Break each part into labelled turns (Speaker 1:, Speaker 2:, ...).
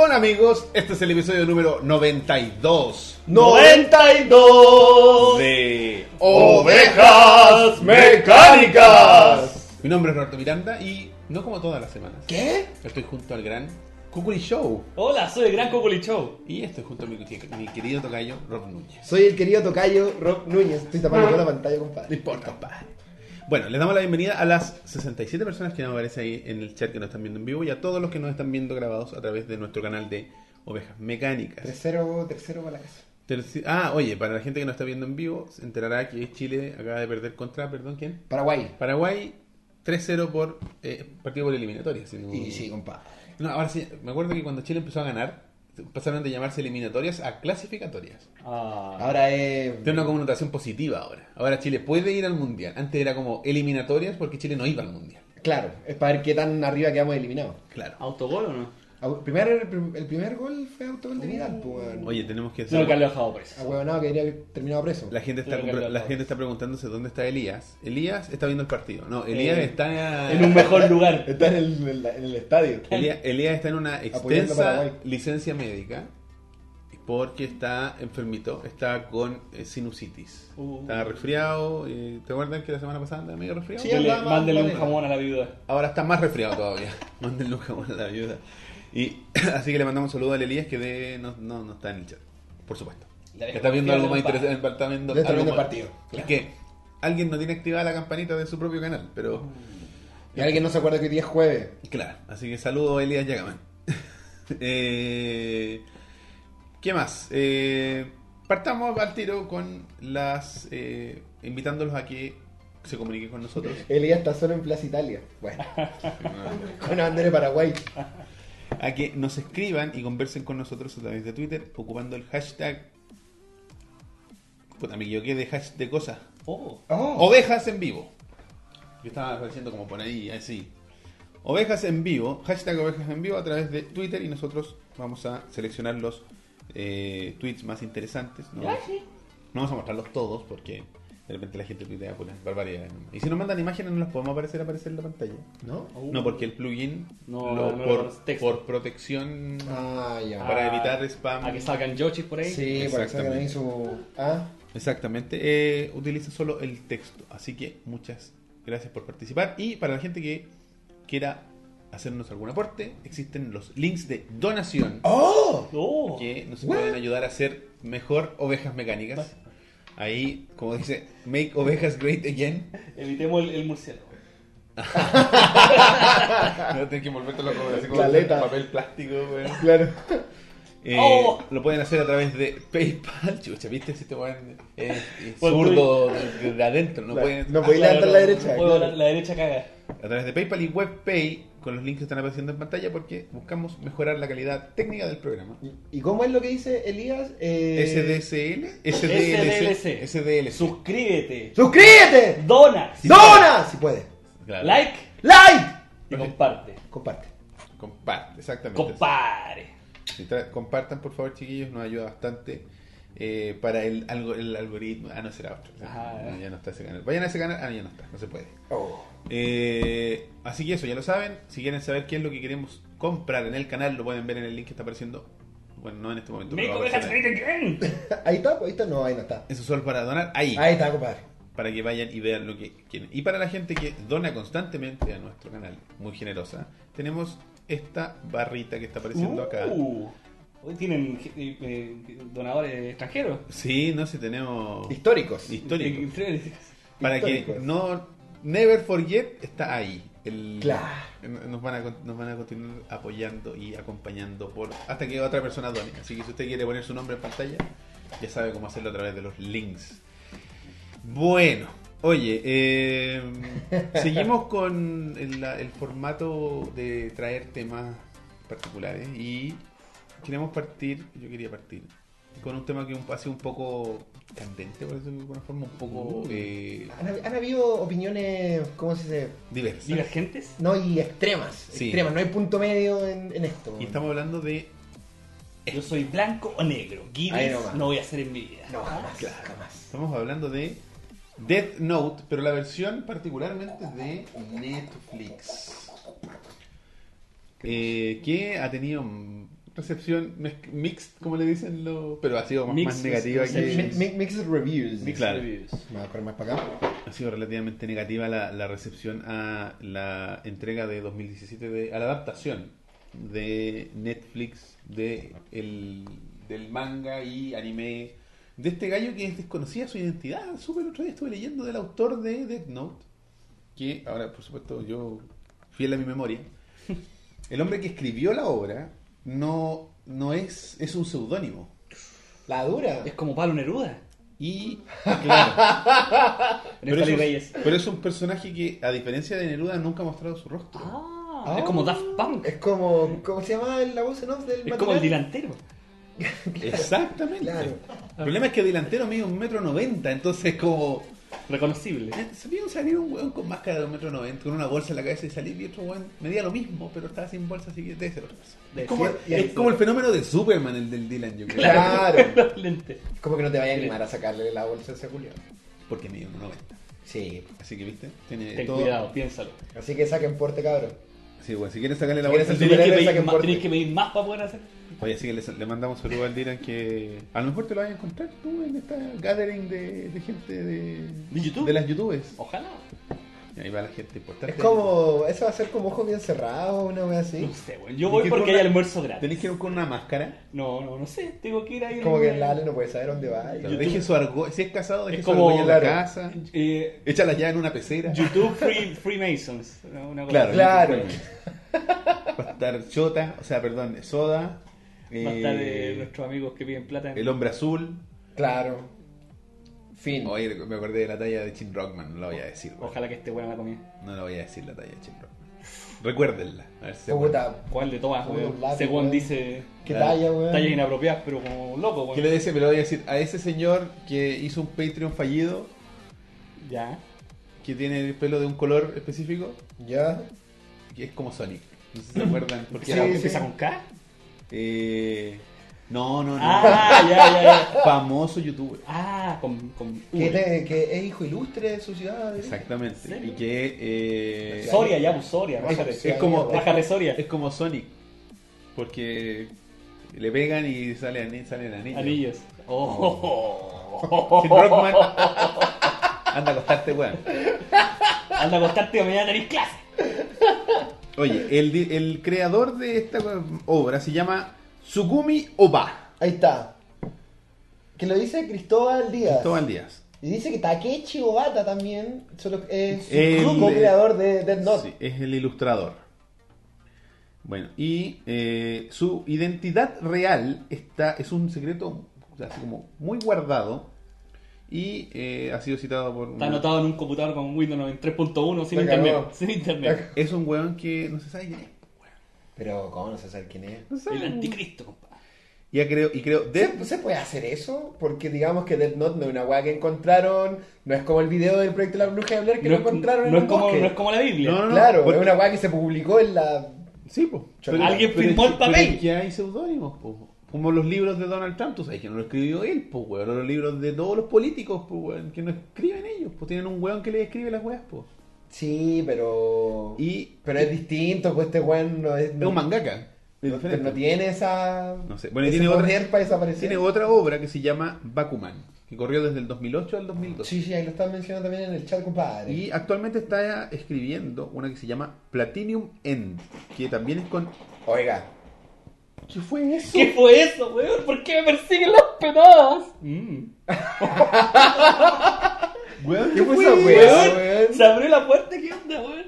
Speaker 1: Hola amigos, este es el episodio número 92
Speaker 2: 92
Speaker 1: de...
Speaker 2: ovejas mecánicas.
Speaker 1: Mi nombre es Roberto Miranda y no como todas las semanas.
Speaker 2: ¿Qué?
Speaker 1: Estoy junto al gran Cuculi Show
Speaker 3: Hola, soy el gran Cocoli Show.
Speaker 1: y estoy junto a mi, mi querido tocayo Rob Núñez.
Speaker 2: Soy el querido tocayo Rob Núñez. Estoy tapando toda la pantalla, compadre.
Speaker 1: No importa, compadre. Bueno, les damos la bienvenida a las 67 personas que nos aparecen ahí en el chat que nos están viendo en vivo y a todos los que nos están viendo grabados a través de nuestro canal de Ovejas Mecánicas.
Speaker 2: Tercero, tercero para la casa.
Speaker 1: Terci- ah, oye, para la gente que nos está viendo en vivo, se enterará que Chile acaba de perder contra, perdón, ¿quién?
Speaker 2: Paraguay.
Speaker 1: Paraguay 3-0 por eh, partido por eliminatoria. así como-
Speaker 2: Y sí, compadre.
Speaker 1: No, ahora sí, me acuerdo que cuando Chile empezó a ganar, pasaron de llamarse eliminatorias a clasificatorias.
Speaker 3: Ah,
Speaker 2: Ahora es.
Speaker 1: Tiene una connotación positiva ahora. Ahora Chile puede ir al mundial. Antes era como eliminatorias porque Chile no iba al mundial.
Speaker 2: Claro, es para ver qué tan arriba quedamos eliminados.
Speaker 1: Claro.
Speaker 3: ¿Autogol o no?
Speaker 2: Au- Primero, el prim- el primer gol fue autogol de Vidal, pues. weón.
Speaker 1: Oye, tenemos que
Speaker 3: No,
Speaker 1: hacer.
Speaker 3: que lo he dejado preso.
Speaker 2: A huevonado que debería haber terminado preso.
Speaker 1: La gente, está,
Speaker 3: Creo que
Speaker 1: compro-
Speaker 3: lo-
Speaker 1: la gente está preguntándose dónde está Elías. Elías está viendo el partido. No, Elías
Speaker 3: Eh,
Speaker 1: está
Speaker 3: En un mejor lugar.
Speaker 2: Está en el, en la- en el estadio.
Speaker 1: Elías, Elías está en una
Speaker 2: Apoyando a
Speaker 1: extensa
Speaker 2: Paraguay.
Speaker 1: licencia médica porque está enfermito, está con eh, sinusitis.
Speaker 3: Uh.
Speaker 1: Está resfriado. eh, ¿Te acuerdas que la semana pasada andaba medio resfriado?
Speaker 2: Sí,
Speaker 3: Dele-
Speaker 2: andaba más
Speaker 3: Mándele un
Speaker 2: planeta.
Speaker 3: jamón a la viuda.
Speaker 1: Ahora está más resfriado todavía. Mándenle un jamón a la viuda. Y, así que le mandamos un saludo a Elías que de- no, no, no está en el chat, por supuesto.
Speaker 3: La
Speaker 1: Que está viendo
Speaker 3: desconfianza
Speaker 1: algo más
Speaker 3: del pa-
Speaker 1: interesante. Está viendo,
Speaker 2: Está
Speaker 1: algo
Speaker 2: viendo el
Speaker 1: más-
Speaker 2: partido,
Speaker 1: Es que alguien no tiene activada la campanita de su propio canal, pero...
Speaker 2: Y alguien no se acuerda que hoy día es jueves.
Speaker 1: Claro, así que saludo a Elías Yagaman. Eh, ¿Qué más? Eh, partamos al tiro con las. eh, invitándolos a que se comuniquen con nosotros.
Speaker 2: Elías está solo en Plaza Italia. Bueno, con la bandera de Paraguay.
Speaker 1: A que nos escriban y conversen con nosotros a través de Twitter ocupando el hashtag. Puta, me equivoqué de hash de cosas.
Speaker 3: Oh.
Speaker 2: Oh,
Speaker 1: Ovejas en vivo. Yo estaba apareciendo como por ahí, así. Ovejas en vivo, hashtag ovejas en vivo a través de Twitter y nosotros vamos a seleccionar los eh, tweets más interesantes. No, no vamos a mostrarlos todos porque de repente la gente tuitea puras barbaridades. nomás. Y si nos mandan imágenes no las podemos aparecer, aparecer en la pantalla.
Speaker 2: ¿no?
Speaker 3: Oh.
Speaker 1: No, porque el plugin
Speaker 3: No,
Speaker 1: lo-
Speaker 3: no,
Speaker 1: por,
Speaker 3: no, texto.
Speaker 1: por protección
Speaker 2: Ah, ya.
Speaker 1: para
Speaker 3: Ah,
Speaker 1: evitar spam.
Speaker 3: A que salgan yochis por ahí.
Speaker 2: Sí, para que salgan ahí su. Ah,
Speaker 1: Exactamente, eh, utiliza solo el texto. Así que muchas gracias por participar. Y para la gente que quiera hacernos algún aporte, existen los links de donación
Speaker 3: Oh.
Speaker 1: que nos
Speaker 2: What?
Speaker 1: pueden ayudar a hacer mejor ovejas mecánicas. Ahí, como dice, make ovejas great again.
Speaker 3: Evitemos el, el murciélago.
Speaker 1: No tienen que envolverte los así como
Speaker 2: Caleta.
Speaker 1: papel plástico, güey.
Speaker 2: claro.
Speaker 1: Eh,
Speaker 3: Oh.
Speaker 1: Lo pueden hacer a través de PayPal. Chucha, viste, si te van es, es
Speaker 3: Pues,
Speaker 1: zurdo de, de adentro. No pueden. Ah,
Speaker 2: No podéis
Speaker 3: Claro,
Speaker 2: levantar
Speaker 3: no,
Speaker 2: la derecha.
Speaker 3: no puedo,
Speaker 2: claro.
Speaker 3: la, la derecha caga.
Speaker 1: a través de PayPal y WebPay, con los links que están apareciendo en pantalla, porque buscamos mejorar la calidad técnica del programa.
Speaker 2: ¿Y- ¿Y cómo es lo que dice Elías? Eh...
Speaker 1: SDSL,
Speaker 3: SDLC.
Speaker 1: SDLC, SDLC.
Speaker 3: Suscríbete.
Speaker 2: ¡Suscríbete!
Speaker 3: Dona.
Speaker 2: ¡Dona! Si puede.
Speaker 1: Claro.
Speaker 3: Like
Speaker 2: ¡Like!
Speaker 3: y comparte.
Speaker 2: Comparte.
Speaker 1: Comparte, exactamente.
Speaker 3: Compare.
Speaker 1: Si tra- Compartan, por favor, chiquillos, nos ayuda bastante eh, para el, algo- el algoritmo. Ah, no será otro.
Speaker 3: Ah,
Speaker 1: No,
Speaker 3: eh.
Speaker 1: ya no está ese canal. Vayan a ese canal. Ah, ya no está, no se puede.
Speaker 2: Oh.
Speaker 1: Eh, así que eso, ya lo saben. Si quieren saber qué es lo que queremos comprar en el canal, lo pueden ver en el link que está apareciendo. Bueno, no en este momento.
Speaker 3: Make
Speaker 1: pero va a
Speaker 3: ovejas
Speaker 1: aparecer ahí.
Speaker 3: great again.
Speaker 2: Ahí está, pues, ahí está. No, ahí no está.
Speaker 1: Eso solo para donar ahí,
Speaker 2: Ahí está, compadre.
Speaker 1: para que vayan y vean lo que quieren. Y para la gente que dona constantemente a nuestro canal, muy generosa, tenemos esta barrita que está apareciendo acá.
Speaker 3: Uh, Hoy tienen eh, eh, donadores extranjeros.
Speaker 1: Sí, no sé,
Speaker 2: Oh.
Speaker 1: tenemos
Speaker 2: Históricos.
Speaker 1: histórico.
Speaker 3: Eh,
Speaker 1: Para que
Speaker 2: históricos.
Speaker 1: no never forget está ahí. El-
Speaker 2: Claro.
Speaker 1: Nos van, a, con- nos van a continuar apoyando y acompañando por hasta que otra persona done. Así que si usted quiere poner su nombre en pantalla, ya sabe cómo hacerlo a través de los links. Bueno, oye, eh, seguimos con el, la- el formato de traer temas particulares y queremos partir, yo quería partir, con un tema que un- ha sido un poco candente, por decirlo de alguna forma, un poco eh,
Speaker 2: Han, hab- han habido opiniones, ¿cómo se dice?
Speaker 1: diverso.
Speaker 3: ¿Divergentes?
Speaker 2: No, y extremas.
Speaker 1: Sí.
Speaker 2: Extremas. No hay punto medio en, en esto.
Speaker 1: Y estamos hablando de
Speaker 3: Yo soy blanco o negro.
Speaker 2: Ahí
Speaker 3: Guinness
Speaker 2: nomás.
Speaker 3: no voy a hacer en mi vida.
Speaker 2: No, jamás. Jamás.
Speaker 1: Estamos hablando de Death Note, pero la versión particularmente de Netflix. Eh, que ha tenido mm, recepción mez- mixed, como le dicen, los pero ha sido más,
Speaker 3: Mixed
Speaker 1: más negativa
Speaker 3: reception.
Speaker 1: que...
Speaker 2: Mi- mi- Mixed reviews.
Speaker 1: Mixed. Claro.
Speaker 3: Reviews.
Speaker 2: Me voy a correr más para acá.
Speaker 1: Ha sido relativamente negativa la, la recepción a la entrega de 2017, de, a la adaptación de Netflix de el, del manga y anime de este gallo que desconocía su identidad. Súper el otro día estuve leyendo del autor de Death Note, que ahora, por supuesto, yo fiel a mi memoria. El hombre que escribió la obra no, no es, es un seudónimo.
Speaker 2: La dura.
Speaker 3: Es como Pablo Neruda.
Speaker 1: Y, claro,
Speaker 3: En
Speaker 1: pero, es
Speaker 3: Stanley
Speaker 1: un,
Speaker 3: Reyes.
Speaker 1: pero es un personaje que, a diferencia de Neruda, nunca ha mostrado su rostro.
Speaker 3: Ah, es como Daft Punk.
Speaker 2: Es como. ¿Cómo se llama la voz en off del
Speaker 3: Es como el
Speaker 2: matinal?
Speaker 3: delantero.
Speaker 1: Exactamente.
Speaker 2: Claro.
Speaker 1: El problema es que delantero mide un metro noventa, entonces como...
Speaker 3: Reconocible.
Speaker 1: eh, Se vio salir un weón con máscara de un metro noventa, con una bolsa en la cabeza y salir y otro weón medía lo mismo, pero estaba sin bolsa, así que debe ser otra persona.
Speaker 3: De
Speaker 1: Es como,
Speaker 2: sí,
Speaker 1: es
Speaker 2: sí.
Speaker 1: como el fenómeno de Superman, el del Dylan, yo creo.
Speaker 2: Claro.
Speaker 3: Lente.
Speaker 2: Como que no te vaya a animar a sacarle la bolsa a ese Julio.
Speaker 1: Porque mide un noventa.
Speaker 2: Sí.
Speaker 1: Así que, ¿viste? Tiene
Speaker 3: Ten
Speaker 1: todo...
Speaker 3: cuidado, piénsalo.
Speaker 2: Así que saquen porte, cabrón.
Speaker 1: Sí, bueno, si quieres sacarle la
Speaker 2: Si
Speaker 1: bolsa... al
Speaker 2: quieres el
Speaker 3: Tenéis que,
Speaker 2: Superhéroe
Speaker 3: pedir
Speaker 2: saquen
Speaker 3: más-
Speaker 2: porte.
Speaker 3: tenéis que pedir más para poder hacer.
Speaker 1: Oye, así que le, le mandamos un saludo al Dylan que a lo mejor te lo vas a encontrar tú en esta gathering de, de gente de,
Speaker 3: ¿De YouTube?
Speaker 1: de las youtubers.
Speaker 3: Ojalá.
Speaker 1: Y ahí va la gente importante.
Speaker 2: Es como. Eso va a ser como ojo bien cerrado, una wea así.
Speaker 3: No sé, weón. Yo
Speaker 1: ¿Y
Speaker 3: voy
Speaker 1: qué
Speaker 3: porque
Speaker 1: con la-
Speaker 3: hay almuerzo gratis.
Speaker 1: Tenéis que ir con una máscara.
Speaker 3: No, no, no sé. Tengo que ir ahí.
Speaker 2: Como que el Ale no puede saber dónde va.
Speaker 1: Pero Deje su argolla. Si es casado, deje
Speaker 3: Es
Speaker 1: su
Speaker 3: como-
Speaker 1: argolla en la
Speaker 2: claro.
Speaker 1: casa.
Speaker 3: Eh,
Speaker 1: Échala ya en una pecera.
Speaker 3: YouTube Free, Freemasons. ¿no? Una cosa
Speaker 1: Claro,
Speaker 3: así.
Speaker 2: Claro.
Speaker 1: Va a estar Chota, o sea, perdón, Soda. eh,
Speaker 3: Va a estar de nuestros amigos que piden plata. en-
Speaker 1: el hombre azul.
Speaker 2: Claro. Fin.
Speaker 1: Oye, me acordé de la talla de Chin Rockman. No la voy a decir. güey.
Speaker 3: Ojalá que esté buena la comida.
Speaker 1: No la voy a decir la talla de Chin Rockman. Recuérdenla. A ver si se acuerdan.
Speaker 2: Puta,
Speaker 3: ¿Cuál de todas,
Speaker 2: Como
Speaker 3: weón?
Speaker 2: un lápiz,
Speaker 3: Según
Speaker 2: weón.
Speaker 3: dice,
Speaker 2: qué
Speaker 1: Claro.
Speaker 2: talla, weón.
Speaker 3: tallas inapropiadas, pero como un loco,
Speaker 1: ¿Qué le
Speaker 3: weón.
Speaker 1: dice? Me lo voy a decir a ese señor que hizo un Patreon fallido,
Speaker 3: Ya.
Speaker 1: que tiene el pelo de un color específico,
Speaker 2: Ya.
Speaker 1: que es como Sonic. No sé si se acuerdan. Porque
Speaker 2: Sí,
Speaker 1: era-
Speaker 2: sí.
Speaker 3: ¿Empieza con K?
Speaker 1: Eh, no, no, no.
Speaker 3: Ah, ya, ya, ya.
Speaker 1: Famoso youtuber.
Speaker 3: Ah, con, con
Speaker 2: Que,
Speaker 3: V.
Speaker 2: te- que es hijo ilustre de su ciudad. ¿eh?
Speaker 1: Exactamente.
Speaker 3: ¿En
Speaker 1: Y
Speaker 3: serio?
Speaker 1: que eh,
Speaker 2: Sorry.
Speaker 3: Soria, ya, pues, Soria, bájate.
Speaker 2: Sí,
Speaker 1: es como-
Speaker 2: mierda.
Speaker 3: Bájate Soria.
Speaker 1: es como Sonic. Porque le pegan y sale ani- salen anillos.
Speaker 3: Anillos. Oh.
Speaker 1: Sin Rockman. Anda a acostarte, weón.
Speaker 3: Anda a acostarte mañana tenés clase.
Speaker 1: Oye, el, di- el creador de esta obra se llama Tsugumi Oba.
Speaker 2: Ahí está. Que lo dice Cristóbal Díaz.
Speaker 1: Cristóbal Díaz.
Speaker 2: Y dice que Takechi Obata también solo es
Speaker 1: El-
Speaker 2: co-creador de Dead Note.
Speaker 1: Sí, es el ilustrador. Bueno, y eh, su identidad real está, es un secreto así como muy guardado y eh, ha sido citado por...
Speaker 3: Está
Speaker 1: una-
Speaker 3: anotado en un computador con Windows 3.1 sin
Speaker 2: La cagó.
Speaker 3: internet. Sin internet.
Speaker 1: Es un weón que no se sabe quién es.
Speaker 2: Pero, ¿cómo no sé saber quién es?
Speaker 1: No se
Speaker 3: El
Speaker 1: sabe.
Speaker 3: anticristo, compa.
Speaker 1: Y ha creo, y creo Death-
Speaker 2: ¿Se, pues,
Speaker 3: pues.
Speaker 2: se puede hacer eso? Porque digamos que Dead Note no es una weá que encontraron, no es como el video del proyecto de la bruja de Blair que
Speaker 3: No
Speaker 2: lo
Speaker 3: es,
Speaker 2: encontraron en
Speaker 3: no
Speaker 2: un
Speaker 3: es como,
Speaker 2: bosque.
Speaker 3: no es como la Biblia.
Speaker 1: No, no,
Speaker 2: Claro,
Speaker 1: porque-
Speaker 2: es una weá que se publicó en la...
Speaker 1: Sí, po.
Speaker 2: Pero-
Speaker 3: Alguien firmó el
Speaker 1: es que-
Speaker 3: papel.
Speaker 1: pero es que hay seudónimos, po. Como los libros de Donald Trump, tú sabes que no lo escribió él, pues, weón. Los libros de todos los políticos, pues, weón, que no escriben ellos, pues tienen un weón que les escribe las weas, pues.
Speaker 2: Sí, pero...
Speaker 1: Y
Speaker 2: Pero es distinto, pues este weón no es...
Speaker 1: es un mangaka. Es
Speaker 2: no,
Speaker 1: diferente.
Speaker 2: no tiene esa...
Speaker 1: No sé. Bueno, y
Speaker 2: ese
Speaker 1: tiene otra-
Speaker 2: poder para desaparecer.
Speaker 1: Tiene otra obra que se llama Bakuman, que corrió desde el 2008 al 2012.
Speaker 2: Sí, sí, ahí lo están mencionando también en el chat, compadre.
Speaker 1: Y actualmente está escribiendo una que se llama Platinum End, que también es con...
Speaker 2: Oiga,
Speaker 1: ¿Qué fue eso?
Speaker 3: ¿Qué fue eso, weón? ¿Por qué me persiguen las penadas? Mm.
Speaker 1: Weón,
Speaker 2: ¿qué fue
Speaker 1: fue
Speaker 2: esa
Speaker 1: eso?
Speaker 2: weá, weón?
Speaker 3: Se abrió la puerta, ¿qué onda, weón?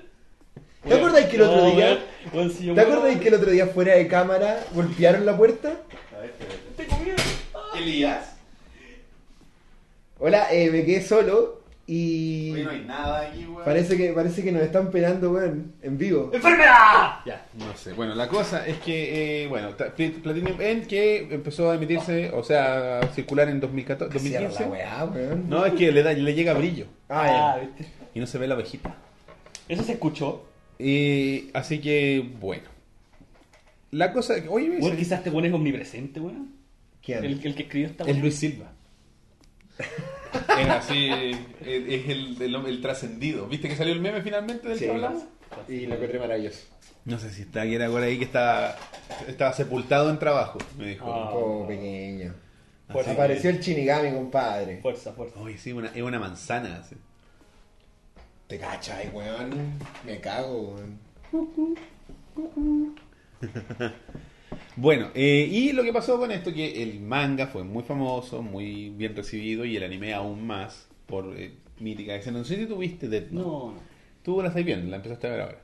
Speaker 2: ¿Te acordás que el otro día- ¿Te acuerdas que el otro día fuera de cámara golpearon la puerta?
Speaker 3: Tengo miedo.
Speaker 1: Elías.
Speaker 2: Hola, eh, me quedé solo y
Speaker 1: Oye, hay nada aquí, weón.
Speaker 2: parece que parece que nos están penando, weón, en vivo.
Speaker 3: ¡Enfermedad! Ya.
Speaker 1: No sé, bueno, la cosa es que, eh, bueno, ta- Plat- Platinum End que empezó a emitirse, o sea, a circular en 2014,
Speaker 2: Cierra la
Speaker 1: 2015.
Speaker 2: weá, weón.
Speaker 1: No, es que le, da, le llega brillo
Speaker 2: Ah,
Speaker 3: Ah,
Speaker 2: ya.
Speaker 3: ¿viste?
Speaker 1: y no se ve la abejita.
Speaker 3: Eso se escuchó.
Speaker 1: Eh, así que, bueno. La cosa, oye,
Speaker 3: Bueno,
Speaker 1: ese-
Speaker 3: quizás este weón es omnipresente, weón.
Speaker 2: ¿Quién?
Speaker 3: El, el que escribió esta
Speaker 1: es
Speaker 3: weón.
Speaker 1: Luis Silva. es así, es, es el, el, el trascendido. ¿Viste que salió el meme finalmente del
Speaker 2: Sí.
Speaker 1: que hablamos?
Speaker 2: Y lo encontré maravilloso.
Speaker 1: No sé si está alguien ahora ahí que está, está sepultado en trabajo, me dijo.
Speaker 3: Ah.
Speaker 2: Oh, pequeño.
Speaker 1: Así que-
Speaker 2: Apareció el Shinigami, compadre.
Speaker 3: Fuerza, fuerza.
Speaker 1: Oye, sí, una- es una manzana. así.
Speaker 2: Te cachai, weón. Me cago, weón.
Speaker 1: Bueno, eh, y lo que pasó con esto, que el manga fue muy famoso, muy bien recibido y el anime aún más por eh, mítica escena. No sé si tuviste Death Note.
Speaker 3: No, no.
Speaker 1: Tú la estás viendo, la empezaste a ver ahora.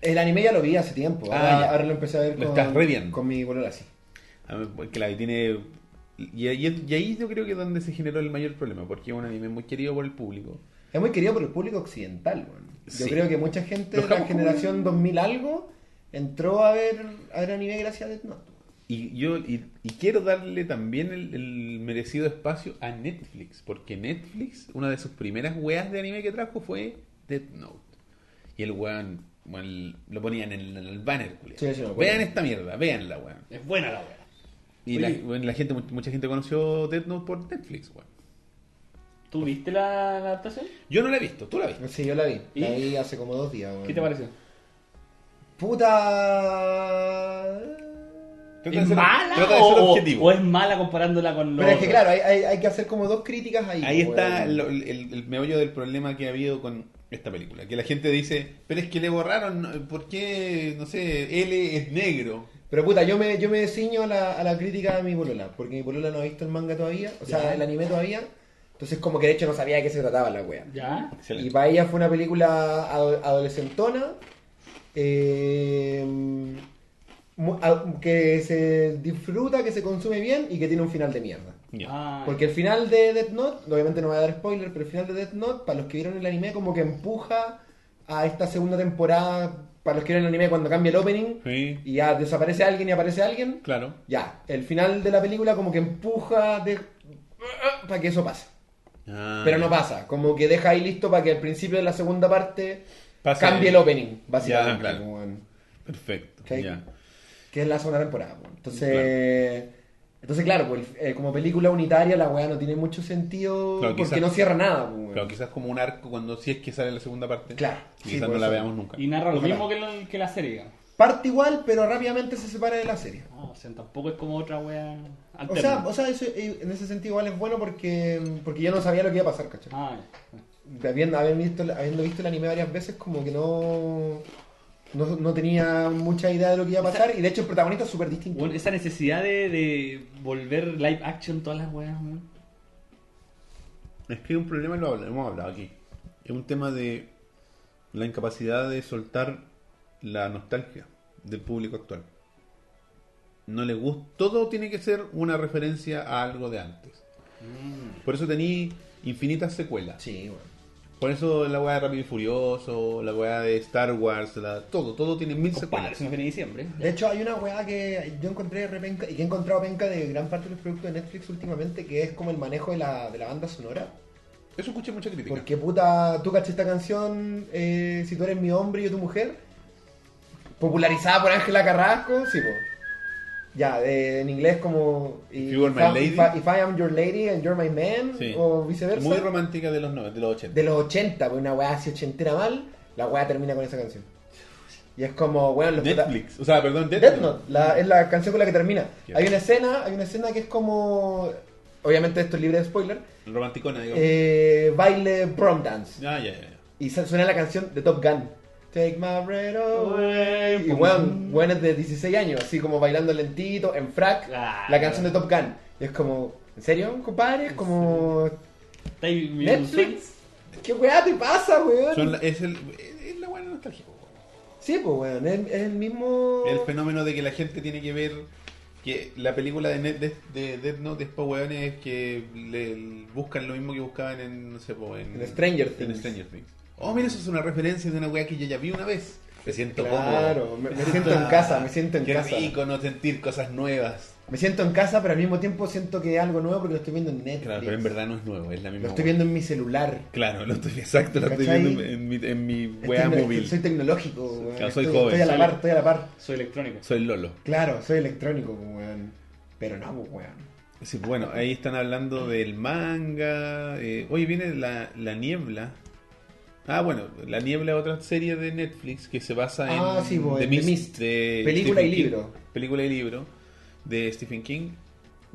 Speaker 2: El anime ya lo vi hace tiempo.
Speaker 1: Ah,
Speaker 2: ahora,
Speaker 1: ya.
Speaker 2: ahora lo empecé a ver
Speaker 1: Lo
Speaker 2: con,
Speaker 1: estás reviendo.
Speaker 2: con mi bolola así.
Speaker 1: A mí, porque la que tiene. Y, ahí- y ahí yo creo que es donde se generó el mayor problema, porque es un anime muy querido por el público.
Speaker 2: Es muy querido por el público occidental, weón. Yo
Speaker 1: Sí.
Speaker 2: creo que mucha gente
Speaker 1: Los
Speaker 2: de la
Speaker 1: japoneses.
Speaker 2: generación 2000 algo entró a ver, a ver anime gracias a Death Note. weón.
Speaker 1: Y yo y, y quiero darle también el, el merecido espacio a Netflix, porque Netflix, una de sus primeras weas de anime que trajo fue Death Note. Y el weón, weón, lo ponían en el, en el banner, culiao.
Speaker 2: Sí, sí, me acuerdo.
Speaker 1: Vean esta mierda, veanla, weón.
Speaker 3: Es buena la wea.
Speaker 1: Y
Speaker 3: Oye.
Speaker 1: la, weón, la gente, mu- mucha gente conoció Death Note por Netflix, weón.
Speaker 3: ¿Tú viste la, la adaptación?
Speaker 1: Yo no la he visto, tú la viste.
Speaker 2: Sí, yo la vi. La
Speaker 3: ¿Y?
Speaker 2: vi hace como dos días, weón.
Speaker 3: ¿Qué te pareció?
Speaker 2: Puta.
Speaker 1: Trata de
Speaker 3: ¿Es
Speaker 1: ser-
Speaker 3: mala
Speaker 1: trata de ser
Speaker 3: o,
Speaker 1: objetivo.
Speaker 3: o es mala comparándola con los
Speaker 2: Pero es que claro, hay, hay, hay que hacer como dos críticas ahí.
Speaker 1: Ahí
Speaker 2: weón.
Speaker 1: está lo- el, el meollo del problema que ha habido con esta película. Que la gente dice, pero es que le borraron, ¿no? ¿por qué, no sé, L es negro?
Speaker 2: Pero puta, yo me, yo me ciño a la, a la crítica de mi polola, porque mi polola no ha visto el manga todavía, o sea,
Speaker 3: Ya.
Speaker 2: el anime todavía. Entonces como que de hecho no sabía de qué se trataba la wea.
Speaker 3: ¿Ya?
Speaker 1: Excelente.
Speaker 2: Y para ella fue una película ado- adolescentona eh, mu- a- que se disfruta, que se consume bien y que tiene un final de mierda.
Speaker 1: Ya.
Speaker 3: Ah,
Speaker 2: Porque el final de Death Note, obviamente no voy a dar spoiler, pero el final de Death Note, para los que vieron el anime, como que empuja a esta segunda temporada, para los que vieron el anime cuando cambia el opening
Speaker 1: Sí,
Speaker 2: y ya desaparece alguien y aparece alguien,
Speaker 1: claro.
Speaker 2: ya, el final de la película como que empuja de... para que eso pase.
Speaker 1: Ah,
Speaker 2: Pero no pasa, como que deja ahí listo para que al principio de la segunda parte
Speaker 1: Pasa
Speaker 2: cambie
Speaker 1: ahí.
Speaker 2: el opening, básicamente.
Speaker 1: Ya, claro.
Speaker 2: como en-
Speaker 1: Perfecto.
Speaker 2: ¿Cachai?
Speaker 1: ya.
Speaker 2: que es la segunda temporada. pues. Entonces, entonces claro, pues, eh, como película unitaria la weá no tiene mucho sentido
Speaker 1: Claro,
Speaker 2: porque
Speaker 1: quizás-
Speaker 2: no cierra nada. pues, weón.
Speaker 1: Pero quizás como un arco cuando si es que sale la segunda parte.
Speaker 2: Claro,
Speaker 1: Y
Speaker 2: sí,
Speaker 1: Quizás
Speaker 2: por
Speaker 1: no la
Speaker 2: eso.
Speaker 1: veamos nunca.
Speaker 3: y narra lo
Speaker 2: Ojalá.
Speaker 3: mismo que, lo- que la serie, digamos.
Speaker 2: Parte igual, pero rápidamente se separa de la serie.
Speaker 3: Ah, o sea, tampoco es como otra wea
Speaker 2: O
Speaker 3: alterna.
Speaker 2: sea, o sea eso, eh, en ese sentido igual es bueno porque, porque yo no sabía lo que iba a pasar, ¿cachai?
Speaker 3: Ah, ya.
Speaker 2: Habiendo, habiendo visto, habiendo visto el anime varias veces, como que no, no, no tenía mucha idea de lo que iba a pasar. Y de hecho el protagonista es súper distinto.
Speaker 3: Bueno, esa necesidad de, de volver live action todas las weas, weón.
Speaker 1: Es que hay un problema, lo habla- hemos hablado aquí. Es un tema de la incapacidad de soltar la nostalgia del público actual. No le gusta. Todo tiene que ser una referencia a algo de antes.
Speaker 2: Mm.
Speaker 1: Por eso tení infinitas secuelas.
Speaker 2: Sí, bueno.
Speaker 1: Por eso la weá de Rápido y Furioso, la weá de Star Wars, la- todo, todo tiene mil
Speaker 3: Compadre,
Speaker 1: secuelas.
Speaker 3: se nos viene diciembre.
Speaker 2: De hecho, hay una weá que yo encontré repenca, y que he encontrado penca de gran parte de los productos de Netflix últimamente, que es como el manejo de la, de la banda sonora.
Speaker 1: Eso escuché mucha crítica.
Speaker 2: Porque puta, tú caché esta canción, eh, si tú eres mi hombre y yo tu mujer, popularizada por Ángela Carrasco, sí, po. Ya, de- en inglés como...
Speaker 1: If you were my
Speaker 2: if I-
Speaker 1: lady.
Speaker 2: If I, if I am your lady and you're my man,
Speaker 1: Sí.
Speaker 2: o viceversa.
Speaker 1: Muy romántica de los, no- de los 80.
Speaker 2: de los 80, pues una weá así ochentera mal, la weá termina con esa canción. Y es como, weón, los prota-
Speaker 1: Netflix, o sea, perdón, Death,
Speaker 2: Death
Speaker 1: Note.
Speaker 2: Note, la- es la canción con la que termina.
Speaker 1: Ya.
Speaker 2: Hay una escena, hay una escena que es como, obviamente esto es libre de spoiler,
Speaker 1: Romanticona, digo.
Speaker 2: eh, baile prom dance.
Speaker 1: Ah, ya, ya, ya.
Speaker 2: Y su- suena la canción de Top Gun. Take my breath away.
Speaker 3: pues,
Speaker 2: Y weón, weón es de 16 años, así como bailando lentito, en frac,
Speaker 3: Ah,
Speaker 2: la canción de Top Gun. Y es como, ¿en serio, compadre? Es como,
Speaker 3: ¿Está ahí viviendo un
Speaker 2: Netflix. ¿Qué weá te pasa, weón?
Speaker 1: Son la- es, el, es la buena nostalgia.
Speaker 2: Sí, pues weón, es, es el mismo...
Speaker 1: El fenómeno de que la gente tiene que ver que la película de, Net- de, de Death Note es pa' hueones que le- buscan lo mismo que buscaban en, no sé, po, en,
Speaker 2: En Stranger
Speaker 1: en
Speaker 2: Things.
Speaker 1: Stranger Things. Oh, mira, eso es una referencia de una weá que yo ya vi una vez. Me siento
Speaker 2: Claro,
Speaker 1: cómodo.
Speaker 2: me, me siento en casa, me siento en
Speaker 1: Qué
Speaker 2: casa.
Speaker 1: rico no sentir cosas nuevas.
Speaker 2: Me siento en casa, pero al mismo tiempo siento que es algo nuevo porque lo estoy viendo en Netflix.
Speaker 1: Claro, pero en verdad no es nuevo, es la misma
Speaker 2: Lo estoy
Speaker 1: weá.
Speaker 2: viendo en mi celular.
Speaker 1: Claro, lo estoy, exacto, lo estoy
Speaker 2: ¿Cachai?
Speaker 1: viendo en mi, en mi
Speaker 2: Este Es
Speaker 1: weá
Speaker 2: tecno-
Speaker 1: móvil.
Speaker 2: Soy tecnológico, weón.
Speaker 1: Claro, soy
Speaker 2: estoy,
Speaker 1: joven.
Speaker 2: Estoy a la
Speaker 3: Soy-
Speaker 2: par, estoy a la par.
Speaker 3: Soy electrónico.
Speaker 1: Soy Lolo.
Speaker 2: Claro, soy electrónico, weón. Pero no, pues, weón.
Speaker 1: Sí, bueno, ahí están hablando del manga. eh, oye, viene la, la niebla. Ah, bueno, La Niebla es otra serie de Netflix que se basa en
Speaker 2: Ah, sí, pues, en The Mist.
Speaker 1: de
Speaker 2: Película y
Speaker 1: King.
Speaker 2: libro.
Speaker 1: Película y libro de Stephen King.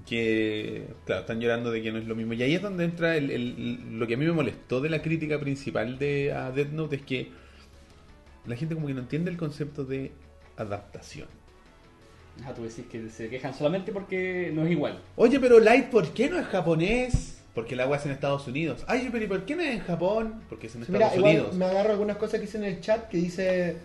Speaker 1: Que, claro, están llorando de que no es lo mismo. Y ahí es donde entra el- el- lo que a mí me molestó de la crítica principal de a Death Note: es que la gente como que no entiende el concepto de adaptación.
Speaker 3: Ah, tú decís que se quejan solamente porque no es igual.
Speaker 1: Oye, pero Light, ¿por qué no es japonés? Porque el agua es en Estados Unidos. Ay, pero ¿y por qué no es en Japón? Porque es en Estados
Speaker 2: Mira, igual
Speaker 1: Unidos.
Speaker 2: me agarro algunas cosas que hice en el chat que dice.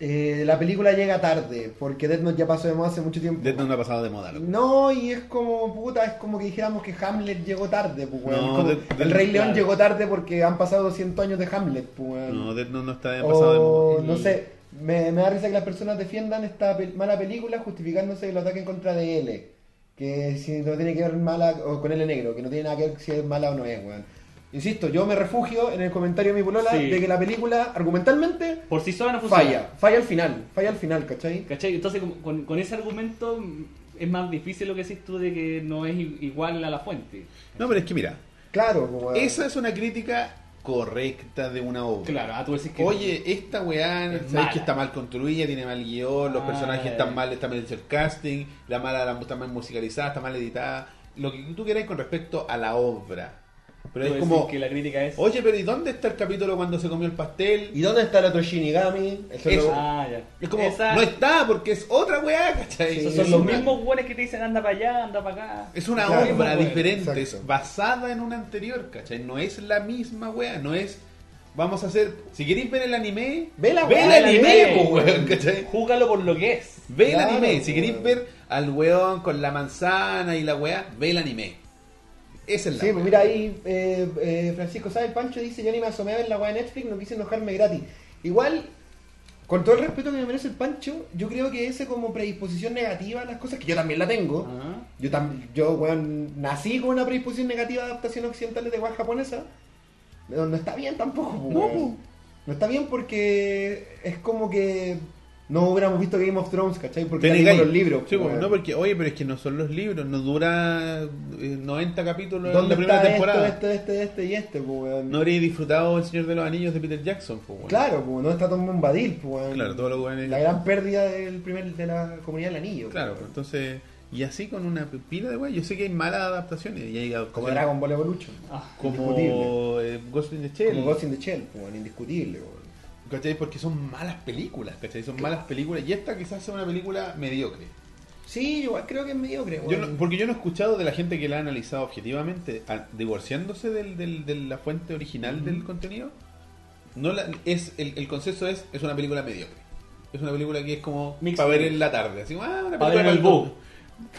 Speaker 2: eh, la película llega tarde, porque Death Note ya pasó de moda hace mucho tiempo.
Speaker 1: Death Note no ha pasado de moda. loco.
Speaker 2: No, y es como, puta, es como que dijéramos que Hamlet llegó tarde, pues, weón.
Speaker 1: No,
Speaker 2: Es como,
Speaker 1: de- de-
Speaker 2: el Rey León
Speaker 3: claro.
Speaker 2: llegó tarde porque han pasado 200 años de Hamlet, pues,
Speaker 3: Mm.
Speaker 2: weón.
Speaker 1: No, Death Note no está de
Speaker 2: O,
Speaker 1: pasado de moda.
Speaker 2: no
Speaker 3: Y-
Speaker 2: sé, me, me da risa que las personas defiendan esta pel- mala película justificándose el ataque en contra de L. Que si no tiene que ver mala o con L negro, que no tiene nada que ver si es mala o no es, weón. Insisto, yo me refugio en el comentario de mi polola
Speaker 3: Sí.
Speaker 2: de que la película argumentalmente
Speaker 3: Por sí sola no funciona.
Speaker 2: falla, falla al final, falla al final, ¿cachai?
Speaker 3: ¿Cachai? Entonces, con- con, con ese argumento mm, es más difícil lo que decís tú de que no es i- igual a la fuente.
Speaker 1: No, pero es que mira,
Speaker 2: Claro, weón.
Speaker 1: esa es una crítica correcta de una obra.
Speaker 3: Claro, ah, tú decís que.
Speaker 1: Oye, esta weá,
Speaker 3: Es
Speaker 1: sabes
Speaker 3: mala.
Speaker 1: que está mal construida, tiene mal guión, los
Speaker 3: Ah,
Speaker 1: personajes
Speaker 3: ya,
Speaker 1: están
Speaker 3: ya.
Speaker 1: mal, está mal hecho el casting, la mala la- está mal musicalizada, está mal editada, lo que tú queráis con respecto a la obra.
Speaker 3: tú
Speaker 1: Pero es
Speaker 3: decís
Speaker 1: como,
Speaker 3: que la crítica Pues es.
Speaker 1: oye, pero ¿y dónde está el capítulo cuando se comió el pastel?
Speaker 2: ¿Y dónde está la Toshinigami? Eso
Speaker 1: Eso.
Speaker 2: lo-
Speaker 3: Ah, ya.
Speaker 1: Es como,
Speaker 3: Esa-
Speaker 1: no está porque es otra weá, ¿cachai?
Speaker 2: Sí,
Speaker 3: esos
Speaker 1: Es
Speaker 3: son los
Speaker 1: una-
Speaker 3: mismos buenos que te dicen anda para allá, anda para acá.
Speaker 1: Es una
Speaker 2: Claro, pues,
Speaker 1: obra
Speaker 3: mismo,
Speaker 1: diferente,
Speaker 2: exacto.
Speaker 1: es basada en una anterior, ¿cachai? No es la misma weá, no es. Vamos a hacer. Si queréis ver el anime,
Speaker 2: Ve la
Speaker 1: ve
Speaker 2: weá,
Speaker 1: el
Speaker 3: Ah, el
Speaker 1: anime,
Speaker 3: anime.
Speaker 1: po, weón, ¿cachai?
Speaker 3: Júgalo por lo que es.
Speaker 1: Ve
Speaker 2: Claro, pues,
Speaker 1: el anime. Si queréis
Speaker 2: weón.
Speaker 1: ver al weón con la manzana y la weá, ve el anime. Esa es la
Speaker 2: Sí,
Speaker 1: weá.
Speaker 2: pues mira ahí, eh, eh, Francisco Sáenz Pancho dice, yo ni me asomé a ver la weá de Netflix, no quise enojarme gratis. Igual, con todo el respeto que me merece el Pancho, yo creo que ese como predisposición negativa a las cosas, que yo también la tengo,
Speaker 1: Ah.
Speaker 3: Ajá.
Speaker 2: yo también, yo weón, nací con una predisposición negativa a adaptaciones occidentales de weá japonesa, no, no está bien tampoco, pues,
Speaker 1: No,
Speaker 2: weón. No está bien porque es como que no hubiéramos visto Game of Thrones, ¿cachai? Porque
Speaker 1: Te
Speaker 2: leímos
Speaker 1: negáis.
Speaker 2: los libros.
Speaker 1: Sí, pues,
Speaker 2: weón.
Speaker 1: no, porque, oye, pero es que no son los libros, no dura eh, 90 capítulos en
Speaker 2: ¿Dónde
Speaker 1: la primera
Speaker 2: está esto,
Speaker 1: temporada.
Speaker 2: este, este, este y este, pues, weón?
Speaker 1: No habréis disfrutado El Señor de los Anillos de Peter Jackson, po, weón.
Speaker 2: Claro, pues no está Tom Bombadil, pues. weón.
Speaker 1: Claro, todos los weones-
Speaker 2: La gran pérdida del primer, de la comunidad del anillo.
Speaker 1: Claro,
Speaker 2: pues.
Speaker 1: entonces, y así con una pila de weá. Yo sé que hay malas adaptaciones. Y hay
Speaker 2: Como
Speaker 1: adaptaciones
Speaker 2: Dragon Ball Evolution.
Speaker 3: Ah,
Speaker 1: como
Speaker 2: indiscutible.
Speaker 1: eh, Ghost in the Shell.
Speaker 2: Como Ghost in the Shell, pues, weón, indiscutible, pues.
Speaker 1: ¿Cachai? Porque son malas películas, ¿cachai? Son malas películas. Y esta quizás sea una película mediocre.
Speaker 2: Sí, yo igual creo que es mediocre,
Speaker 1: Yo
Speaker 2: weón.
Speaker 1: no- porque yo no he escuchado de la gente que la ha analizado objetivamente, a- divorciándose del- del- de la fuente original del contenido. No la- es el, el consenso es es una película mediocre. Es una película que es como
Speaker 3: Mixed
Speaker 1: para ver en
Speaker 3: feelings.
Speaker 1: la tarde. Así, ah, una
Speaker 3: Pa' ver
Speaker 1: película
Speaker 3: en el
Speaker 1: para-
Speaker 3: bus.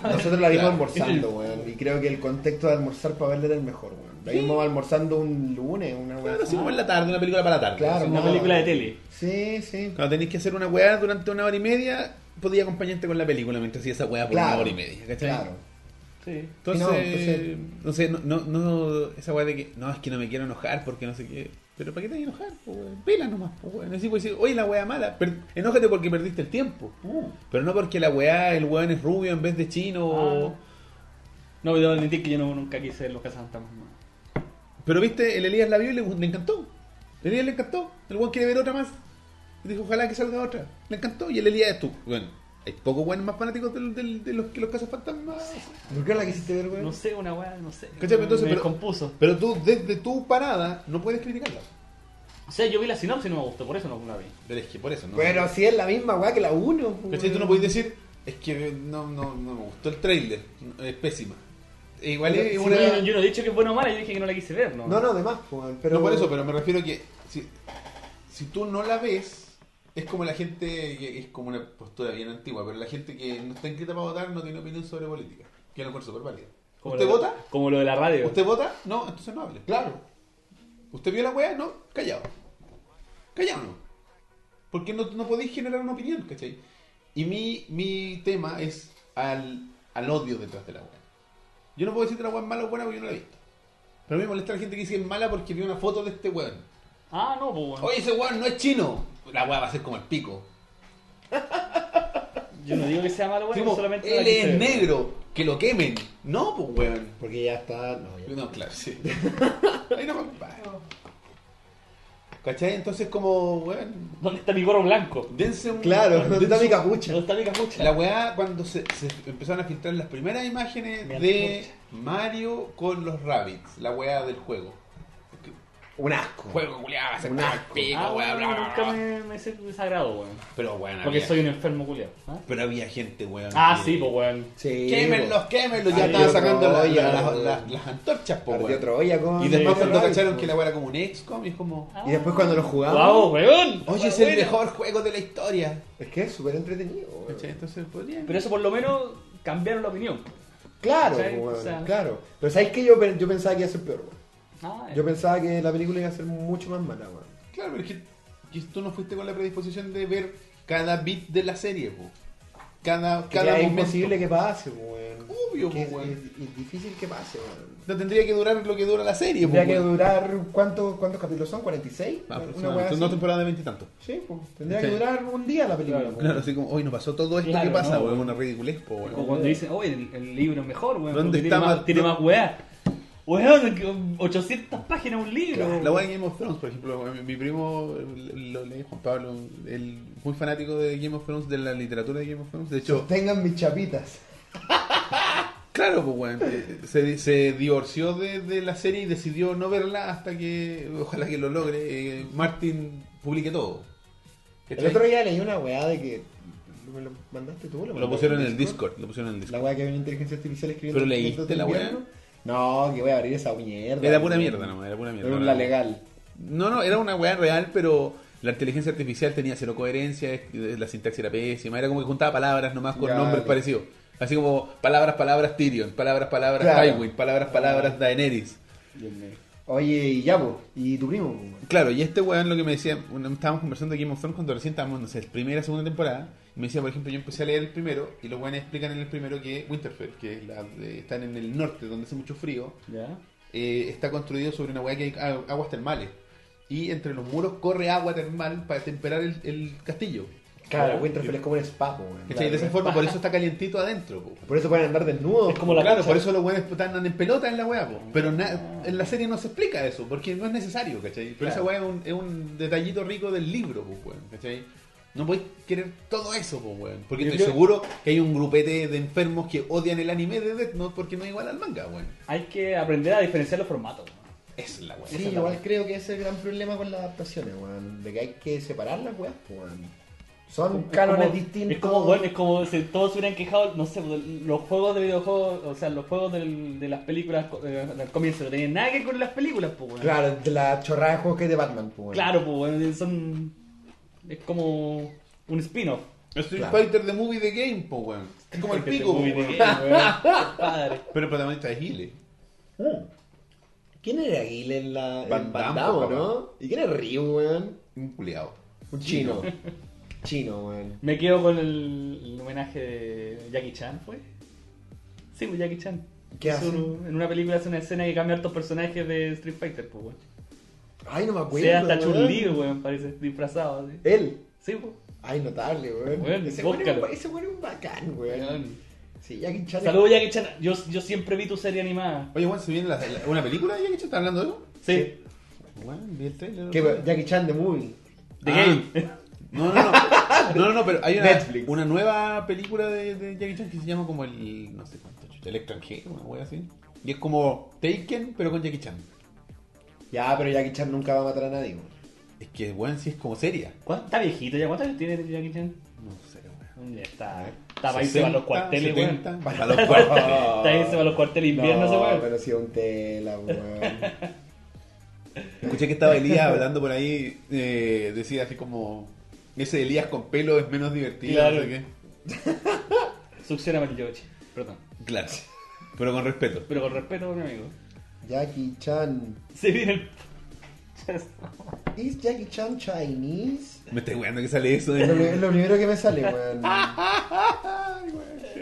Speaker 2: Nosotros la vimos
Speaker 1: Claro.
Speaker 2: almorzando, weón. Y creo que el contexto de almorzar para verla era el mejor, weón. La vimos almorzando un lunes, una weón.
Speaker 1: Claro, así como en la tarde, una película para la tarde.
Speaker 2: Claro,
Speaker 1: Así
Speaker 3: Una
Speaker 2: no.
Speaker 3: película de tele.
Speaker 2: Sí, sí.
Speaker 1: Cuando tenéis que hacer una weá durante una hora y media, podía acompañarte con la película mientras hacía esa weá por una
Speaker 2: Claro.
Speaker 1: hora y media, ¿cachai?
Speaker 2: Claro.
Speaker 3: Sí.
Speaker 1: Entonces,
Speaker 2: No,
Speaker 1: no,
Speaker 2: entonces-
Speaker 1: sé, no, no, no- esa weá de que, no, es que no me quiero enojar porque no sé qué. Pero ¿para qué te vas a enojar? po, weón? Vela nomás, po, weón. Así puedes decir, oye, la weá mala. pero enójate porque perdiste el tiempo.
Speaker 2: Uh.
Speaker 1: Pero no porque la weá, el weón es rubio en vez de chino. o-
Speaker 3: Ah. No, yo admití que yo no- nunca quise ver los cazafantasmas. no.
Speaker 1: Pero viste, el Elías la vio y le, le encantó. El Elías le encantó. El weón quiere ver otra más. Y dijo, ojalá que salga otra. Le encantó. Y el Elías es tú. Bueno, hay pocos weones más fanáticos del- del- de los que los fantasmas.
Speaker 2: ¿Por qué la quisiste ver, weón?
Speaker 3: No sé, una weá, no sé.
Speaker 1: ¿Cachai? Pero entonces,
Speaker 3: me
Speaker 1: pero-
Speaker 3: descompuso.
Speaker 1: Pero tú, desde tu parada, no puedes criticarla.
Speaker 3: O sea, yo vi la sinopsis y no me gustó, por eso no la vi.
Speaker 1: Pero es que por eso, ¿no?
Speaker 2: Pero si es la misma weá que la 1, pues,
Speaker 1: ¿Cachai? Tú no
Speaker 2: weón.
Speaker 1: podés decir, es que no, no, no me gustó el trailer. Es pésima. E Igual
Speaker 2: Sí,
Speaker 1: es una...
Speaker 3: Yo, no- yo no he dicho que es bueno o mala, yo dije que no la quise ver, ¿no?
Speaker 2: No, no, de más, pues, weón. Pero...
Speaker 1: No por eso, pero me refiero que si, si tú no la ves, es como la gente, que- es como una postura bien antigua, pero la gente que no está inscrita para votar no tiene opinión sobre política, que es lo encuentro súper válido.
Speaker 3: Como
Speaker 1: ¿Usted
Speaker 3: lo de-
Speaker 1: vota?
Speaker 3: Como lo de la radio.
Speaker 1: ¿Usted vota? No, entonces no hable. Claro. ¿Usted vio la weá? No, callado. Callado no. Porque no, no podéis generar una opinión, ¿cachai? Y mi, mi tema es al, al odio detrás de la weá. Yo no puedo decir que la weá es mala o buena porque yo no la he visto. Pero a mí me molesta la gente que dice que es mala porque vio una foto de este weón.
Speaker 3: Ah, no, pues bueno.
Speaker 1: Oye, ese weón no es chino. La weá va a ser como el pico.
Speaker 3: Yo no digo que sea malo o bueno,
Speaker 1: Digo,
Speaker 3: solamente no
Speaker 1: él
Speaker 3: la quise
Speaker 1: es
Speaker 3: ver.
Speaker 1: negro. Que lo quemen. No, pues weón.
Speaker 2: Porque ya está... No, ya-
Speaker 1: No, claro, sí. Ahí no me- ¿Cachai? Entonces, como, weón,
Speaker 3: ¿Dónde está mi gorro blanco?
Speaker 1: dense un.
Speaker 2: Claro, ¿dónde está mi capucha?
Speaker 3: ¿Dónde está mi capucha?
Speaker 1: La weá, cuando se, se empezaron a filtrar las primeras imágenes
Speaker 3: Mira,
Speaker 1: de Mario con los Rabbits, la weá del juego.
Speaker 2: Un asco.
Speaker 1: Juego, culiado, se
Speaker 2: Un
Speaker 1: está
Speaker 2: asco.
Speaker 1: pico,
Speaker 3: Ah,
Speaker 1: weá,
Speaker 3: bueno,
Speaker 1: bla, bla, bla.
Speaker 3: nunca me, me se- desagrado, weón.
Speaker 1: Pero bueno,
Speaker 3: Porque
Speaker 1: había,
Speaker 3: soy un enfermo culiao. ¿ah?
Speaker 1: pero había gente, weón.
Speaker 3: Ah,
Speaker 1: que-
Speaker 3: sí, pues weón.
Speaker 2: Sí.
Speaker 1: Quémenlos, quémenlos. Ya
Speaker 3: Ardió
Speaker 1: estaban sacando la-
Speaker 2: Troya.
Speaker 1: la- la- la- las antorchas, po,
Speaker 2: Partió
Speaker 1: pues, weón.
Speaker 2: Troya con-
Speaker 1: Y después
Speaker 2: con
Speaker 1: cuando
Speaker 2: Rabbit,
Speaker 1: cacharon
Speaker 2: po.
Speaker 1: que la weá era como un XCOM, y es como.
Speaker 2: Y después cuando lo jugamos.
Speaker 3: ¡Wow, weón!
Speaker 1: Oye, es el mejor juego de la historia.
Speaker 2: Es que es súper entretenido. weón.
Speaker 1: ¿Cachai? Entonces podrían.
Speaker 3: Pero eso por lo menos cambiaron la opinión.
Speaker 2: Claro,
Speaker 3: ¿Cachai?
Speaker 2: weón,
Speaker 3: O sea-
Speaker 2: claro. Pero ¿sabes qué? Yo, pe- yo pensaba que iba a ser peor, weón.
Speaker 3: Ah,
Speaker 2: Yo pensaba que la película iba a ser mucho más mala, weón.
Speaker 1: Claro, pero es que, que tú no fuiste con la predisposición de ver cada bit de la serie, po. Cada,
Speaker 2: Que
Speaker 1: cada
Speaker 2: es
Speaker 1: momento.
Speaker 2: imposible que pase, weón.
Speaker 1: Obvio, pues,
Speaker 2: Que es,
Speaker 1: weón.
Speaker 2: es- es difícil que pase, weón.
Speaker 1: No tendría que durar lo que dura la serie, po.
Speaker 2: Tendría que
Speaker 1: pues, weón.
Speaker 2: durar, ¿cuántos, ¿cuántos capítulos son? ¿46?
Speaker 1: Ah,
Speaker 2: Una
Speaker 1: aproximadamente.
Speaker 2: weá así.
Speaker 1: Una temporada de veintitantos.
Speaker 2: Sí, pues, tendría que
Speaker 1: Sí.
Speaker 2: durar un día la película.
Speaker 3: Claro.
Speaker 2: po.
Speaker 1: Claro, así como, hoy no pasó todo esto,
Speaker 3: Claro,
Speaker 1: ¿qué pasa,
Speaker 3: no,
Speaker 1: weón?
Speaker 3: weón.
Speaker 1: Una ridículo, po, weón.
Speaker 3: O cuando dicen, oye, el, el libro es mejor, weón.
Speaker 1: ¿Dónde
Speaker 3: porque
Speaker 1: está
Speaker 3: tiene más,
Speaker 1: más-
Speaker 3: tiene
Speaker 1: dó-
Speaker 3: más weá? Weón, que 800 páginas un libro. weón.
Speaker 1: La weá de Game of Thrones, por ejemplo, mi, mi primo, lo leí Juan Pablo, él muy fanático de Game of Thrones, de la literatura de Game of Thrones. De hecho,
Speaker 2: Tengan mis chapitas.
Speaker 1: Claro, pues weón. Eh, Se, se divorció de, de la serie y decidió no verla hasta que, ojalá que lo logre, eh, Martin publique todo.
Speaker 2: El
Speaker 1: ¿Cachai?
Speaker 2: otro día leí una weá de que. ¿Me lo mandaste tú? ¿Lo,
Speaker 1: Lo
Speaker 2: mandaste
Speaker 1: pusieron en el Discord, lo pusieron en el
Speaker 2: La
Speaker 1: Discord.
Speaker 2: weá que había una inteligencia artificial escribiendo.
Speaker 1: ¿Pero
Speaker 2: el
Speaker 1: leíste
Speaker 2: texto
Speaker 1: la
Speaker 2: del
Speaker 1: weá?
Speaker 2: invierno. No, que voy a abrir esa mierda.
Speaker 1: Era pura
Speaker 2: weón.
Speaker 1: mierda nomás, era pura mierda.
Speaker 2: Era la legal.
Speaker 1: No, no, era una weá real, pero la inteligencia artificial tenía cero coherencia, es- la sintaxis era pésima, era como que juntaba palabras nomás con
Speaker 2: Ya,
Speaker 1: nombres
Speaker 2: ya.
Speaker 1: parecidos. Así como palabras, palabras Tyrion, palabras, palabras
Speaker 2: Claro.
Speaker 1: Tywin, palabras, palabras Daenerys.
Speaker 3: Dios mío.
Speaker 2: Oye, y ya, po, ¿Y tu primo? po, weón?
Speaker 1: Claro, y este weón lo que me decía, una- estábamos conversando de Game of Thrones cuando recién estábamos, no sé, primera, segunda temporada, y me decía, por ejemplo, yo empecé a leer el primero, y los weones explican en el primero que Winterfell, que es la de- están en el norte, donde hace mucho frío,
Speaker 3: ¿Ya?
Speaker 1: eh, está construido sobre una weá que hay a- aguas termales, y entre los muros corre agua termal para temperar el, el castillo.
Speaker 2: Claro,
Speaker 3: Claro.
Speaker 2: Winterfell es como un spa, po, weón.
Speaker 1: ¿Cachai? de esa forma, por eso está calientito adentro. po.
Speaker 2: Por eso pueden andar desnudos.
Speaker 3: Es como la
Speaker 1: Claro,
Speaker 3: concha.
Speaker 1: por eso los weones están en pelota en la weá, po. pero na- en la serie no se explica eso, porque no es necesario, ¿cachai? Pero
Speaker 2: Claro.
Speaker 1: esa weá es un, es un detallito rico del libro, pues, weón, ¿cachai? No podéis querer todo eso, pues, weón, porque
Speaker 3: Yo
Speaker 1: estoy
Speaker 3: creo-
Speaker 1: seguro que hay un grupete de enfermos que odian el anime de Death Note porque no es igual al manga, weón.
Speaker 3: Hay que aprender a diferenciar los formatos. weón.
Speaker 1: Esa es la weá.
Speaker 2: Sí, yo igual creo que ese es el gran problema con las adaptaciones, weón. De que hay que separar las weas, po, weón. Son
Speaker 3: Es
Speaker 2: cánones
Speaker 3: como-
Speaker 2: distintos.
Speaker 3: Es como, bueno, es como si todos se hubieran quejado, no sé, pues, los juegos de videojuegos, o sea, los juegos del- de las películas eh, al comienzo no tenían nada que ver con las películas, pues, weón.
Speaker 2: Claro, de la chorrada de juegos que es de Batman, po, weón.
Speaker 3: Claro, pues, weón, son. Es como un spin-off.
Speaker 1: Street
Speaker 2: Claro.
Speaker 1: Fighter de movie de game, pues, weón. Es como el
Speaker 3: Porque
Speaker 1: pico,
Speaker 3: te-
Speaker 1: po,
Speaker 3: Qué
Speaker 1: weón.
Speaker 3: Padre.
Speaker 1: Pero el protagonista es Gile.
Speaker 2: Mm. ¿Quién era Gil en la. en
Speaker 1: Van Damme,
Speaker 2: Damme,
Speaker 1: papá.
Speaker 2: ¿no? ¿Y quién es Ryu, weón?
Speaker 1: Un culiao.
Speaker 2: Un chino. chino, weón.
Speaker 3: Me quedo con el, el homenaje de Jackie Chan, ¿fue? Sí, pues Jackie Chan.
Speaker 2: ¿Qué
Speaker 3: Hizo
Speaker 2: hace?
Speaker 3: un- en una película hace una escena que cambia hartos personajes de Street Fighter, pues, weón.
Speaker 2: Ay, no me
Speaker 3: O
Speaker 2: acuerdo.
Speaker 3: sea, hasta
Speaker 2: weón.
Speaker 3: Chun-Li, weón, parece disfrazado, así.
Speaker 2: Él.
Speaker 3: Sí, pues.
Speaker 2: Ay, notable, weón.
Speaker 3: Weón,
Speaker 2: ese weón es un-
Speaker 3: búscalo.
Speaker 2: ese weón es un bacán, weón.
Speaker 3: Weón.
Speaker 2: Sí, Jackie Chan. es-
Speaker 3: Saludos, Jackie Chan. Yo, yo siempre vi tu serie animada.
Speaker 1: Oye, weón, se viene la- la- una película de Jackie Chan, ¿estás hablando de eso?
Speaker 3: Sí.
Speaker 1: Weón, vi el trailer.
Speaker 2: ¿Qué, weón? Jackie Chan de movie.
Speaker 3: The
Speaker 1: Ah.
Speaker 3: Game.
Speaker 1: No, no, no. No, no, no, pero hay una,
Speaker 2: Netflix.
Speaker 1: una nueva película de, de Jackie Chan que se llama como el. No sé cuánto, chucha, el extranjero, una wea así. Y es como Taken, pero con Jackie Chan.
Speaker 2: Ya, pero Jackie Chan nunca va a matar a nadie, weón.
Speaker 1: Es que, weón, sí es como seria.
Speaker 3: ¿Cuánto- Está viejito ya. ¿Cuántos años tiene Jackie Chan? Mm,
Speaker 1: No sé, weón.
Speaker 3: Ya está. eh. Está ahí se va a los cuarteles, weón.
Speaker 1: 70, Para los cuarteles.
Speaker 3: Está ahí se va a los cuarteles invierno,
Speaker 2: no,
Speaker 3: ese weón.
Speaker 2: pero sí, un tela, weón.
Speaker 1: Escuché que estaba Elías hablando por ahí. eh, decía así como. Ese Elías con pelo es menos divertido.
Speaker 3: Claro.
Speaker 1: no sé qué.
Speaker 3: Succiona el yoche. Perdón.
Speaker 1: Claro. Pero con respeto.
Speaker 3: Pero con respeto, mi amigo.
Speaker 2: Jackie Chan.
Speaker 3: Se viene el.
Speaker 2: ¿Es Jackie Chan Chinese?
Speaker 1: Me estoy weando que sale eso.
Speaker 2: Es lo,
Speaker 1: De...
Speaker 2: pri- es lo primero que me sale, weón.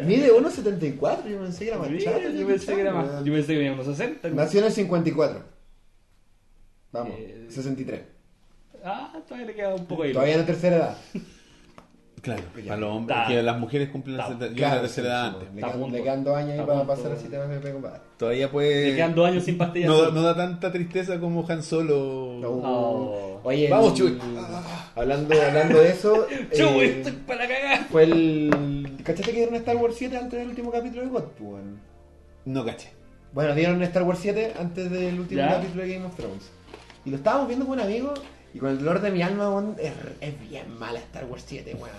Speaker 2: Mide 1.74, yo pensé que era más chato.
Speaker 3: Mira,
Speaker 2: Jackie
Speaker 3: Yo pensé
Speaker 2: Chan,
Speaker 3: que era más.
Speaker 2: weón.
Speaker 3: Yo pensé que venía unos 60. ¿no?
Speaker 2: Nació en el 54. Vamos,
Speaker 3: Eh,
Speaker 2: 63.
Speaker 3: Ah, todavía le queda un poco ahí.
Speaker 2: Todavía en la tercera edad.
Speaker 1: Claro,
Speaker 2: Pues Ya.
Speaker 1: para los hombres.
Speaker 3: Ta.
Speaker 1: Que las mujeres cumplen la
Speaker 3: Ta.
Speaker 1: tercera- llegan a
Speaker 2: Claro,
Speaker 1: la tercera edad antes.
Speaker 2: Le,
Speaker 3: Está
Speaker 2: quedan,
Speaker 3: junto.
Speaker 2: le quedan dos años ahí
Speaker 3: Está
Speaker 2: para
Speaker 3: junto.
Speaker 2: pasar el sistema FP, compadre.
Speaker 1: Todavía puede.
Speaker 3: Te quedan dos años sin pastillas.
Speaker 1: no, da-
Speaker 3: azul.
Speaker 1: no da tanta tristeza como Han Solo.
Speaker 2: No.
Speaker 3: Oh.
Speaker 2: Oye,
Speaker 1: Vamos,
Speaker 2: mm,
Speaker 1: Chuy.
Speaker 2: Hablando, hablando de eso.
Speaker 3: Chuy,
Speaker 2: eh,
Speaker 3: estoy para cagar.
Speaker 2: fue el. ¿Cachaste que dieron Star Wars 7 antes del último capítulo de God? pues, weón?
Speaker 1: No caché.
Speaker 2: Bueno, dieron Star Wars 7 antes del último
Speaker 3: ¿Ya?
Speaker 2: capítulo de Game of Thrones. Y lo estábamos viendo con un amigo. Y con el dolor de mi alma, weón, es, es bien mala Star Wars 7, weón.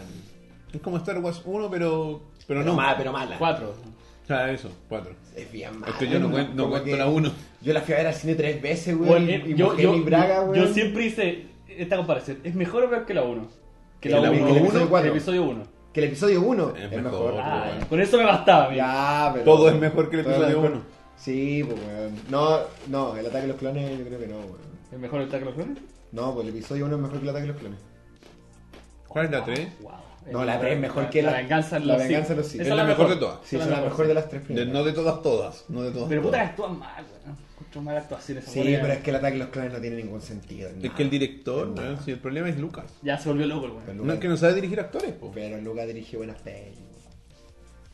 Speaker 1: Es como Star Wars 1, pero. Pero,
Speaker 2: Pero,
Speaker 1: no.
Speaker 2: mala, pero mala.
Speaker 3: Cuatro.
Speaker 1: Ah, eso, 4.
Speaker 2: Es bien mala.
Speaker 1: Es que yo no,
Speaker 2: weón.
Speaker 1: cuen- no
Speaker 2: Como
Speaker 1: cuento
Speaker 2: que
Speaker 1: la 1.
Speaker 2: Yo la fui a ver al cine tres veces, weón.
Speaker 3: Bueno,
Speaker 2: Y,
Speaker 3: eh,
Speaker 2: y
Speaker 3: yo,
Speaker 2: mojé
Speaker 3: yo-
Speaker 2: mi braga,
Speaker 3: yo
Speaker 2: weón.
Speaker 3: siempre hice esta comparación. ¿Es mejor o peor que la 1? Que
Speaker 2: ¿Que
Speaker 3: la
Speaker 1: la uno,
Speaker 3: 1, el
Speaker 1: el
Speaker 2: episodio
Speaker 3: episodio-
Speaker 2: cuatro?
Speaker 3: el episodio 1.
Speaker 2: Que el episodio 1
Speaker 1: Es
Speaker 2: es,
Speaker 1: mejor,
Speaker 2: mejor.
Speaker 1: weón.
Speaker 3: Ah, con eso me bastaba. a mí.
Speaker 2: Ya, pero.
Speaker 1: Todo es mejor que el
Speaker 2: Todo
Speaker 1: episodio
Speaker 2: es mejor.
Speaker 1: uno.
Speaker 2: Sí, pues, weón. No, no, el ataque de los clones yo creo que no, weón.
Speaker 3: ¿Es mejor el ataque a los clones?
Speaker 2: No, pues el episodio 1 es mejor que el ataque de los clones.
Speaker 1: ¿Cuál es la 3?
Speaker 3: Wow.
Speaker 2: No, la tres es mejor que
Speaker 3: la,
Speaker 2: la-
Speaker 3: venganza en
Speaker 2: la
Speaker 3: los
Speaker 2: venganza
Speaker 3: Sith.
Speaker 2: en los Sith.
Speaker 3: Esa
Speaker 1: Es la mejor de todas.
Speaker 2: Sí,
Speaker 3: Esa
Speaker 2: es la mejor de las tres
Speaker 1: De-
Speaker 2: primeras.
Speaker 1: no de todas, todas. No de todas.
Speaker 3: Pero puta,
Speaker 1: todas.
Speaker 3: actúan mal, weón. Encuentro mal actuaciones. esa
Speaker 2: Sí,
Speaker 3: moneda.
Speaker 2: pero es que el ataque de los clones no tiene ningún sentido.
Speaker 1: Es que el director,
Speaker 2: No.
Speaker 1: weón, si el problema es Lucas.
Speaker 3: Ya se volvió loco el weón.
Speaker 2: Pero
Speaker 1: No es que no sabe dirigir actores, po.
Speaker 2: Pero Luca dirigió buenas pelis.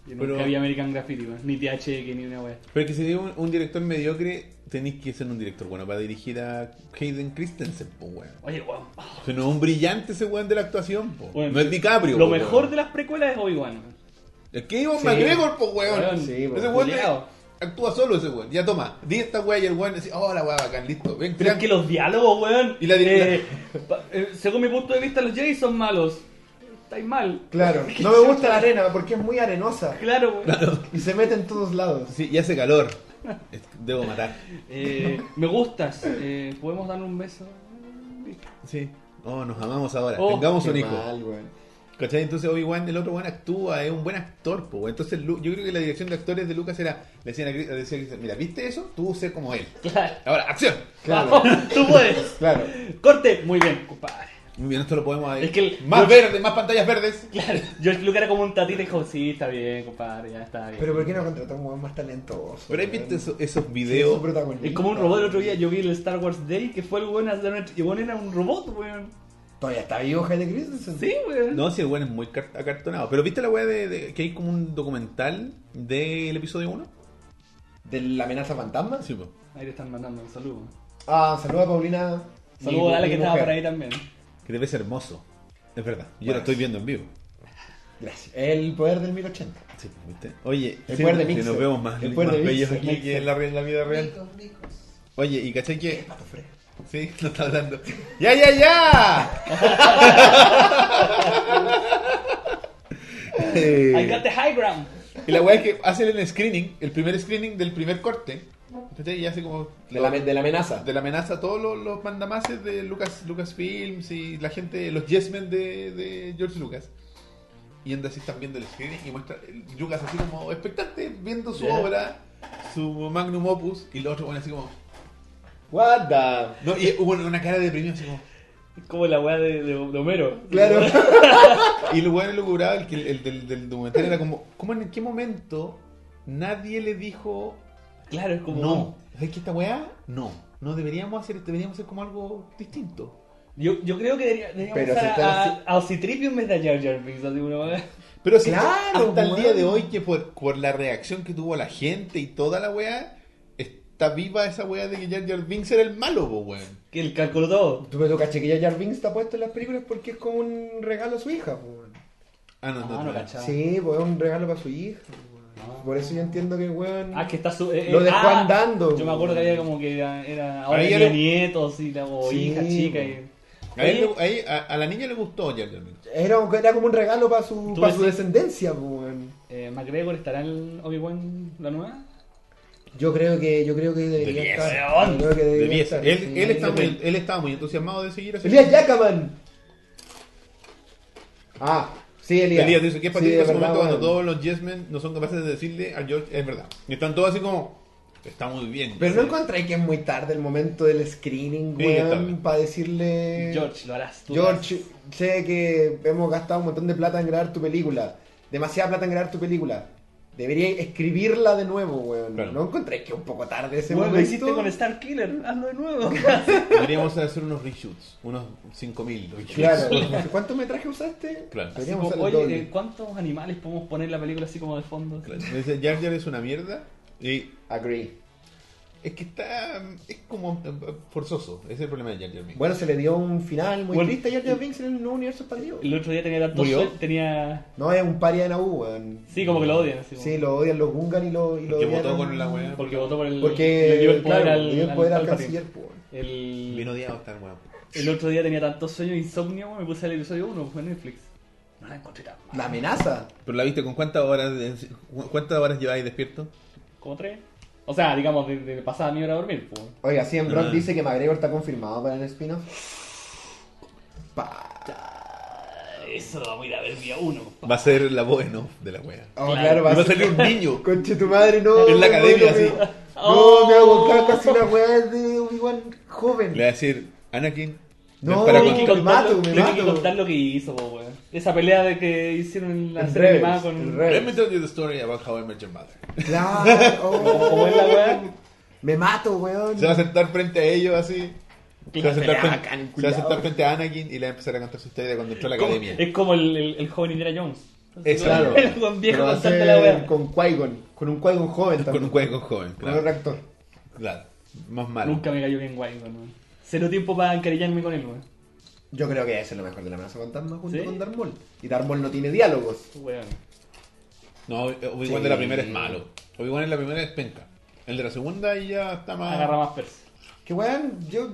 Speaker 3: Yo
Speaker 1: Pero-
Speaker 3: nunca vi American Graffiti, weón. Ni THX, ni una weá.
Speaker 1: Pero es que si digo un, un director mediocre, tenéis que ser un director bueno para dirigir a Hayden Christensen, po, weón.
Speaker 3: Oye, weón. ah,
Speaker 1: O sea, no es un brillante ese weón de la actuación, po.
Speaker 3: weón.
Speaker 1: no es DiCaprio,
Speaker 3: Lo
Speaker 1: po,
Speaker 3: mejor
Speaker 1: weón.
Speaker 3: de las precuelas es Obi-Wan. weón.
Speaker 1: Es que Ivan
Speaker 2: Sí.
Speaker 1: McGregor, po,
Speaker 3: Weón,
Speaker 1: weón.
Speaker 2: sí, po.
Speaker 1: ese weón le-
Speaker 3: Culeado.
Speaker 1: actúa solo ese weón. Ya toma, di esta weá y el weón dice, oh, la weá bacán, listo. Ven,
Speaker 3: Pero es
Speaker 1: crean-
Speaker 3: que los diálogos, weón.
Speaker 1: Y la directora.
Speaker 3: eh, pa- eh, según mi punto de vista, los Jays son malos. Estáis mal.
Speaker 2: Claro, no me gusta la arena porque es muy arenosa
Speaker 3: Claro, weón.
Speaker 2: y se mete en todos lados.
Speaker 1: Sí, y hace calor. Es- Debo matar.
Speaker 3: Eh, me gustas. Eh, ¿Podemos darle un beso?
Speaker 1: Sí. Oh, nos amamos ahora.
Speaker 3: Oh,
Speaker 1: Tengamos
Speaker 2: Qué
Speaker 1: un hijo.
Speaker 2: mal, weón.
Speaker 1: ¿Cachai? Entonces Obi-Wan, el otro buen actúa, es un buen actor, po. Entonces Lu- yo creo que la dirección de actores de Lucas era, le decían a Chris- le decían a Chris, mira, ¿viste eso? Tú sé como él.
Speaker 3: Claro.
Speaker 1: Ahora, acción.
Speaker 2: Claro,
Speaker 3: Tú puedes.
Speaker 2: claro.
Speaker 3: Corte. Muy bien, compadre.
Speaker 1: Muy bien, esto lo podemos
Speaker 3: Es que el-
Speaker 1: Más
Speaker 3: yo-
Speaker 1: verde, más pantallas verdes.
Speaker 3: Claro. George Lucas era como un tatita y dijo, sí, está bien, compadre, ya está bien.
Speaker 2: Pero ¿por qué no contrató un weón más talentoso?
Speaker 1: Pero ahí
Speaker 2: weón?
Speaker 1: viste eso- esos
Speaker 2: Sí,
Speaker 1: videos.
Speaker 2: su protagonista.
Speaker 3: Es como un robot el otro día, yo vi el Star Wars Day que fue el weón a hacer una... Y bueno, era un robot, weón.
Speaker 2: Todavía está vivo Hayden Christensen.
Speaker 3: Sí, weón.
Speaker 1: No, si el weón es muy car- acartonado. Pero viste la weá de, de- que hay como un documental del episodio 1?
Speaker 2: ¿De la amenaza fantasma?
Speaker 1: Sí, po.
Speaker 3: Ahí le están mandando un saludo.
Speaker 2: Ah, saluda a Paulina.
Speaker 3: Saludos
Speaker 2: mi-
Speaker 3: a Ale
Speaker 2: pues, mi
Speaker 3: que estaba
Speaker 2: mujer.
Speaker 3: por ahí también.
Speaker 1: Que debe ser hermoso. Es verdad. Yo
Speaker 2: Bueno.
Speaker 1: lo estoy viendo en vivo.
Speaker 2: Gracias. El poder del 1080.
Speaker 1: Sí, ¿viste? Oye,
Speaker 2: El
Speaker 1: sí,
Speaker 2: poder de
Speaker 1: que
Speaker 2: Mixer.
Speaker 1: nos vemos más,
Speaker 2: El
Speaker 1: más
Speaker 2: poder de
Speaker 1: bellos
Speaker 2: Mixer,
Speaker 1: aquí
Speaker 2: Mixer.
Speaker 1: que en la, re- en la vida real.
Speaker 4: Ricos, ricos.
Speaker 1: Oye, y cachai que.
Speaker 2: Pato Fred.
Speaker 1: Sí, no está hablando. ¡Ya, ya, ya!
Speaker 3: I got the high ground.
Speaker 1: Y la weá es que hacen el screening, el primer screening del primer corte. ¿cachai? Y hace como.
Speaker 2: De la, de la amenaza.
Speaker 1: de la amenaza a todos los, los mandamases de Lucas, Lucasfilms y la gente, los yesmen de, de George Lucas. Y anda así están viendo el screening y muestra el Lucas así como expectante, viendo su
Speaker 3: Ya.
Speaker 1: obra, su magnum opus, y los otros bueno, así como.
Speaker 2: What the...
Speaker 1: No, y hubo una cara deprimida así como.
Speaker 3: Es como la weá de, de- de Homero.
Speaker 2: Claro.
Speaker 1: Y lo bueno y lo curado, el, que- el, del, del documental era como, ¿cómo en qué momento nadie le dijo
Speaker 3: Claro, es como...
Speaker 1: no? ¿Es que esta weá? No. No deberíamos hacer esto, deberíamos hacer como algo distinto.
Speaker 3: Yo, yo creo que debería- deberíamos
Speaker 2: Pero
Speaker 3: usar
Speaker 2: si
Speaker 3: a,
Speaker 2: están así-
Speaker 3: a Ocitripio en vez de a Jar Jar Binks, así una weá.
Speaker 1: Pero si
Speaker 2: Claro,
Speaker 1: hasta el
Speaker 2: weón.
Speaker 1: día de hoy, que por, por la reacción que tuvo la gente y toda la weá, está viva esa weá de que Jar Jar Binks era el malo, po, weón.
Speaker 3: Que el calculó todo.
Speaker 2: Tú me tocas que ya Jar Binks está puesto en las películas porque es como un regalo a su hija. po, weón.
Speaker 1: Ah, no, no,
Speaker 3: Ah,
Speaker 1: no.
Speaker 3: no, cacha.
Speaker 2: Sí, pues es un regalo para su hija. po, weón. Por eso yo entiendo que, weón...
Speaker 3: Ah, que está su... eh,
Speaker 2: Lo
Speaker 3: eh,
Speaker 2: dejó
Speaker 3: ah,
Speaker 2: andando.
Speaker 3: Yo me acuerdo que había como que era... era ahora
Speaker 1: Ahí
Speaker 3: tenía
Speaker 1: era-
Speaker 3: nietos y la o
Speaker 2: Sí,
Speaker 3: hija chica y...
Speaker 2: weón.
Speaker 1: A, él le- a él- a- a la niña le gustó Jar Jar Binks.
Speaker 2: Era, era como un regalo para su,
Speaker 3: Tú
Speaker 2: para su
Speaker 3: decís-
Speaker 2: descendencia, po, weón.
Speaker 3: Eh, ¿McGregor estará en Obi-Wan la nueva?
Speaker 2: Yo creo que, yo creo que debería
Speaker 1: diez,
Speaker 2: estar. Yo creo que
Speaker 1: De
Speaker 2: debería
Speaker 1: diez.
Speaker 2: estar,
Speaker 1: Él,
Speaker 2: sí.
Speaker 1: él estaba muy, él estaba muy entusiasmado de seguir haciendo
Speaker 2: Elías Yacaman. Ah, sí, Elías.
Speaker 1: Elías dice que es para
Speaker 2: Sí,
Speaker 1: ti
Speaker 2: de
Speaker 1: ese
Speaker 2: verdad,
Speaker 1: momento cuando
Speaker 2: weón.
Speaker 1: todos los yes men no son capaces de decirle a George, es verdad. Y están todos así como, está muy bien.
Speaker 2: Pero no
Speaker 1: Sí.
Speaker 2: encontré que es muy tarde el momento del screening,
Speaker 1: Sí, yo también.
Speaker 2: weón, para decirle...
Speaker 3: George, lo harás tú.
Speaker 2: Eh, George, sé que hemos gastado un montón de plata en grabar tu película. Demasiada plata en grabar tu película. Debería escribirla de nuevo, weón.
Speaker 1: Claro.
Speaker 2: ¿No encontré que un poco tarde ese
Speaker 3: Bueno, lo
Speaker 2: momento?
Speaker 3: hiciste con Star Killer, hazlo de nuevo.
Speaker 1: Deberíamos hacer unos reshoots, unos 5000. reshoots.
Speaker 2: Claro. ¿Cuánto metraje usaste?
Speaker 1: Claro.
Speaker 3: Así
Speaker 2: Deberíamos
Speaker 3: como,
Speaker 2: usar el
Speaker 3: Oye,
Speaker 2: doble.
Speaker 3: eh, ¿cuántos animales podemos poner en la película así como de fondo?
Speaker 1: Claro. Dice, Jar Jar es una mierda. Y
Speaker 2: Agree.
Speaker 1: es que está. Es como eh, forzoso. Ese es el problema de Jar Jar Binks.
Speaker 2: Bueno, se le dio un final muy
Speaker 3: Bueno,
Speaker 2: triste a Jar Jar Binks en el nuevo universo expandido.
Speaker 3: El otro día tenía tanto
Speaker 1: ¿Murió?
Speaker 3: suel- tenía...
Speaker 2: No, es un paria de Naboo, weón.
Speaker 3: Sí, como que lo odian. Así, como-
Speaker 2: Sí, lo odian los Gungan y lo, y lo
Speaker 1: que
Speaker 2: odian-
Speaker 1: votó con la weá.
Speaker 3: Porque votó por el...
Speaker 2: Porque
Speaker 3: le dio el poder
Speaker 2: claro,
Speaker 3: al,
Speaker 2: le dio el poder al
Speaker 3: Palpatine.
Speaker 2: canciller, po, weón.
Speaker 3: El...
Speaker 1: Bien odiado está el weón.
Speaker 3: El otro día tenía tantos sueños insomnio, weón, me puse el episodio 1 en Netflix. No la encontré tan mal.
Speaker 2: La amenaza.
Speaker 1: Pero la viste con cuántas horas. de- cu- ¿Cuántas horas lleváis despierto?
Speaker 3: ¿Como tres? O sea, digamos, de, de pasada mi hora a dormir, pues.
Speaker 2: Oiga, sí, en Brock
Speaker 1: Ah.
Speaker 2: dice que McGregor está confirmado para el spin-off. Pa.
Speaker 3: Eso lo vamos a ir a ver día 1,
Speaker 1: Va a ser la voz en off de la weá.
Speaker 2: Oh,
Speaker 3: Claro.
Speaker 2: claro,
Speaker 1: Y
Speaker 2: va
Speaker 1: va a
Speaker 2: ser-
Speaker 1: salir un niño.
Speaker 2: Conche tu madre, no.
Speaker 1: En la
Speaker 2: weón,
Speaker 1: academia,
Speaker 2: no me-
Speaker 1: así.
Speaker 2: No, me hago
Speaker 3: Oh.
Speaker 2: caca así la weá de Obi-Wan joven.
Speaker 1: Le va a decir, Anakin. ven
Speaker 2: No,
Speaker 1: para
Speaker 2: Anakin,
Speaker 1: aquí".
Speaker 2: me mato, me
Speaker 3: tengo que
Speaker 2: mato.
Speaker 3: contar lo que hizo, po, weón. Esa pelea de que hicieron en la
Speaker 2: El
Speaker 3: serie
Speaker 2: Rebels,
Speaker 3: animada
Speaker 2: el
Speaker 3: con.
Speaker 2: Rebels.
Speaker 1: Let me tell you the story about how I met your mother.
Speaker 2: Claro. oh.
Speaker 3: Como es la weá.
Speaker 2: Me mato, weón.
Speaker 1: Se va a sentar frente a ellos así. Se va a sentar,
Speaker 2: Pelea
Speaker 1: frente,
Speaker 2: bacán,
Speaker 1: se va a sentar
Speaker 2: culiao.
Speaker 1: frente a Anakin y le va a empezar a contar su historia de cuando entró a la
Speaker 3: Como-
Speaker 1: academia.
Speaker 3: Es como el, el, el joven Indiana Jones.
Speaker 1: Es claro.
Speaker 3: El buen viejo
Speaker 2: Pero va a
Speaker 3: contando
Speaker 2: ser
Speaker 3: la weá.
Speaker 2: Con Qui-Gon. Con un Qui-Gon joven
Speaker 1: Con
Speaker 2: también.
Speaker 1: un juego joven,
Speaker 2: Con otro
Speaker 1: claro.
Speaker 2: actor.
Speaker 1: Claro, Más malo.
Speaker 3: Nunca me cayó bien guay, weón. Cero tiempo para encariñarme con él, weón.
Speaker 2: Yo creo que ese es lo mejor de la amenaza fantasma junto
Speaker 3: ¿Sí?
Speaker 2: con Darth Maul. Y Darth Maul no tiene diálogos.
Speaker 3: Weón.
Speaker 1: No, Obi-Wan
Speaker 2: Sí.
Speaker 1: de la primera es malo. Obi-Wan en la primera es penca. El de la segunda ya está más.
Speaker 3: Agarra más persa.
Speaker 2: Que weón, yo.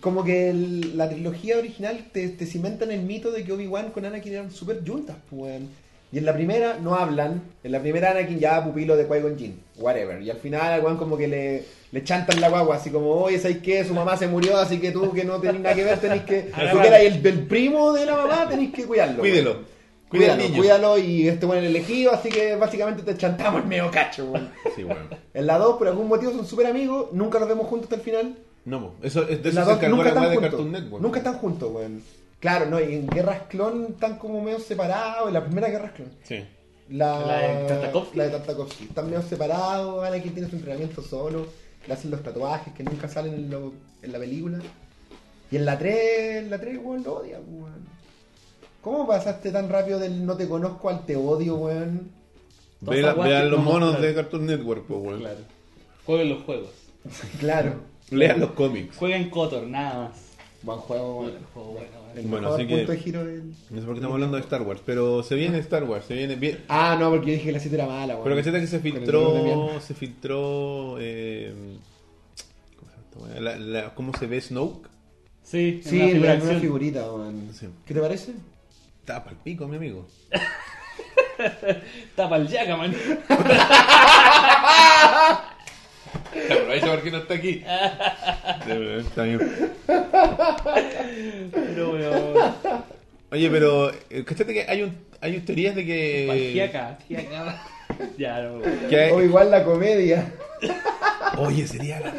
Speaker 2: Como que el- la trilogía original te, te cimentan el mito de que Obi-Wan con Anakin eran súper juntas, pues, weón. Y en la primera no hablan. En la primera Anakin ya pupilo de Qui-Gon Jinn. Whatever. Y al final al weón como que le, le chantan la guagua. Así como, oye, ¿sabes qué? Su mamá se murió, así que tú que no tenés nada que ver, tenés que... Tú que eras el, del primo de la mamá, tenés que cuidarlo.
Speaker 1: Cuídelo.
Speaker 2: weón.
Speaker 1: Cuida al
Speaker 2: Cuídalo,
Speaker 1: niño.
Speaker 2: cuídalo y este weón elegido, así que básicamente te chantamos el medio cacho, weón.
Speaker 1: Sí, bueno.
Speaker 2: En la 2, por algún motivo, son súper amigos, nunca los vemos juntos hasta el final.
Speaker 1: No, mo, eso, es- de eso
Speaker 2: En la
Speaker 1: se
Speaker 2: dos
Speaker 1: encargó
Speaker 2: nunca
Speaker 1: la weá
Speaker 2: están
Speaker 1: de
Speaker 2: juntos.
Speaker 1: Cartoon Network.
Speaker 2: Nunca están juntos, weón. Claro, no, y en Guerras Clon están como medio separados, en la primera Guerra Clon.
Speaker 1: Sí.
Speaker 2: La,
Speaker 3: La de Tartakovsky.
Speaker 2: La de Tartakovsky. Están medio separados, Anakin tiene su entrenamiento solo, le hacen los tatuajes que nunca salen en, lo- en la película. Y en la 3, en la 3, weón, lo odia, weón. ¿Cómo pasaste tan rápido del no te conozco al te odio, weón?
Speaker 3: Todas
Speaker 1: Ve la-
Speaker 3: esas weas
Speaker 1: Vean
Speaker 3: que-
Speaker 1: los
Speaker 3: no,
Speaker 1: monos
Speaker 3: claro.
Speaker 1: de Cartoon Network, pues, weón.
Speaker 3: Claro. Jueguen los juegos.
Speaker 2: Claro.
Speaker 1: Lean los cómics.
Speaker 3: Jueguen Cotor, nada más.
Speaker 2: Buen juego,
Speaker 3: Bueno,
Speaker 2: weón.
Speaker 3: juego bueno, bueno.
Speaker 2: El
Speaker 1: Bueno,
Speaker 2: mejor
Speaker 1: así que-
Speaker 2: punto de giro del...
Speaker 1: No sé por qué estamos hablando de Star Wars, pero se viene Star Wars, se viene bien.
Speaker 2: Ah, no, porque yo dije que la 7 era mala, weón.
Speaker 1: Pero cachete que se
Speaker 2: Con el libro de
Speaker 1: filtró,
Speaker 2: mierda.
Speaker 1: se filtró, eh, ¿cómo se llama esta weá? La- la- ¿cómo se ve Snoke?
Speaker 3: Sí,
Speaker 2: Sí,
Speaker 3: en una
Speaker 2: era una
Speaker 3: figuración.
Speaker 2: figurita, weón.
Speaker 1: Sí.
Speaker 2: ¿Qué te parece?
Speaker 1: Está pa'l pico, mi amigo.
Speaker 3: Tapa el yaca, man.
Speaker 1: Aprovecha porque no está aquí. Está bien.
Speaker 3: Pero, weón.
Speaker 1: Oye, pero, eh, cachete que hay un, hay un teorías de que...
Speaker 3: Palgiaca. Ya, no, weón.
Speaker 1: que hay-
Speaker 2: O igual la comedia.
Speaker 1: Oye, sería la...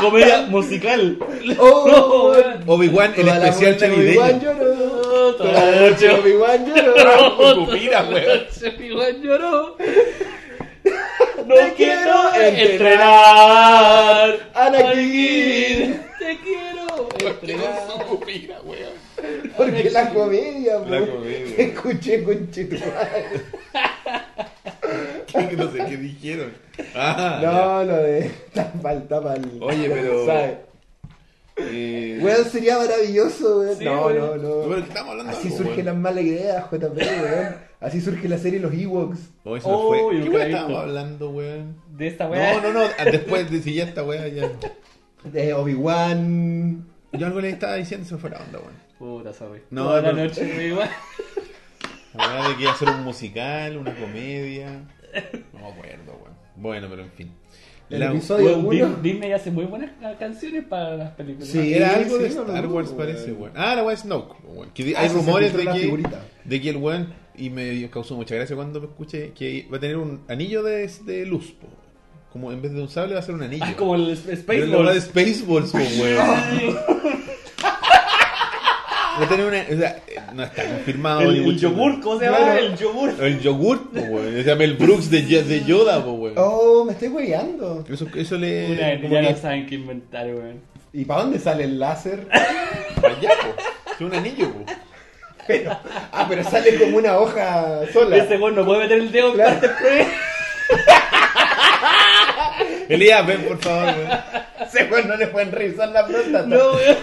Speaker 3: Comedia musical.
Speaker 2: ¡Oh!
Speaker 3: No, weón.
Speaker 1: Obi-Wan, el
Speaker 2: Toda la
Speaker 1: especial
Speaker 2: noche Obi-Wan
Speaker 1: navideño.
Speaker 2: lloró.
Speaker 3: Toda
Speaker 2: Toda la noche Obi-Wan lloró.
Speaker 1: Pupila, weón.
Speaker 3: Obi-Wan lloró.
Speaker 2: Te
Speaker 3: No quiero
Speaker 2: quiero
Speaker 3: entrenar.
Speaker 2: Anakin.
Speaker 3: Te quiero entrenar.
Speaker 1: Pupila, weón.
Speaker 2: Porque la comedia,
Speaker 1: La
Speaker 2: weón.
Speaker 1: comedia.
Speaker 2: Te escuché con chetumal.
Speaker 1: Que No sé qué dijeron. Ah, ya.
Speaker 2: No, lo de. Tapal, tapal.
Speaker 1: Oye, pero-
Speaker 2: ¿Sabes?
Speaker 1: Eh,
Speaker 2: Weón, sería maravilloso, weón.
Speaker 3: Sí,
Speaker 2: no,
Speaker 3: weón.
Speaker 2: no, no,
Speaker 1: No, pero estamos hablando de
Speaker 2: Así
Speaker 1: algo,
Speaker 2: surgen
Speaker 1: weón.
Speaker 2: las malas ideas, JP, weón. Así surge la serie Los Ewoks.
Speaker 1: Oh, eso me
Speaker 3: Oh,
Speaker 1: fue.
Speaker 3: yo
Speaker 1: ¿Qué
Speaker 3: nunca
Speaker 1: weá
Speaker 3: la he
Speaker 1: estábamos
Speaker 3: visto.
Speaker 1: hablando, weón?
Speaker 3: De esta weá.
Speaker 1: No, no, no. ah, Después de si ya esta weá ya.
Speaker 2: De Obi-Wan.
Speaker 1: Yo algo le estaba diciendo y se me fue la onda, weón.
Speaker 3: Puta, sabe.
Speaker 1: No,
Speaker 3: Toda la
Speaker 1: no.
Speaker 3: noche Obi-Wan.
Speaker 1: La verdad de que iba a ser un musical, una comedia. No me acuerdo, weón. Bueno, pero en fin.
Speaker 2: El
Speaker 1: La-
Speaker 2: episodio-
Speaker 3: Weón,
Speaker 2: uno.
Speaker 3: Dis- Disney hace muy buenas ah, canciones para las películas.
Speaker 2: Sí.
Speaker 1: Era algo
Speaker 2: sí,
Speaker 1: de
Speaker 2: no lo
Speaker 1: Star
Speaker 2: dudo,
Speaker 1: Wars,
Speaker 2: weón.
Speaker 1: parece, weón. Ah, la weá es Snoke, weón. Que di-
Speaker 2: Ah,
Speaker 1: hay
Speaker 2: sí, se
Speaker 1: rumores
Speaker 2: filtró
Speaker 1: de
Speaker 2: la
Speaker 1: que,
Speaker 2: figurita.
Speaker 1: de que el weón, y me causó mucha gracia cuando me escuché, que va a tener un anillo de, de luz, po. Como en vez de un sable va a ser un anillo.
Speaker 3: Ah, es como el Sp-
Speaker 1: Pero es la weá de
Speaker 3: Spaceballs.
Speaker 1: Spaceballs, po, weón.
Speaker 3: Sí.
Speaker 1: Va a tener una. O sea, no está confirmado.
Speaker 3: El,
Speaker 1: ni
Speaker 3: el
Speaker 1: mucho
Speaker 3: yogur,
Speaker 1: menos.
Speaker 3: ¿cómo se llama?
Speaker 2: Claro.
Speaker 3: El yogur.
Speaker 1: El yogur, po, weón. Se llama el Brooks de, Ye- de Yoda, po, weón.
Speaker 2: Oh, me estoy hueveando.
Speaker 1: Eso, eso le.
Speaker 3: Una vez,
Speaker 1: Eh, como
Speaker 3: ya
Speaker 1: que-
Speaker 3: no saben qué inventar, weón.
Speaker 2: ¿Y para dónde sale el láser?
Speaker 1: para allá, po. Es un anillo, po.
Speaker 2: Pero, ah, pero sale como una hoja sola.
Speaker 3: Ese weón no puede meter el dedo en
Speaker 2: Claro.
Speaker 3: parte del proyecto.
Speaker 1: Elías, ven, por favor, weón.
Speaker 2: Ese weón no le pueden revisar la próstata.
Speaker 3: No, weón.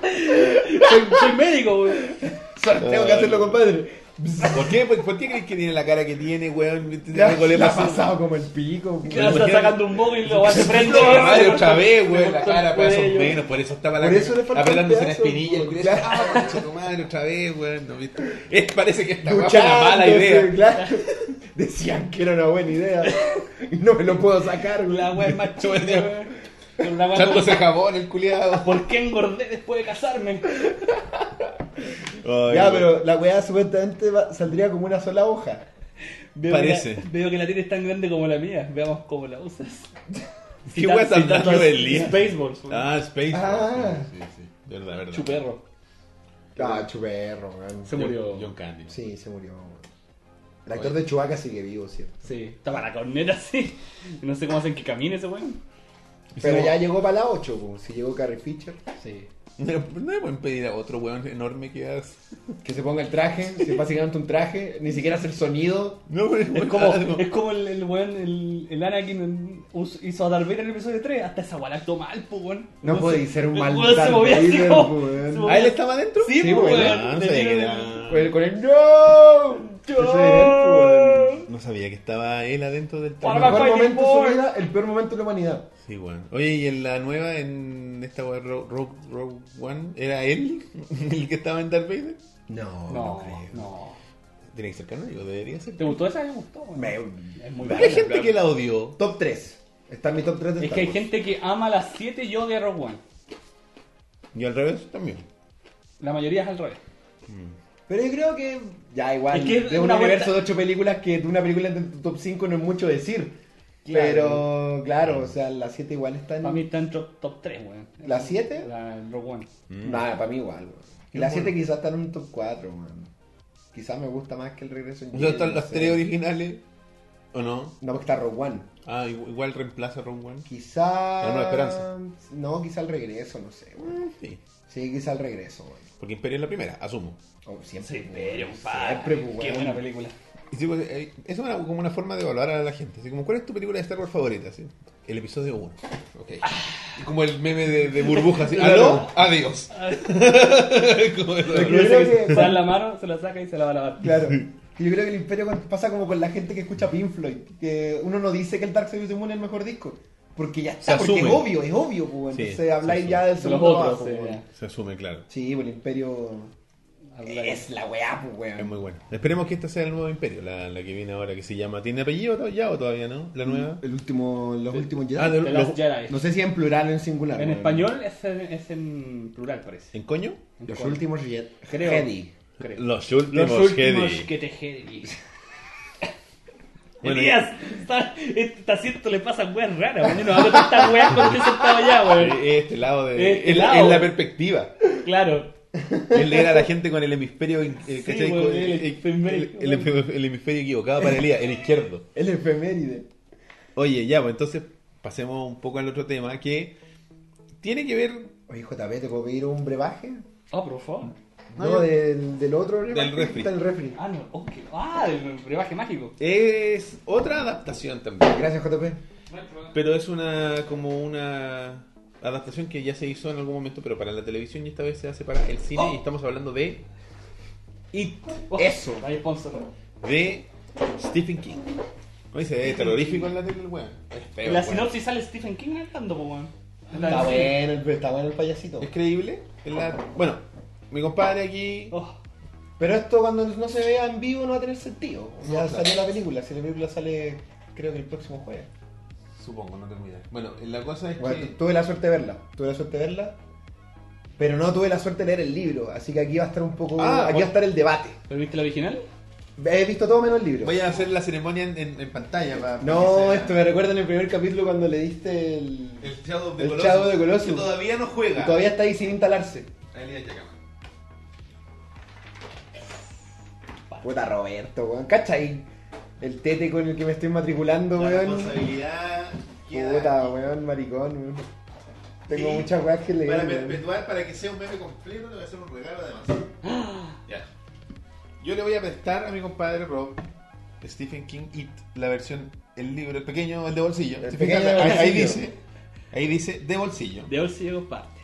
Speaker 3: soy, soy médico, weón.
Speaker 2: Tengo que hacerlo, compadre.
Speaker 1: ¿Por qué, por, por qué crees que tiene la cara que tiene, weón?
Speaker 2: Ya,
Speaker 1: Algo le
Speaker 2: la ha
Speaker 1: pasó.
Speaker 2: pasado como el pico.
Speaker 3: Que ahora
Speaker 2: weón.
Speaker 3: está sacando un móvil y lo va a prender.
Speaker 1: Madre, otra vez, weón, la cara,
Speaker 3: Por
Speaker 1: pedazos
Speaker 3: ello.
Speaker 1: menos, por eso estaba la
Speaker 2: Por eso le falta
Speaker 1: apretándose
Speaker 2: un
Speaker 1: la
Speaker 2: pedazo,
Speaker 1: espinilla.
Speaker 2: weón,
Speaker 1: el
Speaker 2: claro.
Speaker 1: Ah, concha tu madre, otra vez, weón, no viste. Es- parece que esta weá fue una
Speaker 2: Duchándose,
Speaker 1: mala idea.
Speaker 2: claro. Decían que era una buena idea. Y no me lo puedo sacar. weón.
Speaker 3: La weá es más chula, weón. Con la weá
Speaker 1: Echándose jabón el culiado.
Speaker 3: ¿Por qué engordé después de casarme?
Speaker 2: Ya, pero la weá supuestamente va- saldría como una sola hoja.
Speaker 3: Veo
Speaker 1: Parece.
Speaker 3: Que la, veo que la tienes tan grande como la mía. Veamos cómo la usas.
Speaker 1: ¿Qué weá tan largo
Speaker 3: Citando a
Speaker 1: del día?
Speaker 3: Spaceballs, weón.
Speaker 1: Ah, Space.
Speaker 2: Ah.
Speaker 1: Sí, sí, sí. Verdad, verdad.
Speaker 3: Chuperro.
Speaker 2: Ah, chuperro, weón.
Speaker 3: Se murió.
Speaker 1: John Candy.
Speaker 2: Sí, se murió. weón. El actor de Chewbacca sigue vivo, ¿cierto?
Speaker 3: Sí, está para la corneta, sí. No sé cómo hacen que camine ese weón.
Speaker 2: Pero
Speaker 1: Sí.
Speaker 2: ya llegó para la 8, pues. Si llegó Carrie Fisher.
Speaker 3: Sí.
Speaker 1: No, no le pueden pedir a otro weón enorme que hagas.
Speaker 2: Que se ponga el traje, si es básicamente un traje, ni siquiera hacer sonido.
Speaker 1: Ah, No, weón,
Speaker 3: Es como,
Speaker 1: algo.
Speaker 3: es como el, el weón, el, el Anakin en- us- hizo a Darth Vader en el episodio 3. Hasta esa weá la actuó mal, po, weón.
Speaker 2: No podía ser un
Speaker 3: el
Speaker 2: mal
Speaker 3: weón se
Speaker 2: Darth
Speaker 3: movía así
Speaker 2: Vader,
Speaker 3: como-
Speaker 2: po, weón.
Speaker 3: se
Speaker 1: ¿Ah,
Speaker 3: movía-
Speaker 1: él estaba adentro?
Speaker 3: Sí,
Speaker 2: Sí,
Speaker 3: po,
Speaker 2: weón.
Speaker 1: Ah,
Speaker 3: weón.
Speaker 1: no
Speaker 3: Le
Speaker 1: sabía
Speaker 3: dieron-
Speaker 1: que era-
Speaker 2: Con el, con el ¡No!
Speaker 3: Yo-
Speaker 2: Eso era él, po, weón.
Speaker 1: No sabía que estaba él adentro del
Speaker 2: El
Speaker 3: Ahora
Speaker 1: traje.
Speaker 3: va-
Speaker 2: mejor
Speaker 3: Fighting
Speaker 2: momento de su
Speaker 3: Boy.
Speaker 2: vida, el peor momento de la humanidad.
Speaker 1: Sí, weón. Oye, y en la nueva, en esta weón, Rogue, Rogue, Rogue One, ¿era él el que estaba en Darth Vader?
Speaker 2: No,
Speaker 3: No,
Speaker 1: creo.
Speaker 3: no.
Speaker 1: Tiene que ser canónico, debería ser.
Speaker 3: ¿Te gustó esa? Me gustó. weón.
Speaker 2: Me-
Speaker 3: Es muy
Speaker 1: Hay
Speaker 3: buena.
Speaker 1: gente que la odió.
Speaker 2: Top 3. Está en mi top 3 de
Speaker 3: Es
Speaker 2: Star
Speaker 3: que hay
Speaker 2: Wars.
Speaker 3: gente que ama las 7 y odia a Rogue One.
Speaker 1: Y al revés también.
Speaker 3: La mayoría es al revés.
Speaker 2: Pero yo creo que ya igual.
Speaker 3: Es
Speaker 2: Es,
Speaker 3: que
Speaker 2: un
Speaker 3: una
Speaker 2: universo
Speaker 3: vuelta-
Speaker 2: de 8 películas que de una película en tu top 5 no es mucho decir.
Speaker 3: Claro.
Speaker 2: Pero claro, o sea, la 7 igual está en.
Speaker 3: Para mí está en top, 3, weón.
Speaker 2: ¿La siete?
Speaker 3: La el Rogue One.
Speaker 1: Mm.
Speaker 2: Nada, para mí igual, weón. Y La 7 quizás está en un top 4, weón. Quizás me gusta más que el regreso en
Speaker 1: O sea,
Speaker 2: Jedi,
Speaker 1: están
Speaker 2: no
Speaker 1: las
Speaker 2: sé.
Speaker 1: tres originales. ¿O no?
Speaker 2: No, porque está Rogue One.
Speaker 1: Ah, igu- igual reemplaza a Rogue One.
Speaker 2: Quizá.
Speaker 1: La nueva esperanza.
Speaker 2: No, quizá el regreso, no sé, weón.
Speaker 1: Sí.
Speaker 2: Sí, quizá el regreso, weón.
Speaker 1: Porque Imperio es la primera, asumo.
Speaker 2: O siempre,
Speaker 3: Sí,
Speaker 2: weón.
Speaker 3: pero,
Speaker 2: Siempre,
Speaker 3: padre, Qué
Speaker 2: weón.
Speaker 3: buena película.
Speaker 1: Y sí, pues, eh, es una, como una forma de evaluar a la gente. Así como, ¿cuál es tu película de Star Wars favorita? ¿Sí? El episodio 1. Ok. Y como el meme de, de burbuja, así. ¿Aló? Adiós. Como el-
Speaker 2: Yo creo que-
Speaker 3: Se da la mano, se la saca y se la va a lavar.
Speaker 2: Claro. Y Yo creo que el Imperio con- pasa como con la gente que escucha Pink Floyd. Que uno no dice que el Dark Side of the Moon es el mejor disco. Porque ya está,
Speaker 1: Se
Speaker 2: porque es
Speaker 1: asume.
Speaker 2: obvio, es obvio, pues.
Speaker 1: Sí,
Speaker 2: Entonces
Speaker 1: se
Speaker 2: habláis
Speaker 1: asume.
Speaker 2: ya del
Speaker 3: Los
Speaker 2: segundo
Speaker 3: otros, eh,
Speaker 2: abajo,
Speaker 3: sí,
Speaker 2: pues.
Speaker 3: ya.
Speaker 1: Se asume, claro.
Speaker 2: Sí, pues el Imperio
Speaker 3: Alguna
Speaker 2: es
Speaker 3: vez.
Speaker 2: la weá, pues,
Speaker 1: Es
Speaker 2: weón.
Speaker 1: muy bueno. Esperemos que esta sea el nuevo Imperio, la, la que viene ahora, que se llama. ¿Tiene apellido to- ya o todavía no? La nueva.
Speaker 2: El último, los últimos Jedi.
Speaker 1: Ah, de-
Speaker 3: The Last
Speaker 1: los-
Speaker 3: Jedi.
Speaker 2: No sé si en plural o en singular.
Speaker 3: En
Speaker 2: weón.
Speaker 3: español es en, es en plural, parece.
Speaker 1: ¿En coño?
Speaker 2: Los últimos Jedi.
Speaker 3: Creo.
Speaker 2: Jedi.
Speaker 3: Creo.
Speaker 1: Los
Speaker 3: Los
Speaker 1: últimos,
Speaker 3: últimos
Speaker 1: Jedi.
Speaker 3: que te Jedi.
Speaker 1: Bueno,
Speaker 3: Elías, está, este este asiento le pasan weas raras, weón. Yo no hablo tantas weas cuando estoy sentado allá, weón.
Speaker 1: Eh, Este lado de.
Speaker 3: Este
Speaker 1: es, la-
Speaker 3: lado.
Speaker 1: es la perspectiva.
Speaker 3: Claro.
Speaker 1: Él era la gente con el hemisferio. eh, ¿cachai?
Speaker 3: güey,
Speaker 1: Con-
Speaker 3: el
Speaker 1: eh,
Speaker 3: hemisferio.
Speaker 1: el- el- el hemisferio equivocado para Elías, el izquierdo.
Speaker 2: El efeméride.
Speaker 1: Oye, ya, pues entonces pasemos un poco al otro tema que tiene que ver
Speaker 2: Oye, JB, ¿te puedo pedir un brebaje?
Speaker 3: Oh, por favor.
Speaker 1: No,
Speaker 2: No,
Speaker 1: yo-
Speaker 2: del, del otro brebaje.
Speaker 1: Del refri.
Speaker 2: Está el refri.
Speaker 3: Ah, no. Oh, qué- Ah, el brebaje mágico.
Speaker 1: es otra adaptación también,
Speaker 2: Gracias, JP.
Speaker 1: pero es una como una adaptación que ya se hizo en algún momento, pero para la televisión y esta vez se hace para el cine y estamos hablando de It
Speaker 3: Oh,
Speaker 2: Eso.
Speaker 3: Hay sponsor.
Speaker 1: de Stephen King. No dice, es terrorífico en la tele, el weón. Es feo,
Speaker 3: En la
Speaker 1: weón.
Speaker 3: sinopsis sale Stephen King cantando, po, weón.
Speaker 2: Está bueno, el- está bueno el payasito.
Speaker 1: Es creíble. en la- Bueno, mi compadre aquí
Speaker 3: Oh,
Speaker 2: Pero esto cuando no se vea en vivo no va a tener sentido. Ya
Speaker 1: No, claro.
Speaker 2: salió la película, si la película sale creo que el próximo jueves.
Speaker 1: supongo no termina. Bueno, la cosa es
Speaker 2: Bueno,
Speaker 1: que
Speaker 2: tuve la suerte de verla, tuve la suerte de verla, pero no tuve la suerte de leer el libro, así que aquí va a estar un poco,
Speaker 1: Ah,
Speaker 2: aquí
Speaker 1: bueno.
Speaker 2: va a estar el debate.
Speaker 3: ¿Pero viste la original?
Speaker 2: He visto todo menos el libro.
Speaker 1: Vayan a hacer la ceremonia en, en- en pantalla. pa- para
Speaker 2: No,
Speaker 1: que
Speaker 2: esto
Speaker 1: sea-
Speaker 2: me recuerda en el primer capítulo cuando le diste el...
Speaker 1: El Shadow de
Speaker 2: El
Speaker 1: Colossus.
Speaker 2: Shadow de Colossus.
Speaker 1: Que todavía no
Speaker 2: y
Speaker 1: juega.
Speaker 2: todavía está ahí sin instalarse.
Speaker 1: Elías Yacama.
Speaker 2: Puta Roberto, weón. ¿Cachai? El tete con el que me estoy matriculando,
Speaker 1: La
Speaker 2: weón.
Speaker 1: responsabilidad queda
Speaker 2: Puta,
Speaker 1: aquí.
Speaker 2: weón, maricón, weón. Tengo
Speaker 1: Sí.
Speaker 2: muchas weas que leer.
Speaker 1: Para
Speaker 2: weón.
Speaker 1: perpetuar, para que sea un meme completo, le voy a hacer un regalo además. Ya. Yo le voy a prestar a mi compadre Rob Stephen King It, la versión, el libro, el pequeño, el de bolsillo.
Speaker 2: El
Speaker 1: Stephen
Speaker 2: pequeño
Speaker 1: King,
Speaker 2: de
Speaker 1: ahí- Ahí
Speaker 2: bolsillo.
Speaker 1: dice, ahí dice, de bolsillo.
Speaker 3: De bolsillo parte.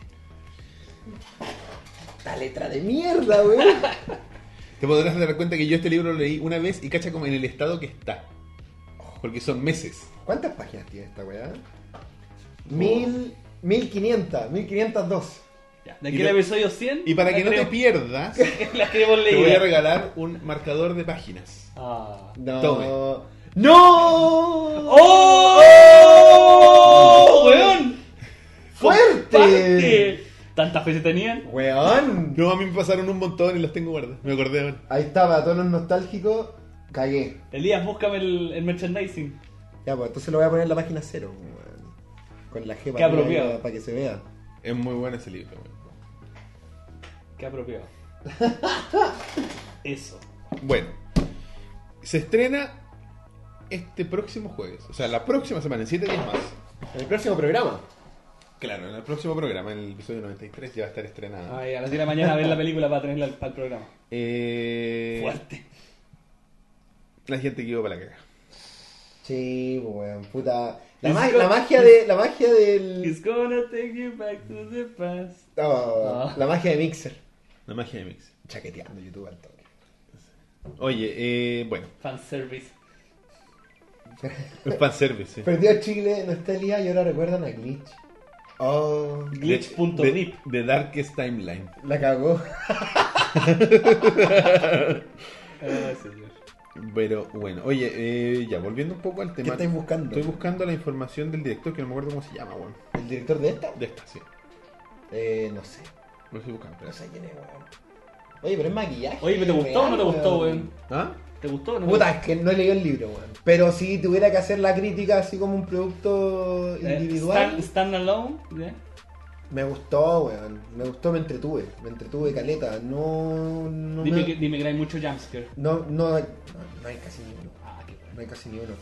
Speaker 2: Esta letra de mierda, weón.
Speaker 1: Te podrás dar cuenta que yo este libro lo leí una vez y cacha como en el estado que está. Porque son meses.
Speaker 2: ¿Cuántas páginas tiene esta weá?
Speaker 1: Oh.
Speaker 2: Mil. 1500, 1502.
Speaker 3: Ya. De aquí
Speaker 1: Y
Speaker 3: al
Speaker 1: lo-
Speaker 3: episodio 100.
Speaker 1: Y para
Speaker 3: la
Speaker 1: que no te
Speaker 3: creo-
Speaker 1: pierdas,
Speaker 3: La queremos
Speaker 1: te voy a
Speaker 3: leer.
Speaker 1: regalar un marcador de páginas.
Speaker 3: Ah.
Speaker 2: No.
Speaker 1: Tome. ¡Oh!
Speaker 2: ¡No!
Speaker 3: ¡Oh! ¡Weón!
Speaker 2: ¡Fuerte!
Speaker 3: Parte. ¿Tantas veces tenían?
Speaker 2: ¡Weón!
Speaker 1: No, a mí me pasaron un montón y los tengo guardados. Me acordé ahora.
Speaker 2: Ahí estaba, tono nostálgico, cagué.
Speaker 3: Elías, búscame el, el merchandising.
Speaker 2: Ya, pues entonces lo voy a poner en la página cero, weón. Con la G
Speaker 3: Qué apropiado.
Speaker 2: para que se vea.
Speaker 1: Es muy bueno ese libro. weón.
Speaker 3: Qué apropiado. Eso.
Speaker 1: Bueno, se estrena este próximo jueves. O sea, la próxima semana, en 7 días más.
Speaker 2: En el próximo programa.
Speaker 1: Claro, en el próximo programa, en el episodio 93, ya va a estar estrenada.
Speaker 3: Ay, a las 10 de la mañana a ver la película para tenerla al- para el programa.
Speaker 1: Eh,
Speaker 3: Fuerte.
Speaker 1: la gente que iba para la caga.
Speaker 2: Sí, pues, weón, puta. La,
Speaker 3: It's
Speaker 2: ma-
Speaker 3: got-
Speaker 2: la magia de. La magia del.
Speaker 3: It's gonna take you back to the past.
Speaker 2: Oh,
Speaker 3: Ah.
Speaker 2: La magia de Mixer.
Speaker 1: La magia de Mix.
Speaker 2: Chaqueteando YouTube al toque.
Speaker 1: Oye, eh, bueno,
Speaker 3: Fanservice.
Speaker 1: es fanservice. eh.
Speaker 2: Perdió Chile, no está Elías y ahora recuerdan a Glitch. Oh,
Speaker 1: De-
Speaker 3: Glitch.rip.
Speaker 1: de- De Darkest Timeline.
Speaker 2: la cagó.
Speaker 3: Ay, señor.
Speaker 1: Pero bueno, oye, eh, ya volviendo un poco al
Speaker 2: ¿Qué
Speaker 1: tema.
Speaker 2: estáis buscando?
Speaker 1: Estoy buscando la información del director, que no me acuerdo cómo se llama, bueno.
Speaker 2: ¿El director de esta?
Speaker 1: De esta, sí.
Speaker 2: Eh, no sé.
Speaker 1: Lo estoy buscando.
Speaker 2: No
Speaker 1: espera.
Speaker 2: sé quién es, weón. Oye, pero es maquillaje.
Speaker 3: Oye, ¿pero te gustó o no te
Speaker 2: weón.
Speaker 3: gustó, weón?
Speaker 1: ¿Ah?
Speaker 3: ¿Te gustó o no? te
Speaker 2: Puta, es que no he leído el libro, weón. Pero si tuviera que hacer la crítica así como un producto
Speaker 3: gustó? Eh,
Speaker 2: individual,
Speaker 3: Stand, stand alone. ¿ya?
Speaker 2: me gustó, weón. Me gustó, me entretuve. Me entretuve caleta. No. No,
Speaker 3: Dime,
Speaker 2: me-
Speaker 3: que, dime que hay mucho jumpscare.
Speaker 2: no, no, hay- no, no hay casi ni uno.
Speaker 3: Ah, qué bueno.
Speaker 2: No hay casi ni uno.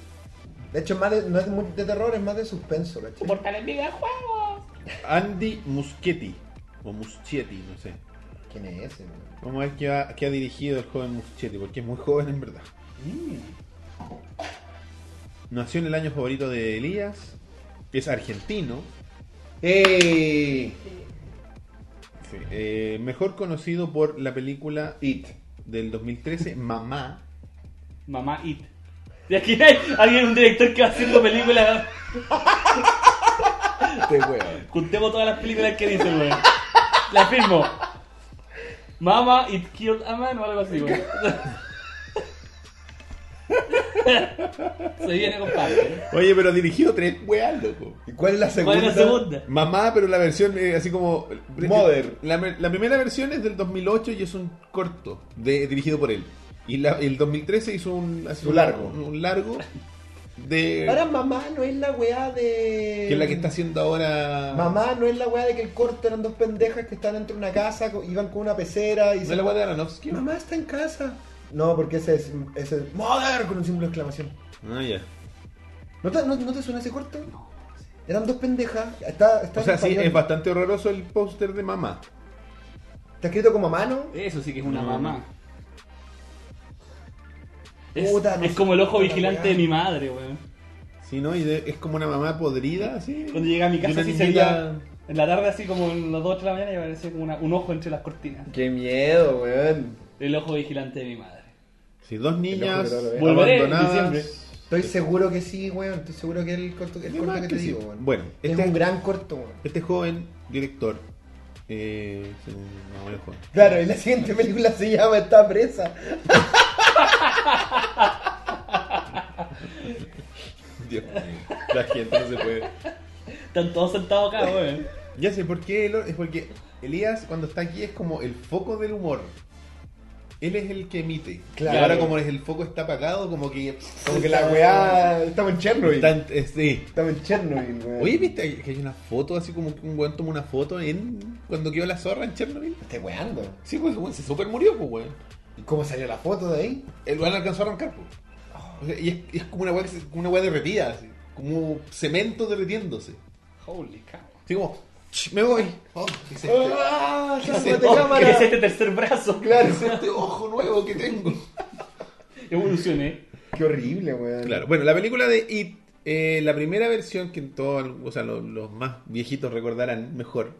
Speaker 2: De hecho, es más de, no es muy de terror, es más de suspenso, ¿cachai?
Speaker 3: Portal en videojuegos.
Speaker 1: Andy Muschietti. O Muschietti, no sé.
Speaker 2: ¿Quién es ese, weón?
Speaker 1: Vamos a ver qué ha, qué ha dirigido el joven Muschietti, porque es muy joven en verdad.
Speaker 3: Mm.
Speaker 1: Nació en el año favorito de Elías. Es argentino.
Speaker 2: ¡Ey!
Speaker 1: Sí. Eh, mejor conocido por la película It del 2013, Mamá.
Speaker 3: Mamá It. Y aquí hay alguien, un director que va haciendo películas.
Speaker 1: Este hueón.
Speaker 3: Juntemos todas las películas que dicen, weón. Las firmo. Mama It Killed a Man o algo así, weón. Se viene, compadre.
Speaker 1: Oye, pero dirigido tres weas, loco.
Speaker 2: ¿Y cuál es la segunda?
Speaker 3: ¿Cuál es la segunda?
Speaker 1: Mamá, pero la versión eh, así como.
Speaker 2: Mother.
Speaker 1: La, la primera versión es del 2008 y es un corto de, dirigido por él. Y la- el 2013 hizo un. así
Speaker 2: Un
Speaker 1: un-
Speaker 2: largo.
Speaker 1: Un, largo de.
Speaker 2: Ahora mamá no es la weá de.
Speaker 1: que es la que está haciendo ahora.
Speaker 2: Mamá no es la weá de que el corto eran dos pendejas que están dentro de una casa, co- iban con una pecera y
Speaker 1: ¿No
Speaker 2: se-
Speaker 1: es la wea de Aronofsky?
Speaker 2: Mamá está en casa. No, porque ese es. Ese es ¡Mother! con un símbolo de exclamación.
Speaker 1: Ah, ya.
Speaker 2: ¿No te, no- no te suena ese corto? Eran dos pendejas. Está, está
Speaker 1: O
Speaker 2: en
Speaker 1: sea, sí,
Speaker 2: español.
Speaker 1: es bastante horroroso el póster de mamá.
Speaker 2: Está escrito como a mano.
Speaker 3: Eso sí que es una
Speaker 1: No.
Speaker 3: mamá. Es,
Speaker 2: Puta, no
Speaker 3: es
Speaker 2: sé,
Speaker 3: como el ojo
Speaker 2: puta,
Speaker 3: vigilante
Speaker 2: weón.
Speaker 3: de mi madre, weón.
Speaker 1: Sí, ¿no? Y de- es como una mamá podrida, así.
Speaker 3: Cuando llegué a mi
Speaker 1: Y una
Speaker 3: casa, así se
Speaker 1: niñita-
Speaker 3: veía. En la tarde, así como en las 2 de la mañana, y aparecía como una- un ojo entre las cortinas.
Speaker 2: ¡Qué miedo, weón!
Speaker 3: El ojo vigilante de mi madre.
Speaker 1: Sí, dos niñas
Speaker 2: El ojo que todo lo
Speaker 3: ve. Volveré en
Speaker 1: abandonadas.
Speaker 3: diciembre.
Speaker 2: Estoy seguro que sí, weón. Estoy seguro que el corto, el
Speaker 1: De
Speaker 2: corto
Speaker 1: más
Speaker 2: que
Speaker 1: que
Speaker 2: te
Speaker 1: sí.
Speaker 2: digo, weón.
Speaker 1: Bueno, este-
Speaker 2: es un gran corto, weón.
Speaker 1: Este joven director. Eh, sí, no, el joven.
Speaker 2: Claro, y la siguiente película se llama Está presa.
Speaker 1: Dios mío, la gente no se puede.
Speaker 3: Están todos sentados acá, weón.
Speaker 1: Ya sé por qué, Elor- es porque Elías cuando está aquí es como el foco del humor. Él es el que emite.
Speaker 2: Claro.
Speaker 1: Y ahora como es el foco está apagado, como que...
Speaker 2: Como que la weá. Estamos en Chernobyl.
Speaker 1: Está en- eh, sí.
Speaker 2: Estamos en Chernobyl, weón.
Speaker 1: Oye, ¿viste que hay una foto así como que un weón toma una foto en cuando quedó la zorra en Chernobyl?
Speaker 2: Estás weando.
Speaker 1: Sí, pues weón, se super murió, pues weón.
Speaker 2: ¿Y cómo salió la foto de ahí?
Speaker 1: El lugar alcanzó a arrancar, pues. O sea, y, es, y es como una weá que se- como una weá derretida, así. Como cemento derritiéndose.
Speaker 3: Holy cow.
Speaker 1: Así como, "Ch, me voy. Oh, ¿qué es este?
Speaker 2: ¡Ah!
Speaker 1: ¡Sácate
Speaker 2: ¡Sácate cámara!
Speaker 3: ¿Qué es este tercer brazo?
Speaker 1: Claro, es este ojo nuevo que tengo.
Speaker 3: Evolucioné.
Speaker 2: ¡Qué horrible, weón!
Speaker 1: Claro, bueno, la película de It, eh, la primera versión que todos, o sea, los, los más viejitos recordarán mejor.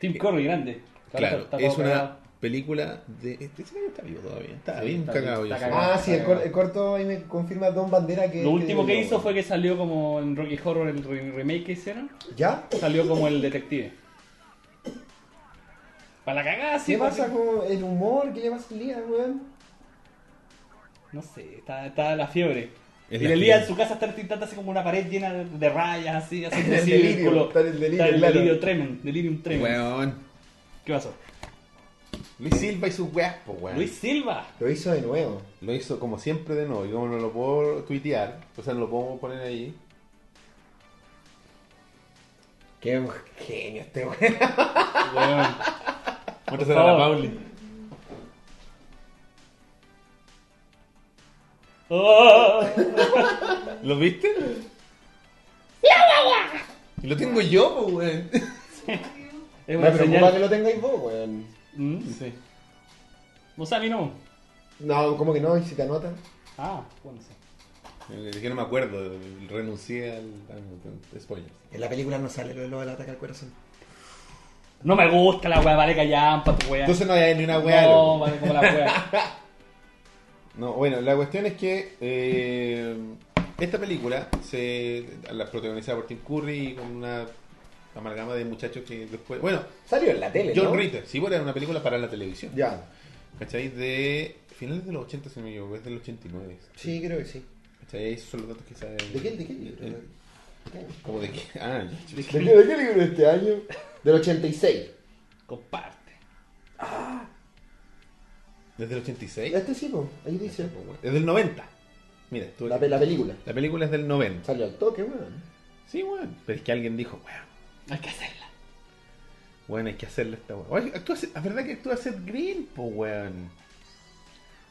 Speaker 3: Tim Curry, grande.
Speaker 1: Claro,
Speaker 3: Está todo
Speaker 1: es una
Speaker 3: cagado.
Speaker 1: película de. Este señor está vivo todavía. Está
Speaker 3: Sí,
Speaker 1: bien
Speaker 3: está
Speaker 1: cagado.
Speaker 3: bien,
Speaker 1: yo
Speaker 3: está
Speaker 1: sé.
Speaker 2: Ah, sí, el, cor- el corto ahí me confirma Don Bandera que. este
Speaker 3: Lo último que hizo
Speaker 2: weón.
Speaker 3: fue que salió como en Rocky Horror, el re- remake que hicieron,
Speaker 2: ¿Ya?
Speaker 3: salió como el detective. Para la cagada, sí.
Speaker 2: ¿Qué
Speaker 3: pues,
Speaker 2: pasa con el humor? ¿Qué le pasa al día, weón?
Speaker 3: No sé, está, está la fiebre.
Speaker 1: Es
Speaker 3: y
Speaker 1: la
Speaker 3: el día en
Speaker 1: fiebre.
Speaker 3: su casa está pintando así como una pared llena de- de rayas, así, así
Speaker 2: el delirio, está en el delirio,
Speaker 3: Está en
Speaker 2: claro.
Speaker 3: delirio tremendo, delirium tremens.
Speaker 1: Weón.
Speaker 3: ¿Qué pasó?
Speaker 1: Luis Silva y sus weas, po, weón.
Speaker 3: Luis Silva.
Speaker 2: Lo hizo de nuevo.
Speaker 1: Lo hizo como siempre de nuevo. Y como no lo puedo tuitear, o sea, no lo puedo poner ahí.
Speaker 2: Qué genio este weón.
Speaker 3: Weón.
Speaker 1: Muéstraselo a la
Speaker 3: favor.
Speaker 1: Pauli.
Speaker 3: Oh,
Speaker 1: ¿Lo viste? Y lo tengo yo, po, weón.
Speaker 3: es
Speaker 2: Me
Speaker 3: una
Speaker 2: preocupa que
Speaker 3: señal.
Speaker 2: lo tengáis vos, weón.
Speaker 3: Mm, sí. No sé, a mí no.
Speaker 2: No, ¿cómo que no? ¿Y si te anotas?
Speaker 3: Ah, bueno, sí.
Speaker 1: Es que no me acuerdo. Renuncié al. al- Spoilers.
Speaker 2: En la película no sale lo del ataque al corazón.
Speaker 3: No me gusta la weá, vale callampa tu weá.
Speaker 1: Entonces no hay ni una wea.
Speaker 3: No,
Speaker 1: loco.
Speaker 3: vale como la weá.
Speaker 1: No, bueno, la cuestión es que eh, esta película se la protagonizada por Tim Curry y con una amalgama de muchachos que después, bueno,
Speaker 2: Salió en la tele,
Speaker 1: John
Speaker 2: ¿no?
Speaker 1: Ritter, sí, bueno, era una película para la televisión.
Speaker 2: Ya.
Speaker 1: ¿Cachai? De finales de los 80 se me equivoco, es del 89.
Speaker 2: Sí, creo que sí.
Speaker 1: ¿Cachai? Esos son los datos que saben.
Speaker 2: ¿De qué, de qué libro?
Speaker 1: Eh, como de qué? Ah, ya.
Speaker 2: ¿De qué, de qué libro de este año? Del 86.
Speaker 3: Comparte. ¡Ah!
Speaker 1: desde el 86.
Speaker 2: Este sí, po. Ahí dice.
Speaker 1: Oh, Es del 90. Mira, estuve-
Speaker 2: La, pe- la película.
Speaker 1: la película es del 90.
Speaker 2: Salió al toque, weón.
Speaker 1: Sí, bueno, pero es que alguien dijo, bueno,
Speaker 3: Hay que hacerla.
Speaker 1: Bueno, hay que hacerle esta weón. Oye, actúa, Seth- la verdad que actúa Seth Green, po weón.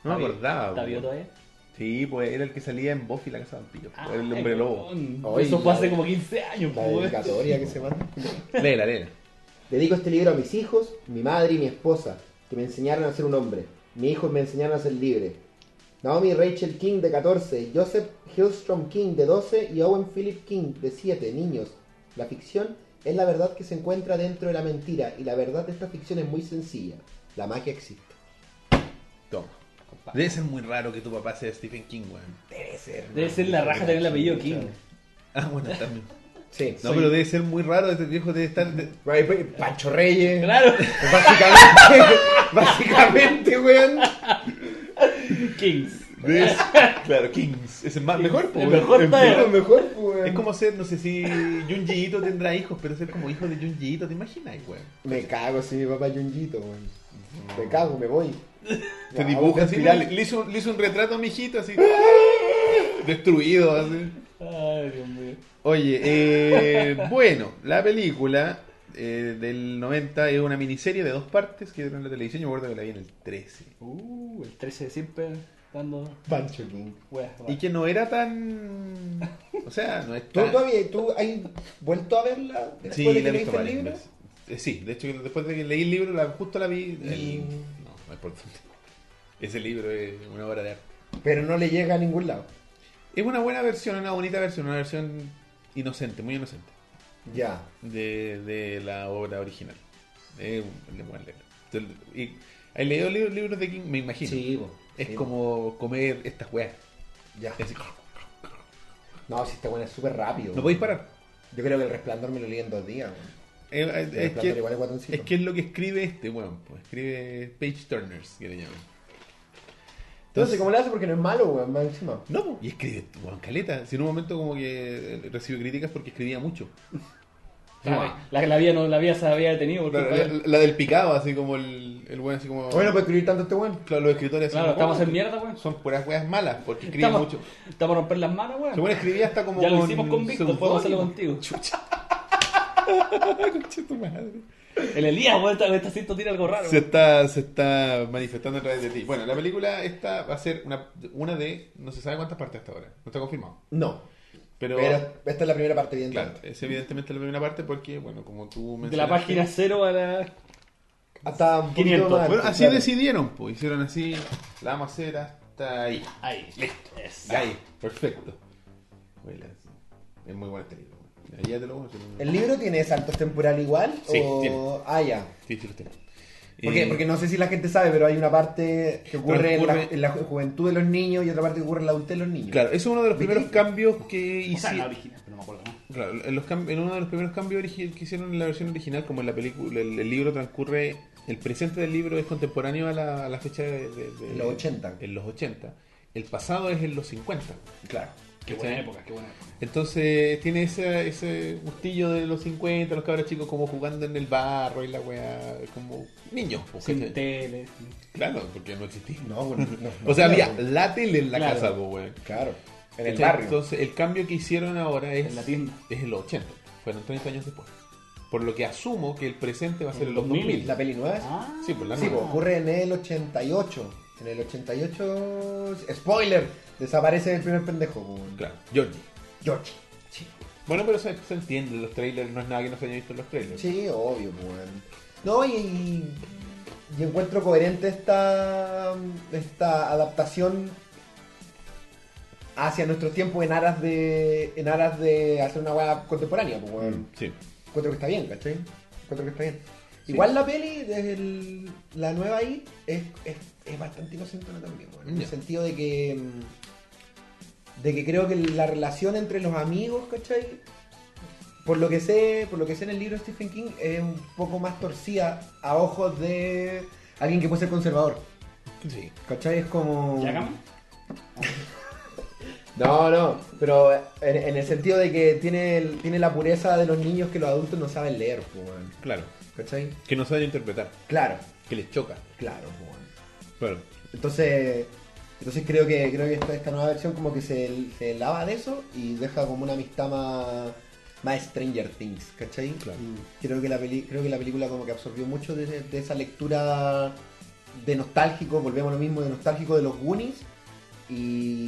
Speaker 1: No me acordaba,
Speaker 3: ¿Está
Speaker 1: po.
Speaker 3: vivo todavía?
Speaker 1: Sí, pues era el que salía en Buffy la casa de vampiros. po,
Speaker 3: Ah,
Speaker 1: era el hombre lobo.
Speaker 3: weón.
Speaker 2: Oye,
Speaker 3: Eso fue
Speaker 2: la-
Speaker 3: hace como 15 años,
Speaker 2: La
Speaker 3: weón.
Speaker 2: dedicatoria que se manda.
Speaker 1: Léela, léela.
Speaker 2: Dedico este libro a mis hijos, mi madre y mi esposa, que me enseñaron a ser un hombre. Mis hijos me enseñaron a ser libre. Naomi Rachel King, de 14, Joseph Hillstrom King, de 12, y Owen Philip King, de 7, niños. La ficción es la verdad que se encuentra dentro de la mentira, y la verdad de esta ficción es muy sencilla. La magia existe.
Speaker 1: Toma. Debe ser muy raro que tu papá sea Stephen King, weón.
Speaker 2: Debe ser. ¿no?
Speaker 3: Debe ser la raja tener el apellido King.
Speaker 1: Ah, bueno, también.
Speaker 2: Sí.
Speaker 1: No, pero debe ser muy raro. Este viejo debe estar. de-
Speaker 2: Right, right, Pancho Reyes.
Speaker 3: Claro,
Speaker 2: Básicamente, básicamente, weón.
Speaker 3: Kings.
Speaker 1: debe- claro, Kings. Es el más mejor, po,
Speaker 3: El
Speaker 1: weón.
Speaker 3: mejor
Speaker 2: Lo
Speaker 3: todavía.
Speaker 2: mejor, weón.
Speaker 1: Es como ser, no sé si Junji Ito tendrá hijos, pero ser como hijo de Junji Ito, ¿te imaginas, weón?
Speaker 2: Me cago si mi papá es Junjito, weón. Me cago, me voy.
Speaker 1: Te
Speaker 2: Ya,
Speaker 1: dibuja
Speaker 2: vamos
Speaker 1: así,
Speaker 2: a
Speaker 1: le,
Speaker 2: tirar-
Speaker 1: le hizo, le hizo un retrato a mi hijito así. destruido, así.
Speaker 3: Ay, Dios mío.
Speaker 1: Oye, eh, bueno, la película eh, del 90 es una miniserie de dos partes que dieron en la televisión. Yo me acuerdo que la vi en el 13.
Speaker 3: Uh, el 13 de siempre dando
Speaker 2: Pancho King.
Speaker 3: weas.
Speaker 1: Y que no era tan. O sea, no es
Speaker 2: ¿Tú,
Speaker 1: tan.
Speaker 2: todavía, ¿Tú has vuelto a verla después
Speaker 1: Ah. Sí,
Speaker 2: de
Speaker 1: la
Speaker 2: que
Speaker 1: he visto
Speaker 2: leíste el
Speaker 1: varias
Speaker 2: libro?
Speaker 1: veces. Eh, Sí, de hecho, después de que leí el libro, la, justo la vi.
Speaker 2: Y-
Speaker 1: el- No, no es por tanto. Ese libro es una obra de arte.
Speaker 2: Pero no le llega a ningún lado.
Speaker 1: Es una buena versión, una bonita versión, una versión inocente, muy inocente.
Speaker 2: Ya.
Speaker 1: de, de la obra original. Es un- es buen libro. Entonces, y- ¿Has leído libros, libros de King? Me imagino.
Speaker 2: po.
Speaker 1: es
Speaker 2: Sí, po.
Speaker 1: como comer estas weas.
Speaker 2: Ya.
Speaker 1: Es-
Speaker 2: No, si esta buena es súper rápido.
Speaker 1: no
Speaker 2: weón.
Speaker 1: podéis parar.
Speaker 2: Yo creo que el resplandor me lo leí en dos días, weón.
Speaker 1: Eh, eh,
Speaker 2: El
Speaker 1: Es,
Speaker 2: resplandor igual
Speaker 1: que,
Speaker 2: es guatoncito.
Speaker 1: es que es lo que escribe este weón. pues, escribe Page Turners, que le llaman.
Speaker 2: Entonces, ¿cómo le hace? Porque no es malo, weón, más encima.
Speaker 1: No, po, y escribe weón, caleta. Si en un momento como que eh, recibe críticas porque escribía mucho.
Speaker 3: Ah, la, la vida no, la vida se había detenido porque
Speaker 1: La, la- la del picado, así como el, el weón, así como.
Speaker 2: Bueno, para escribir tanto este weón.
Speaker 1: claro, los escritores así
Speaker 3: claro,
Speaker 1: como,
Speaker 3: estamos
Speaker 1: "Oh,
Speaker 3: en mierda, weón.
Speaker 1: Son puras weas malas porque escribe
Speaker 3: Estamos,
Speaker 1: mucho.
Speaker 3: estamos a romper las manos, weón.
Speaker 1: Según escribía hasta como
Speaker 3: Ya lo hicimos con Víctor, podemos hacerlo contigo.
Speaker 1: Chucha. Concha tu madre.
Speaker 3: El Elías, weón, está, está haciendo tiene algo raro.
Speaker 1: Se está, se está manifestando a través de ti. Bueno, la película esta va a ser una, una de no se sabe cuántas partes hasta ahora. No está confirmado.
Speaker 2: No.
Speaker 1: Pero,
Speaker 2: Pero esta es la primera parte, bien
Speaker 1: claro, es evidentemente la primera parte porque, bueno, como tú
Speaker 3: weón.
Speaker 1: mencionaste...
Speaker 3: De la página cero a la.
Speaker 2: Hasta un
Speaker 3: 500.
Speaker 2: poquito más.
Speaker 1: Bueno, así
Speaker 2: claro.
Speaker 1: decidieron, pues. Hicieron así, la vamos a hacer hasta ahí.
Speaker 3: Ahí, listo. Eso.
Speaker 1: Ahí, perfecto. Oye, la- Es muy buena este libro. weón. Ya te lo voy a hacer.
Speaker 2: ¿El libro tiene saltos temporal igual?
Speaker 1: Sí,
Speaker 2: o...
Speaker 1: tiene.
Speaker 2: Ah, ya.
Speaker 1: Sí, sí, lo tengo.
Speaker 2: ¿Por qué?
Speaker 1: Eh,
Speaker 2: Porque no sé si la gente sabe, pero hay una parte que ocurre, en la-
Speaker 1: Transcurre-
Speaker 2: en, la, ju- juventud de los niños y otra parte que ocurre en la adultez de los niños.
Speaker 1: Claro, es uno de los primeros
Speaker 2: Brígido.
Speaker 1: cambios que
Speaker 3: O sea, la
Speaker 1: hicieron.
Speaker 3: original, pero no me acuerdo. ¿no?
Speaker 1: Claro, en, los cam- en uno de los primeros cambios origi- que hicieron en la versión original, como en la película, el, el libro transcurre, el presente del libro es contemporáneo a la, a la fecha de, de- de-
Speaker 2: En los 80.
Speaker 1: En los 80. El pasado es en los 50.
Speaker 2: Claro.
Speaker 3: Qué
Speaker 1: ¿cachai?
Speaker 3: buena época, qué buena época.
Speaker 1: Entonces tiene ese, ese gustillo de los 50, los cabros chicos como jugando en el barro y la weá, como niños. pues,
Speaker 3: Sin
Speaker 1: ¿cachai?
Speaker 3: tele.
Speaker 1: Claro, porque no existía.
Speaker 2: No, bueno, no,
Speaker 1: O sea,
Speaker 2: no,
Speaker 1: había
Speaker 2: claro.
Speaker 1: la tele en la
Speaker 3: Claro.
Speaker 1: casa, pues, weón.
Speaker 2: Claro. En el
Speaker 1: ¿Cachai?
Speaker 2: barrio.
Speaker 1: Entonces, el cambio que hicieron ahora es
Speaker 3: En la tienda.
Speaker 1: es en los 80. Fueron 30 años después. Por lo que asumo que el presente va a ser en los
Speaker 3: 2000.
Speaker 1: 2000.
Speaker 2: ¿La peli nueva?
Speaker 3: Ah,
Speaker 1: Sí, pues la
Speaker 2: Sí,
Speaker 1: nueva.
Speaker 2: pues, ocurre en el 88. En el 88... ¡Spoiler! Desaparece el primer pendejo. pues.
Speaker 1: Claro, Georgie.
Speaker 2: George.
Speaker 1: Bueno, pero se, se entiende, los trailers no es nada que no se haya visto en los trailers.
Speaker 2: Sí, obvio, pues. weón. No, y, y- y encuentro coherente esta, esta adaptación hacia nuestros tiempos en aras de en aras de hacer una weá contemporánea, pues. weón.
Speaker 1: Sí.
Speaker 2: Encuentro que está bien, ¿cachai? Encuentro que está bien. Igual la peli, desde el- la nueva ahí, es, es, es bastante inocentona también, weón. En
Speaker 1: Ya.
Speaker 2: el sentido de que. mm, De que creo que la relación entre los amigos, ¿cachai? Por lo que sé, por lo que sé en el libro de Stephen King, es un poco más torcida a ojos de alguien que puede ser conservador.
Speaker 1: Sí.
Speaker 2: ¿Cachai? Es como.
Speaker 3: ¿Ya Gama?
Speaker 2: No, no, pero en, en el sentido de que tiene, el- tiene la pureza de los niños que los adultos no saben leer, pues, weón.
Speaker 1: Claro.
Speaker 2: ¿Cachai?
Speaker 1: Que no saben interpretar,
Speaker 2: Claro,
Speaker 1: que les choca.
Speaker 2: claro, pues, weón.
Speaker 1: Claro.
Speaker 2: Entonces, entonces creo que creo que esta, esta nueva versión como que se, se lava de eso y deja como una amistad más, más Stranger Things, ¿cachai?
Speaker 1: Claro.
Speaker 2: Y Creo que la peli, creo que la película como que absorbió mucho de, de esa lectura de nostálgico, volvemos a lo mismo, de nostálgico de los Goonies. Y,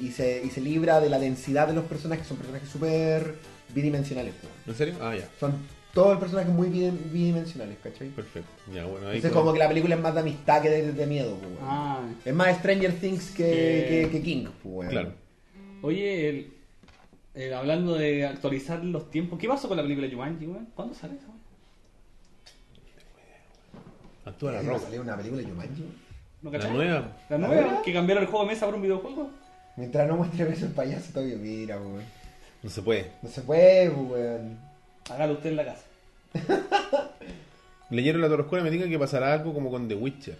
Speaker 2: y se, y se libra de la densidad de los personajes, que son personajes súper bidimensionales. pues.
Speaker 1: ¿En serio? Ah, ya.
Speaker 2: Son todos personajes muy bidi- bidimensionales, ¿cachai?
Speaker 1: Perfecto. Ya, bueno, ahí.
Speaker 2: Entonces
Speaker 1: como-
Speaker 2: como que la película es más de amistad que de, de miedo. pues, weón.
Speaker 3: Ah,
Speaker 2: Es más Stranger Things que,
Speaker 3: Que-
Speaker 2: que, que King, pues, weón.
Speaker 1: Claro.
Speaker 3: oye, el, el- hablando de actualizar los tiempos, ¿qué pasó con la película Jumanji, weón? ¿Cuándo sale esa? weón?
Speaker 1: Actúa la
Speaker 2: Ahí va a
Speaker 1: roca.
Speaker 2: salir una película de Jumanji.
Speaker 3: ¿No
Speaker 1: La
Speaker 3: cachai?
Speaker 1: nueva.
Speaker 3: ¿La
Speaker 2: ¿La
Speaker 3: nueva?
Speaker 2: nueva?
Speaker 3: Que cambiaron el juego de mesa por un videojuego.
Speaker 2: Mientras no muestre beso el payaso, todavía mira, pues, weón.
Speaker 1: No se puede.
Speaker 2: No se puede, pues, weón.
Speaker 3: Hágalo usted en la casa.
Speaker 1: Leyeron la Torre Oscura y me digan que pasará algo como con The Witcher.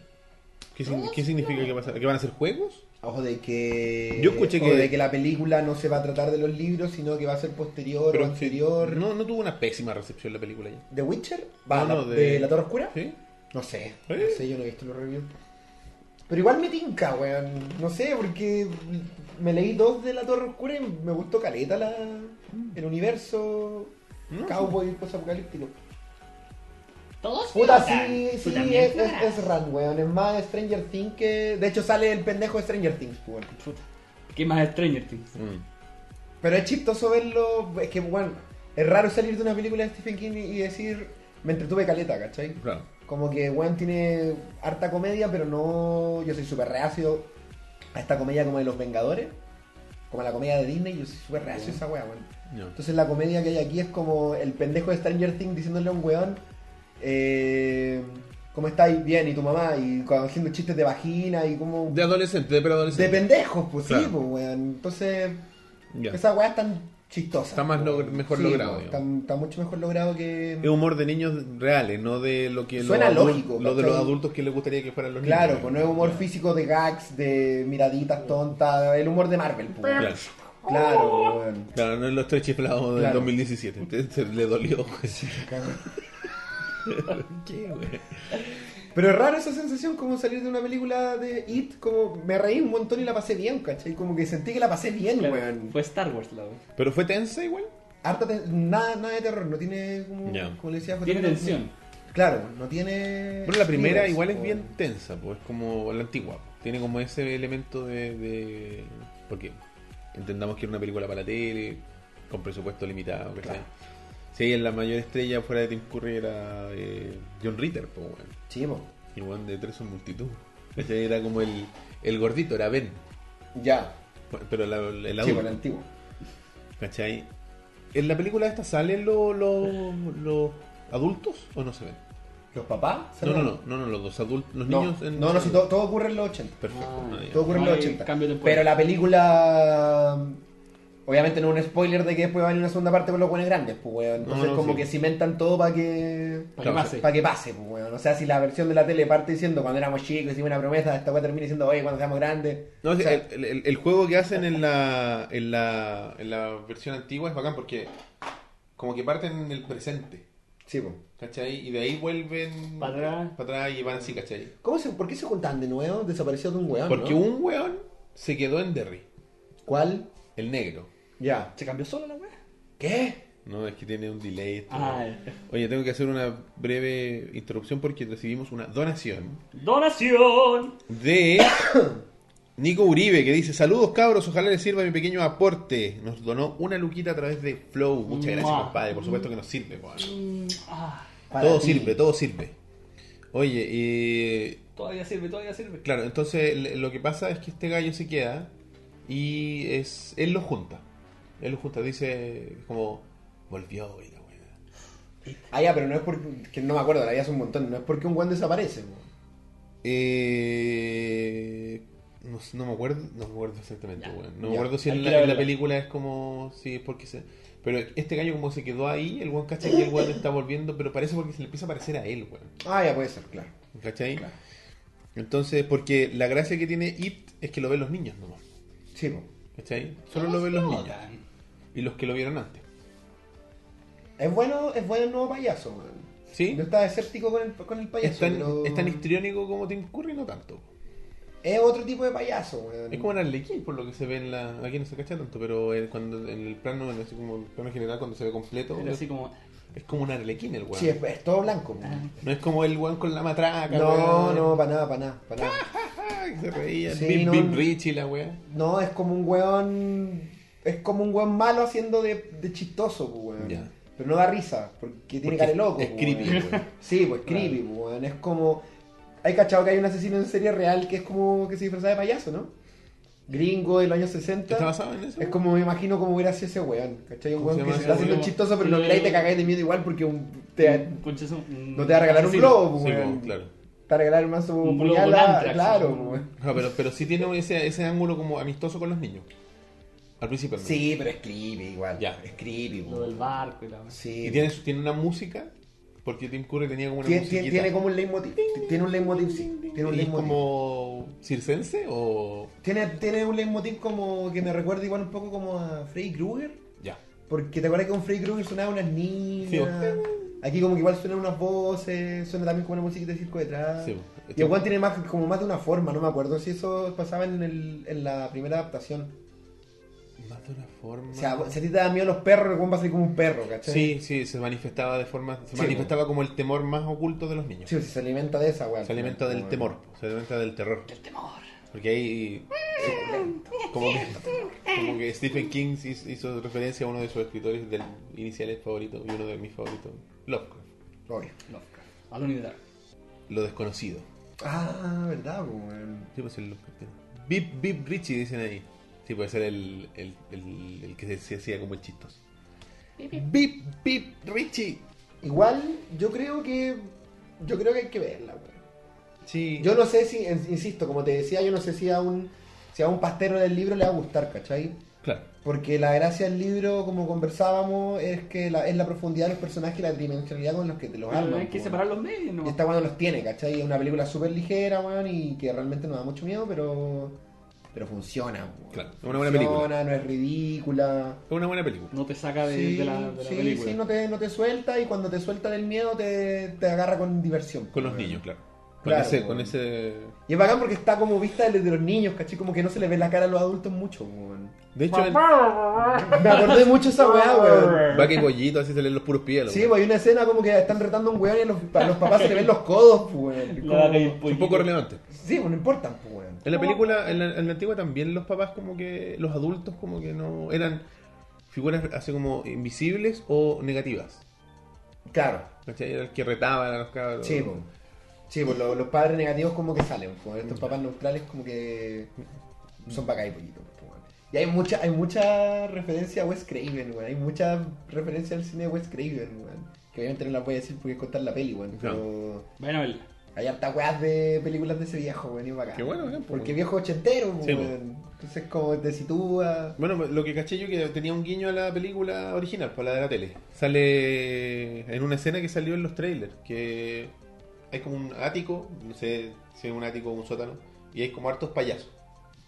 Speaker 1: ¿Qué, sin- qué significa que pasará? ¿Que van a ser juegos?
Speaker 2: Ojo de que.
Speaker 1: Yo escuché
Speaker 2: o
Speaker 1: que-
Speaker 2: de que la película no se va a tratar de los libros, sino que va a ser posterior o
Speaker 1: sí,
Speaker 2: anterior.
Speaker 1: no, no tuvo una pésima recepción la película ya.
Speaker 2: ¿De Witcher? Va,
Speaker 1: No, no,
Speaker 2: la-
Speaker 1: de-
Speaker 2: de... la Torre Oscura?
Speaker 1: ¿Sí?
Speaker 2: No sé.
Speaker 1: ¿Eh?
Speaker 2: No sé, yo no he visto los reviews. Pero igual me tinca, weón. No sé, porque me leí dos de la Torre Oscura y me gustó caleta la... el universo.
Speaker 1: No,
Speaker 2: Cowboy y cosas apocalíptico.
Speaker 3: Todos
Speaker 2: Puta, sí, sí, es, es, es Ran, weón. Es más Stranger Things que. De hecho, sale el pendejo de Stranger Things, weón.
Speaker 3: ¿Qué más Stranger Things?
Speaker 1: Mm.
Speaker 2: Pero es chistoso verlo. Es que, bueno, es raro salir de una película de Stephen King y decir, me entretuve caleta, ¿cachai?
Speaker 1: Claro.
Speaker 2: Como que, weón, tiene harta comedia, pero no. Yo soy súper reacio a esta comedia como de los Vengadores, como a la comedia de Disney. Yo soy súper reacio a esa weá, weón.
Speaker 1: No.
Speaker 2: Entonces la comedia que hay aquí es como el pendejo de Stranger Things diciéndole a un weón, eh, ¿cómo estáis? Bien, y tu mamá, y con- haciendo chistes de vagina y como...
Speaker 1: De
Speaker 2: De,
Speaker 1: adolescente, de preadolescente.
Speaker 2: pendejos, pues sí,
Speaker 1: Claro.
Speaker 2: pues weón. Entonces,
Speaker 1: Ya.
Speaker 2: esa weá es tan chistosa.
Speaker 1: Está más log- mejor logrado,
Speaker 2: pues,
Speaker 1: digamos.
Speaker 2: Está, está mucho mejor logrado
Speaker 1: Es
Speaker 2: que...
Speaker 1: humor de niños reales, no de lo que los
Speaker 2: Suena
Speaker 1: adul-
Speaker 2: lógico,
Speaker 1: lo de
Speaker 2: ¿cachai?
Speaker 1: los adultos que les gustaría que fueran los
Speaker 2: Claro,
Speaker 1: niños.
Speaker 2: pues no es humor físico de gags, de miraditas tontas, el humor de Marvel, pues. weón.
Speaker 1: Claro.
Speaker 2: Claro,
Speaker 3: oh.
Speaker 2: pues, weón.
Speaker 1: Claro, no es los tres chiflados del
Speaker 2: Claro.
Speaker 1: 2017. Te- se le dolió. güey.
Speaker 2: Cago.
Speaker 1: ¿Qué, güey?
Speaker 2: Pero es raro esa sensación como salir de una película de It, como me reí un montón y la pasé bien, ¿cachai? Como que sentí que la pasé bien,
Speaker 3: Claro,
Speaker 2: weón.
Speaker 3: Fue Star Wars la weón.
Speaker 1: Pero fue tensa igual.
Speaker 2: Harta ten- nada, nada de terror, no tiene como,
Speaker 1: Ya.
Speaker 2: como le decía José
Speaker 3: Tiene
Speaker 2: Manuel,
Speaker 3: tensión.
Speaker 2: no- Claro, no tiene.
Speaker 1: Bueno, la primera
Speaker 2: fibras,
Speaker 1: igual es
Speaker 2: po.
Speaker 1: bien tensa, pues es como la antigua. Tiene como ese elemento de, de- Porque entendamos que era una película para la tele, con presupuesto limitado, ¿cachai?
Speaker 2: Claro.
Speaker 1: Sí, la mayor estrella fuera de Tim Curry era eh, John Ritter, pues bueno.
Speaker 2: Sí, po.
Speaker 1: Y weón de tres son multitud. ¿Cachai? Era como el, el gordito, era Ben.
Speaker 2: Ya.
Speaker 1: Pero la- el
Speaker 2: Sí, po, el
Speaker 1: adulto.
Speaker 2: antiguo.
Speaker 1: ¿Cachai? ¿En la película esta salen los los- los adultos o no se ven?
Speaker 2: ¿Los papás?
Speaker 1: No, no, no, no, no, los dos adultos, los
Speaker 2: No,
Speaker 1: niños en-
Speaker 2: no, no, si todo, todo ocurre en los 80.
Speaker 1: Perfecto.
Speaker 3: Ah,
Speaker 1: Ah, ya.
Speaker 2: Todo ocurre en
Speaker 3: No
Speaker 2: los
Speaker 3: hay
Speaker 2: 80.
Speaker 3: cambio temporal.
Speaker 2: Pero la película. Obviamente no es un spoiler de que después va a venir una segunda parte con los buenos grandes, pues, weón. Entonces,
Speaker 1: No, no,
Speaker 2: como
Speaker 1: sí.
Speaker 2: que cimentan todo para que.
Speaker 3: Para
Speaker 1: Claro,
Speaker 3: que pase.
Speaker 2: Para que pase, pues, weón. O sea, si la versión de la tele parte diciendo cuando éramos chicos hicimos una promesa, esta weá termina diciendo, oye, cuando seamos grandes.
Speaker 1: No,
Speaker 2: O
Speaker 1: sí,
Speaker 2: sea,
Speaker 1: el, el- el juego que hacen en la, en, la, en la versión antigua es bacán porque como que parten en el presente,
Speaker 2: Sí, pues.
Speaker 1: ¿cachai? Y de ahí vuelven
Speaker 3: Pa' atrás.
Speaker 1: pa' atrás y van así, ¿cachai?
Speaker 2: ¿Cómo se, ¿Por qué se juntan de nuevo? Desapareció de un weón.
Speaker 1: Porque
Speaker 2: Ah, ¿no?
Speaker 1: un weón se quedó en Derry,
Speaker 2: ¿Cuál?
Speaker 1: el negro.
Speaker 2: Ya.
Speaker 3: ¿Se cambió solo la weá?
Speaker 2: ¿Qué?
Speaker 1: No, es que tiene un delay. esto.
Speaker 3: Ah,
Speaker 1: Oye, tengo que hacer una breve interrupción porque recibimos una donación
Speaker 3: ¡Donación!
Speaker 1: de Nico Uribe que dice saludos cabros, ojalá les sirva mi pequeño aporte. Nos donó una luquita a través de Flow. Muchas gracias,
Speaker 3: Mua.
Speaker 1: compadre. Por supuesto que nos sirve. weón.
Speaker 3: Mm, ah,
Speaker 2: Para
Speaker 1: todo
Speaker 2: ti.
Speaker 1: sirve, todo sirve. Oye, eh,
Speaker 3: todavía sirve, todavía sirve.
Speaker 1: claro, entonces le- lo que pasa es que este gallo se queda y es él lo junta. Él lo junta, dice como volvió y la weá.
Speaker 2: Ah, ya, pero no es porque. Que no me acuerdo, la vida hace un montón. No es porque un weón desaparece, pues. weón.
Speaker 1: Eh, no, sé, no me acuerdo, no me acuerdo exactamente,
Speaker 3: Ya.
Speaker 1: weón. No me
Speaker 2: Ya.
Speaker 1: acuerdo si
Speaker 3: Hay
Speaker 1: en
Speaker 3: que
Speaker 1: la,
Speaker 3: ir a
Speaker 1: en la
Speaker 3: verla.
Speaker 1: película es como sí, es porque se pero este gallo como se quedó ahí, el weón cacha que el weón está volviendo, pero parece porque se le empieza a parecer a él, weón.
Speaker 2: Ah, ya puede ser, claro.
Speaker 1: ¿Cachai?
Speaker 2: Claro.
Speaker 1: Entonces, porque la gracia que tiene It es que lo ven los niños nomás.
Speaker 2: Sí, pues. po.
Speaker 1: ¿Cachai? Solo lo ven los niños.
Speaker 3: Explotan.
Speaker 1: Y los que lo vieron antes.
Speaker 2: Es bueno, es bueno el nuevo payaso, weón.
Speaker 1: ¿Sí?
Speaker 2: Yo estaba escéptico con el, con el payaso.
Speaker 1: Es tan,
Speaker 2: pero-
Speaker 1: es tan histriónico como Tim Curry, no tanto.
Speaker 2: Es otro tipo de payaso, weón.
Speaker 1: Es como en Arlequín, por lo que se ve en la... Aquí no se cacha tanto, pero en, cuando, en el plano, en así como el plano general, cuando se ve completo,
Speaker 3: Era así como.
Speaker 1: es como un Arlequín el weón.
Speaker 2: Sí, es, es todo blanco, weón.
Speaker 1: No es como el weón con la matraca,
Speaker 2: No,
Speaker 1: weón.
Speaker 2: no, para nada, para nada, para nada.
Speaker 1: Ah, que se reía,
Speaker 2: Sí,
Speaker 1: Bim,
Speaker 2: no.
Speaker 1: Bim Richie la weá.
Speaker 2: No, es como un weón. Es como un weón malo haciendo de, de chistoso, pues, weón.
Speaker 1: Ya.
Speaker 2: Pero no da risa, porque tiene
Speaker 1: Porque
Speaker 2: cara de
Speaker 1: es-
Speaker 2: loco.
Speaker 1: es
Speaker 2: pues,
Speaker 1: creepy, weón.
Speaker 2: Sí, pues creepy, pues, weón. Es como. Hay cachado que hay un asesino en serie real que es como que se disfrazaba de payaso, ¿no? Gringo de los años 60.
Speaker 1: ¿Está basado en eso?
Speaker 2: Es como me imagino como hubiera sido ese weón, ¿cachai? Un
Speaker 1: ¿Cómo
Speaker 2: weón
Speaker 1: se
Speaker 2: que
Speaker 1: llama
Speaker 2: se
Speaker 1: ese
Speaker 2: está
Speaker 1: Eh,
Speaker 2: haciendo
Speaker 3: weón?
Speaker 2: chistoso, pero lo
Speaker 3: Sí.
Speaker 2: miráis y te cagáis de miedo igual porque un- te,
Speaker 3: un conchazo, un-
Speaker 2: no te va a regalar un
Speaker 3: asesino.
Speaker 2: globo,
Speaker 1: Sí,
Speaker 2: weón.
Speaker 1: pues, claro.
Speaker 2: Te va a regalar más un,
Speaker 3: Un globo
Speaker 2: puñal, ah,
Speaker 3: con Antrax,
Speaker 2: claro, pues,
Speaker 3: un-
Speaker 2: weón.
Speaker 1: No, pero, pero sí tiene ese, ese ángulo como amistoso con los niños. Al principio. al menos.
Speaker 2: Sí, pero es creepy igual.
Speaker 1: Ya.
Speaker 2: Es creepy,
Speaker 3: Lo del
Speaker 2: weón.
Speaker 3: barco y la weá.
Speaker 2: Sí.
Speaker 1: Y tiene, su- tiene una música, porque Tim Curry tenía como una
Speaker 2: Tiene,
Speaker 1: musiquita.
Speaker 2: tiene- tiene como un leitmotiv. Tiene un leitmotiv, sí. Tiene un
Speaker 1: ¿Y es
Speaker 2: leitmotiv.
Speaker 1: como circense o...?
Speaker 2: Tiene, tiene un leitmotiv como que me recuerda igual un poco como a Freddy Krueger.
Speaker 1: Ya.
Speaker 2: Porque te acuerdas que con Freddy Krueger sonaban unas
Speaker 1: Sí,
Speaker 2: niñas.
Speaker 1: bo.
Speaker 2: Aquí como que igual suenan unas voces, suena también como una musiquita de circo detrás.
Speaker 1: Sí, bo.
Speaker 2: y el Juan tiene más, como más de una forma, no me acuerdo si eso pasaba en, el- en la primera adaptación.
Speaker 1: Más de una forma...
Speaker 2: O sea, si a ti te dan miedo los perros, el Juan va a ser como un perro, ¿cachai?
Speaker 1: Sí, sí, se manifestaba de forma... Se
Speaker 2: Sí,
Speaker 1: manifestaba como el temor más oculto de los niños.
Speaker 2: Sí, pues, se alimenta de esa, weón.
Speaker 1: Se alimenta del temor, se alimenta del terror.
Speaker 3: El temor.
Speaker 1: Porque ahí... Como que, como que Stephen King hizo, hizo referencia a uno de sus escritores del iniciales favoritos y uno de mis favoritos, Lovecraft.
Speaker 2: Obvio.
Speaker 3: Lovecraft. Alone in the Dark.
Speaker 1: Lo desconocido.
Speaker 2: Ah, verdad, weón.
Speaker 1: Sí, pues el Lovecraftiano. Bip, Bip Richie dicen ahí. Sí, puede ser el, el, el, el que se, se hacía como el chistoso. Bip, Bip Richie.
Speaker 2: Igual, yo creo que. Yo creo que hay que verla, weón.
Speaker 1: Sí.
Speaker 2: Yo no sé si, en- insisto, como te decía, yo no sé si a un, si a un pastero del libro le va a gustar, ¿cachai?
Speaker 1: Claro.
Speaker 2: Porque la gracia del libro, como conversábamos, es que la, es la profundidad de los personajes y la tridimensionalidad con los que te los
Speaker 3: Pero
Speaker 2: arman.
Speaker 3: hay que
Speaker 2: po,
Speaker 3: separar
Speaker 2: weón.
Speaker 3: los medios, ¿no?
Speaker 2: Y esta cuando los tiene, ¿cachai? Es una película súper ligera, weón, y que realmente no da mucho miedo, pero. Pero funciona, weón.
Speaker 1: Claro, es una buena
Speaker 2: Funciona, no es ridícula.
Speaker 1: Es una buena película.
Speaker 3: No te saca de,
Speaker 2: Sí,
Speaker 3: de la, de la
Speaker 2: sí,
Speaker 3: película.
Speaker 2: sí, no te, no te suelta y cuando te suelta del miedo te, te agarra con diversión.
Speaker 1: Con los
Speaker 2: weón.
Speaker 1: niños, claro. Con
Speaker 2: Claro,
Speaker 1: ese,
Speaker 2: weón.
Speaker 1: con ese.
Speaker 2: Y es bacán porque está como vista desde los niños, caché, como que no se le ve la cara a los adultos mucho, weón.
Speaker 1: De hecho, el
Speaker 2: Me acordé mucho esa weá, weón.
Speaker 1: va que collito, así se leen los puros pieles.
Speaker 2: Sí,
Speaker 1: weón.
Speaker 2: pues hay una escena como que están retando a un weón y a los, a los papás se le ven los codos, pues, weón.
Speaker 3: Le va a caer
Speaker 2: Como-
Speaker 1: Es un poco relevante.
Speaker 2: Sí, pues no importan, pues, weón.
Speaker 1: En la película, en la, en la antigua también los papás como que, los adultos como que no eran figuras así como invisibles o negativas.
Speaker 2: Claro.
Speaker 1: ¿Cachai? Era el que retaba a los cabros.
Speaker 2: Sí, pues. Sí, pues lo- los padres negativos como que salen, pues. weón. Estos papás neutrales como que son para acá y pollito, pues, weón. Y hay mucha, hay mucha referencia a Wes Craven, weón. Hay mucha referencia al cine de Wes Craven, weón. Que obviamente no las voy a decir porque es contar la peli, weón.
Speaker 1: Claro.
Speaker 2: Pero
Speaker 3: Vayan a verla.
Speaker 2: hay harta weas de películas de ese viejo, weón. Y es bacán.
Speaker 1: Qué bueno, weón, pues,
Speaker 2: Porque
Speaker 1: weón.
Speaker 2: viejo ochentero, pues,
Speaker 1: Sí, pues.
Speaker 2: weón. Entonces como te sitúa.
Speaker 1: Bueno, lo que caché yo que tenía un guiño a la película original, por la de la tele. Sale en una escena que salió en los trailers, que hay como un ático, no sé si es un ático o un sótano, y hay como hartos payasos.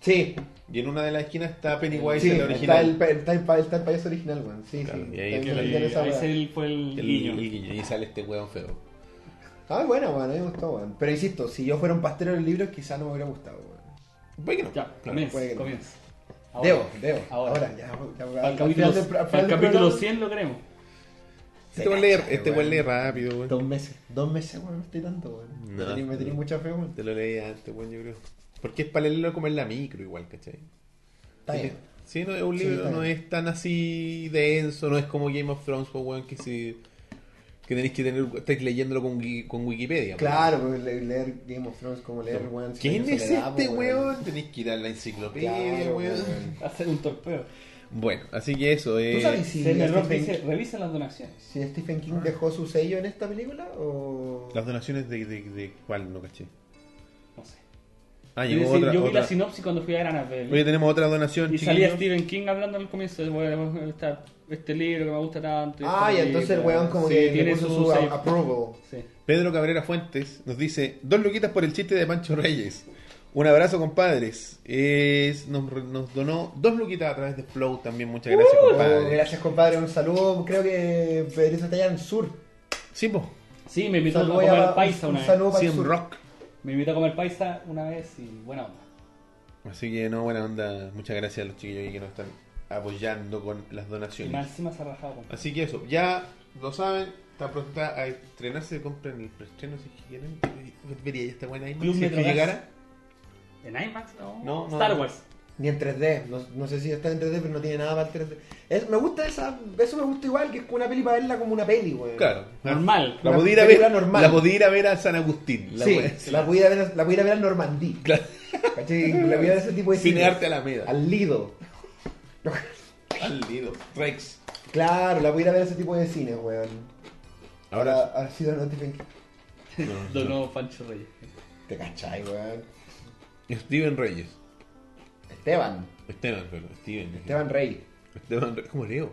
Speaker 2: Sí,
Speaker 1: Y en una de las esquinas está Pennywise,
Speaker 2: sí,
Speaker 1: el
Speaker 2: está,
Speaker 1: original.
Speaker 2: el, pa- está, el, pa- está el payaso original, weón. Sí,
Speaker 1: Claro,
Speaker 2: sí.
Speaker 1: y ahí
Speaker 2: Está
Speaker 1: que
Speaker 2: bien
Speaker 1: ahí-
Speaker 2: bacán esa
Speaker 3: Ese
Speaker 2: wea.
Speaker 3: el- fue el
Speaker 1: El-
Speaker 3: guiño.
Speaker 1: el guiño, Y sale este weón feo.
Speaker 2: Ah, bueno, bueno, a mí me gustó, weón. Pero insisto, si yo fuera un pastero de libros, quizá no me hubiera gustado, weón.
Speaker 1: Puede que no.
Speaker 3: Ya,
Speaker 1: claro.
Speaker 3: comienza,
Speaker 2: puede que no.
Speaker 3: comienza.
Speaker 2: Debo, debo. Ahora,
Speaker 3: Ahora.
Speaker 2: ya, ya.
Speaker 3: Al
Speaker 2: final
Speaker 3: capítulo,
Speaker 2: del- al final
Speaker 3: al
Speaker 2: del
Speaker 3: capítulo
Speaker 2: programa-
Speaker 3: 100 lo queremos.
Speaker 1: Este weón lee, este weón lee rápido, weón.
Speaker 2: Dos meses, dos meses, weón, no estoy tanto, weón.
Speaker 1: No.
Speaker 2: Me tenés- Me tenés mucha fe, weón.
Speaker 1: Te lo leí antes, weón, yo creo. Porque es paralelo a comer la micro igual, ¿cachai?
Speaker 2: Está bien.
Speaker 1: Sí, no, es un
Speaker 2: Sí,
Speaker 1: libro
Speaker 2: está
Speaker 1: no
Speaker 2: bien.
Speaker 1: es tan así denso, no es como Game of Thrones, po, weón, que si que tenéis que tener, estáis leyéndolo con, gui- con Wikipedia. po.
Speaker 2: Claro, weón, le- leer Game of Thrones como leer, weón. Cien
Speaker 1: ¿Quién
Speaker 2: años de
Speaker 1: es
Speaker 2: soledad,
Speaker 1: este
Speaker 2: po,
Speaker 1: weón? Tenéis que ir a la enciclopedia,
Speaker 2: pues, Claro,
Speaker 1: weón.
Speaker 2: weón.
Speaker 3: Hacer un torpeo.
Speaker 1: Bueno, así que eso eh,
Speaker 2: ¿Tú
Speaker 1: es.
Speaker 2: sabes si
Speaker 3: Ese es el error que
Speaker 2: Stephen-
Speaker 3: dice, revisen las donaciones.
Speaker 2: si Stephen King dejó su sello en esta película o...?
Speaker 1: las donaciones de, de, de cuál no caché.
Speaker 3: No sé.
Speaker 1: Ah,
Speaker 3: Yo,
Speaker 1: llegó
Speaker 3: decía,
Speaker 1: otra.
Speaker 3: yo vi
Speaker 1: otra.
Speaker 3: la sinopsis cuando fui a Gran Apple.
Speaker 1: Oye, tenemos otra donación,
Speaker 3: Y salía
Speaker 1: chiquillos.
Speaker 3: Stephen King hablando al comienzo de bueno, esta- este libro que me gusta tanto. y esta
Speaker 2: Ah, y
Speaker 3: película.
Speaker 2: entonces el weón como
Speaker 3: Sí,
Speaker 2: que le
Speaker 3: tiene
Speaker 2: puso
Speaker 3: su,
Speaker 2: su
Speaker 3: save.
Speaker 2: a- approval.
Speaker 3: Sí.
Speaker 1: Pedro Cabrera Fuentes nos dice: Dos luquitas por el chiste de Pancho Reyes. Un abrazo, compadres. Es- nos, nos donó dos luquitas a través de Flow también. Muchas gracias,
Speaker 3: Uh,
Speaker 2: Oh,
Speaker 1: compadre.
Speaker 2: gracias, compadre. Un saludo. Creo que Pedrito está allá en sur.
Speaker 1: Sí, po.
Speaker 3: Sí, me invitó a
Speaker 2: Saludo
Speaker 3: comer
Speaker 2: allá,
Speaker 3: paisa una vez.
Speaker 2: saludo para
Speaker 1: Sí,
Speaker 2: el
Speaker 1: en
Speaker 2: sur.
Speaker 1: rock.
Speaker 3: Me invitó a comer paisa una vez y buena onda.
Speaker 1: Así que, no, buena onda. Muchas gracias a los chiquillos ahí que nos están apoyando con las
Speaker 3: Y más
Speaker 1: donaciones.
Speaker 3: encima se ha rajado. compadre.
Speaker 1: Así que eso, ya lo saben. Está pronta a estrenarse. Compren el preestreno si es que quieren. Vería ya está buena IMAX.
Speaker 3: Club
Speaker 1: Si es que
Speaker 3: Metrogas.
Speaker 1: llegara.
Speaker 3: ¿En IMAX? No.
Speaker 1: No, no,
Speaker 3: Star
Speaker 1: no.
Speaker 3: Wars.
Speaker 2: Ni en 3D. No, no sé si está en 3D, pero no tiene nada para el 3D. Es- me gusta esa. Eso me gusta igual, que es como una peli para verla como una peli, güey.
Speaker 1: Claro.
Speaker 3: Normal.
Speaker 1: Ah. La
Speaker 2: Una
Speaker 1: podía ir a
Speaker 2: película
Speaker 1: ver,
Speaker 2: normal.
Speaker 1: la podía ir a ver a San Agustín. La
Speaker 2: sí,
Speaker 1: wea.
Speaker 2: la voy a ir a ver, la voy a ir a ver al Normandí.
Speaker 1: Claro.
Speaker 2: ¿Cachai? La voy a ir a ese tipo de
Speaker 1: Cine
Speaker 2: cine.
Speaker 1: Arte Alameda.
Speaker 2: Al Lido.
Speaker 1: Al Lido. Rex.
Speaker 2: Claro, la voy a ir a ver a ese tipo de cine, weón. Ahora
Speaker 1: Ahora.
Speaker 2: ha sido notific-
Speaker 3: Lo nuevo Pancho Reyes.
Speaker 2: Te cachai, weón.
Speaker 1: Steven Reyes.
Speaker 2: Esteban.
Speaker 1: Esteban, perdón. Steven.
Speaker 2: Esteban Rey.
Speaker 1: Esteban Reyes. ¿Cómo leo?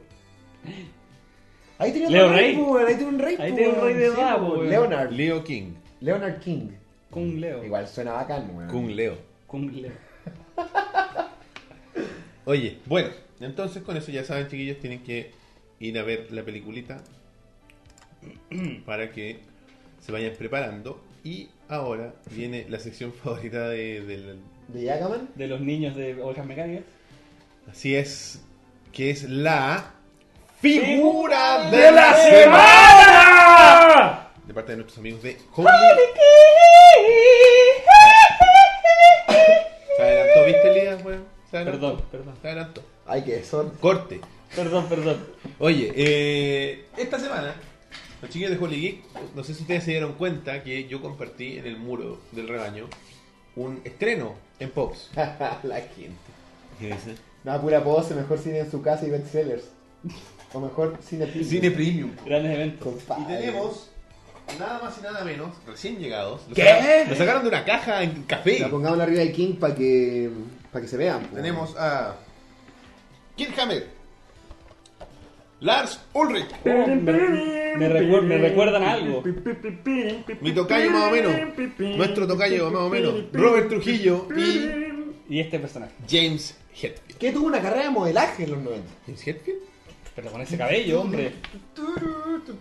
Speaker 2: Ahí tiene
Speaker 3: Leo
Speaker 2: otro
Speaker 3: Rey.
Speaker 2: po, weón. Ahí tiene un rey.
Speaker 3: Ahí
Speaker 2: po,
Speaker 3: tiene un
Speaker 2: weón.
Speaker 3: rey de
Speaker 2: Sí,
Speaker 3: verdad,
Speaker 2: po,
Speaker 3: po, weón.
Speaker 2: Leonard.
Speaker 1: Leo King.
Speaker 2: Leonard King.
Speaker 1: Mm,
Speaker 3: Kung Leo.
Speaker 2: Igual suena bacán, weón.
Speaker 1: Kung Leo.
Speaker 3: Kung Leo.
Speaker 1: Oye, bueno. Entonces con eso ya saben, chiquillos, tienen que ir a ver la peliculita para que se vayan preparando. Y ahora viene la sección favorita de, del-
Speaker 2: ¿De Yagaman?
Speaker 3: De los niños de Ovejas Mecánicas.
Speaker 1: Así es, que es la figura
Speaker 3: de
Speaker 1: de la
Speaker 3: la
Speaker 1: semana. De parte de nuestros amigos de Holy. Se adelantó, ¿viste, Elías, weón? Se adelantó.
Speaker 3: Perdón, perdón.
Speaker 1: Se adelantó.
Speaker 2: Ay, que son.
Speaker 1: Corte.
Speaker 3: Perdón, perdón.
Speaker 1: Oye, eh, esta semana, los chiquillos de Holy Geek, no sé si ustedes se dieron cuenta que yo compartí en el muro del rebaño un estreno en Pops.
Speaker 2: la gente.
Speaker 1: ¿Qué dice?
Speaker 2: No, pura pose, mejor cine en su casa y bestsellers. O mejor cine premium.
Speaker 1: Cine Premium.
Speaker 3: Grandes eventos.
Speaker 2: Compadre.
Speaker 1: Y tenemos nada más y nada menos, recién llegados. Lo
Speaker 2: ¿Qué?
Speaker 1: sacaron- lo sacaron de una caja en café.
Speaker 2: La pongamos arriba de King para que, pa' que se vean. pues. po.
Speaker 1: Pues. Tenemos a Kirk Hammett, Lars Ulrich,
Speaker 3: Me, recuer- me recuerdan algo.
Speaker 1: mi tocayo más o menos, nuestro tocayo más o menos, Robert Trujillo y
Speaker 3: Y este personaje.
Speaker 1: James Hetfield.
Speaker 2: Que tuvo una carrera de modelaje en los 90.
Speaker 1: ¿James Hetfield?
Speaker 3: Pero con ese cabello, hombre.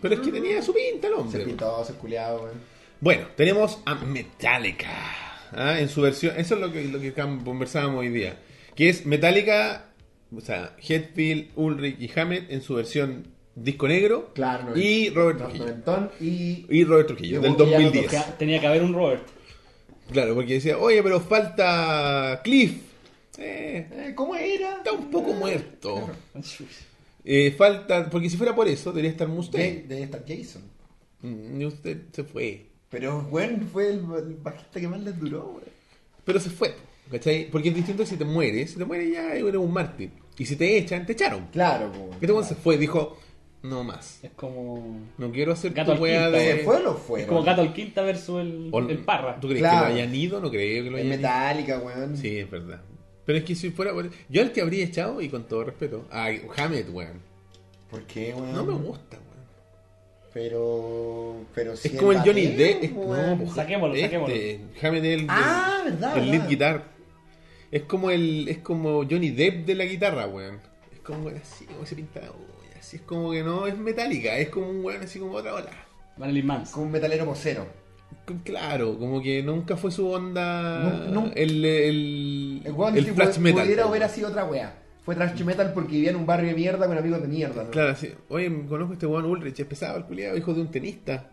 Speaker 1: Pero es que tenía su pinta el
Speaker 2: Se
Speaker 1: hombre. pues.
Speaker 2: pintó, se culeado, weón.
Speaker 1: Bueno, tenemos a Metallica. ¿ah? En su versión. Eso es lo que, lo que cam- conversábamos hoy día. Que es Metallica, o sea, Hetfield, Ulrich y Hammett en su versión disco negro.
Speaker 2: Claro, no,
Speaker 1: Y Robert
Speaker 2: no,
Speaker 1: Trujillo.
Speaker 2: noventón y.
Speaker 1: Y Robert Trujillo,
Speaker 2: Y
Speaker 1: del
Speaker 2: Hugo
Speaker 3: Ya no
Speaker 1: 2010.
Speaker 3: toca- tenía que haber un Robert.
Speaker 1: Claro, porque decía, oye, pero falta Cliff. Eh,
Speaker 2: Eh, ¿Cómo era?
Speaker 1: está un poco muerto. Eh, falta, porque si fuera por eso, debería estar Mustaine.
Speaker 2: Jay- Debe estar Jason.
Speaker 1: Mm, Y usted se fue.
Speaker 2: Pero, weón, fue el, el bajista que más les duró, weón.
Speaker 1: Pero se fue, ¿cachai? Porque es distinto si te mueres. Si te mueres ya eres un mártir. Y si te echan, te echaron.
Speaker 2: Claro, weón.
Speaker 1: Este weón se fue, dijo, no más.
Speaker 3: Es como.
Speaker 1: No quiero hacer
Speaker 3: Gato
Speaker 1: tu
Speaker 3: al
Speaker 1: wea
Speaker 3: quinto,
Speaker 1: de...
Speaker 2: ¿Se fue o no fue?
Speaker 3: Es como Gato al Quinta versus el,
Speaker 1: O-
Speaker 3: el Parra.
Speaker 1: ¿Tú crees
Speaker 2: Claro.
Speaker 1: que lo hayan ido? No creo que lo
Speaker 2: Es
Speaker 1: hayan ido.
Speaker 2: metálica, weón.
Speaker 1: Sí, es verdad. Pero es que si fuera... por- Yo al que habría echado, y con todo respeto, a Hammett, weón.
Speaker 2: ¿Por qué, weón?
Speaker 1: No me gusta, weón.
Speaker 2: Pero. Pero sí.
Speaker 1: es como el Johnny
Speaker 2: batero,
Speaker 1: Depp. es-
Speaker 2: weón.
Speaker 1: No, pues,
Speaker 3: Saquémoslo, saquémoslo.
Speaker 1: Hammett es el,
Speaker 2: Ah,
Speaker 1: el-
Speaker 2: verdad,
Speaker 1: el lead
Speaker 2: verdad.
Speaker 1: guitar. Es como el es como Johnny Depp de la guitarra, weón. Es como así, como ese pintado. weón. Así es como que no es metálica, es como un weón así como otra ola.
Speaker 3: Marilyn Manson.
Speaker 2: Como un metalero posero.
Speaker 1: C- Claro, como que nunca fue su onda
Speaker 2: No, no.
Speaker 1: el el
Speaker 2: El weón
Speaker 1: el
Speaker 2: si
Speaker 1: thrash
Speaker 2: pu-
Speaker 1: metal.
Speaker 2: pudiera
Speaker 1: weón.
Speaker 2: hubiera sido otra weá. Fue trash metal porque vivía en un barrio de mierda con amigos de mierda. ¿no?
Speaker 1: Claro, así, oye, conozco a este weón Ulrich, es pesado el culiado, hijo de un tenista.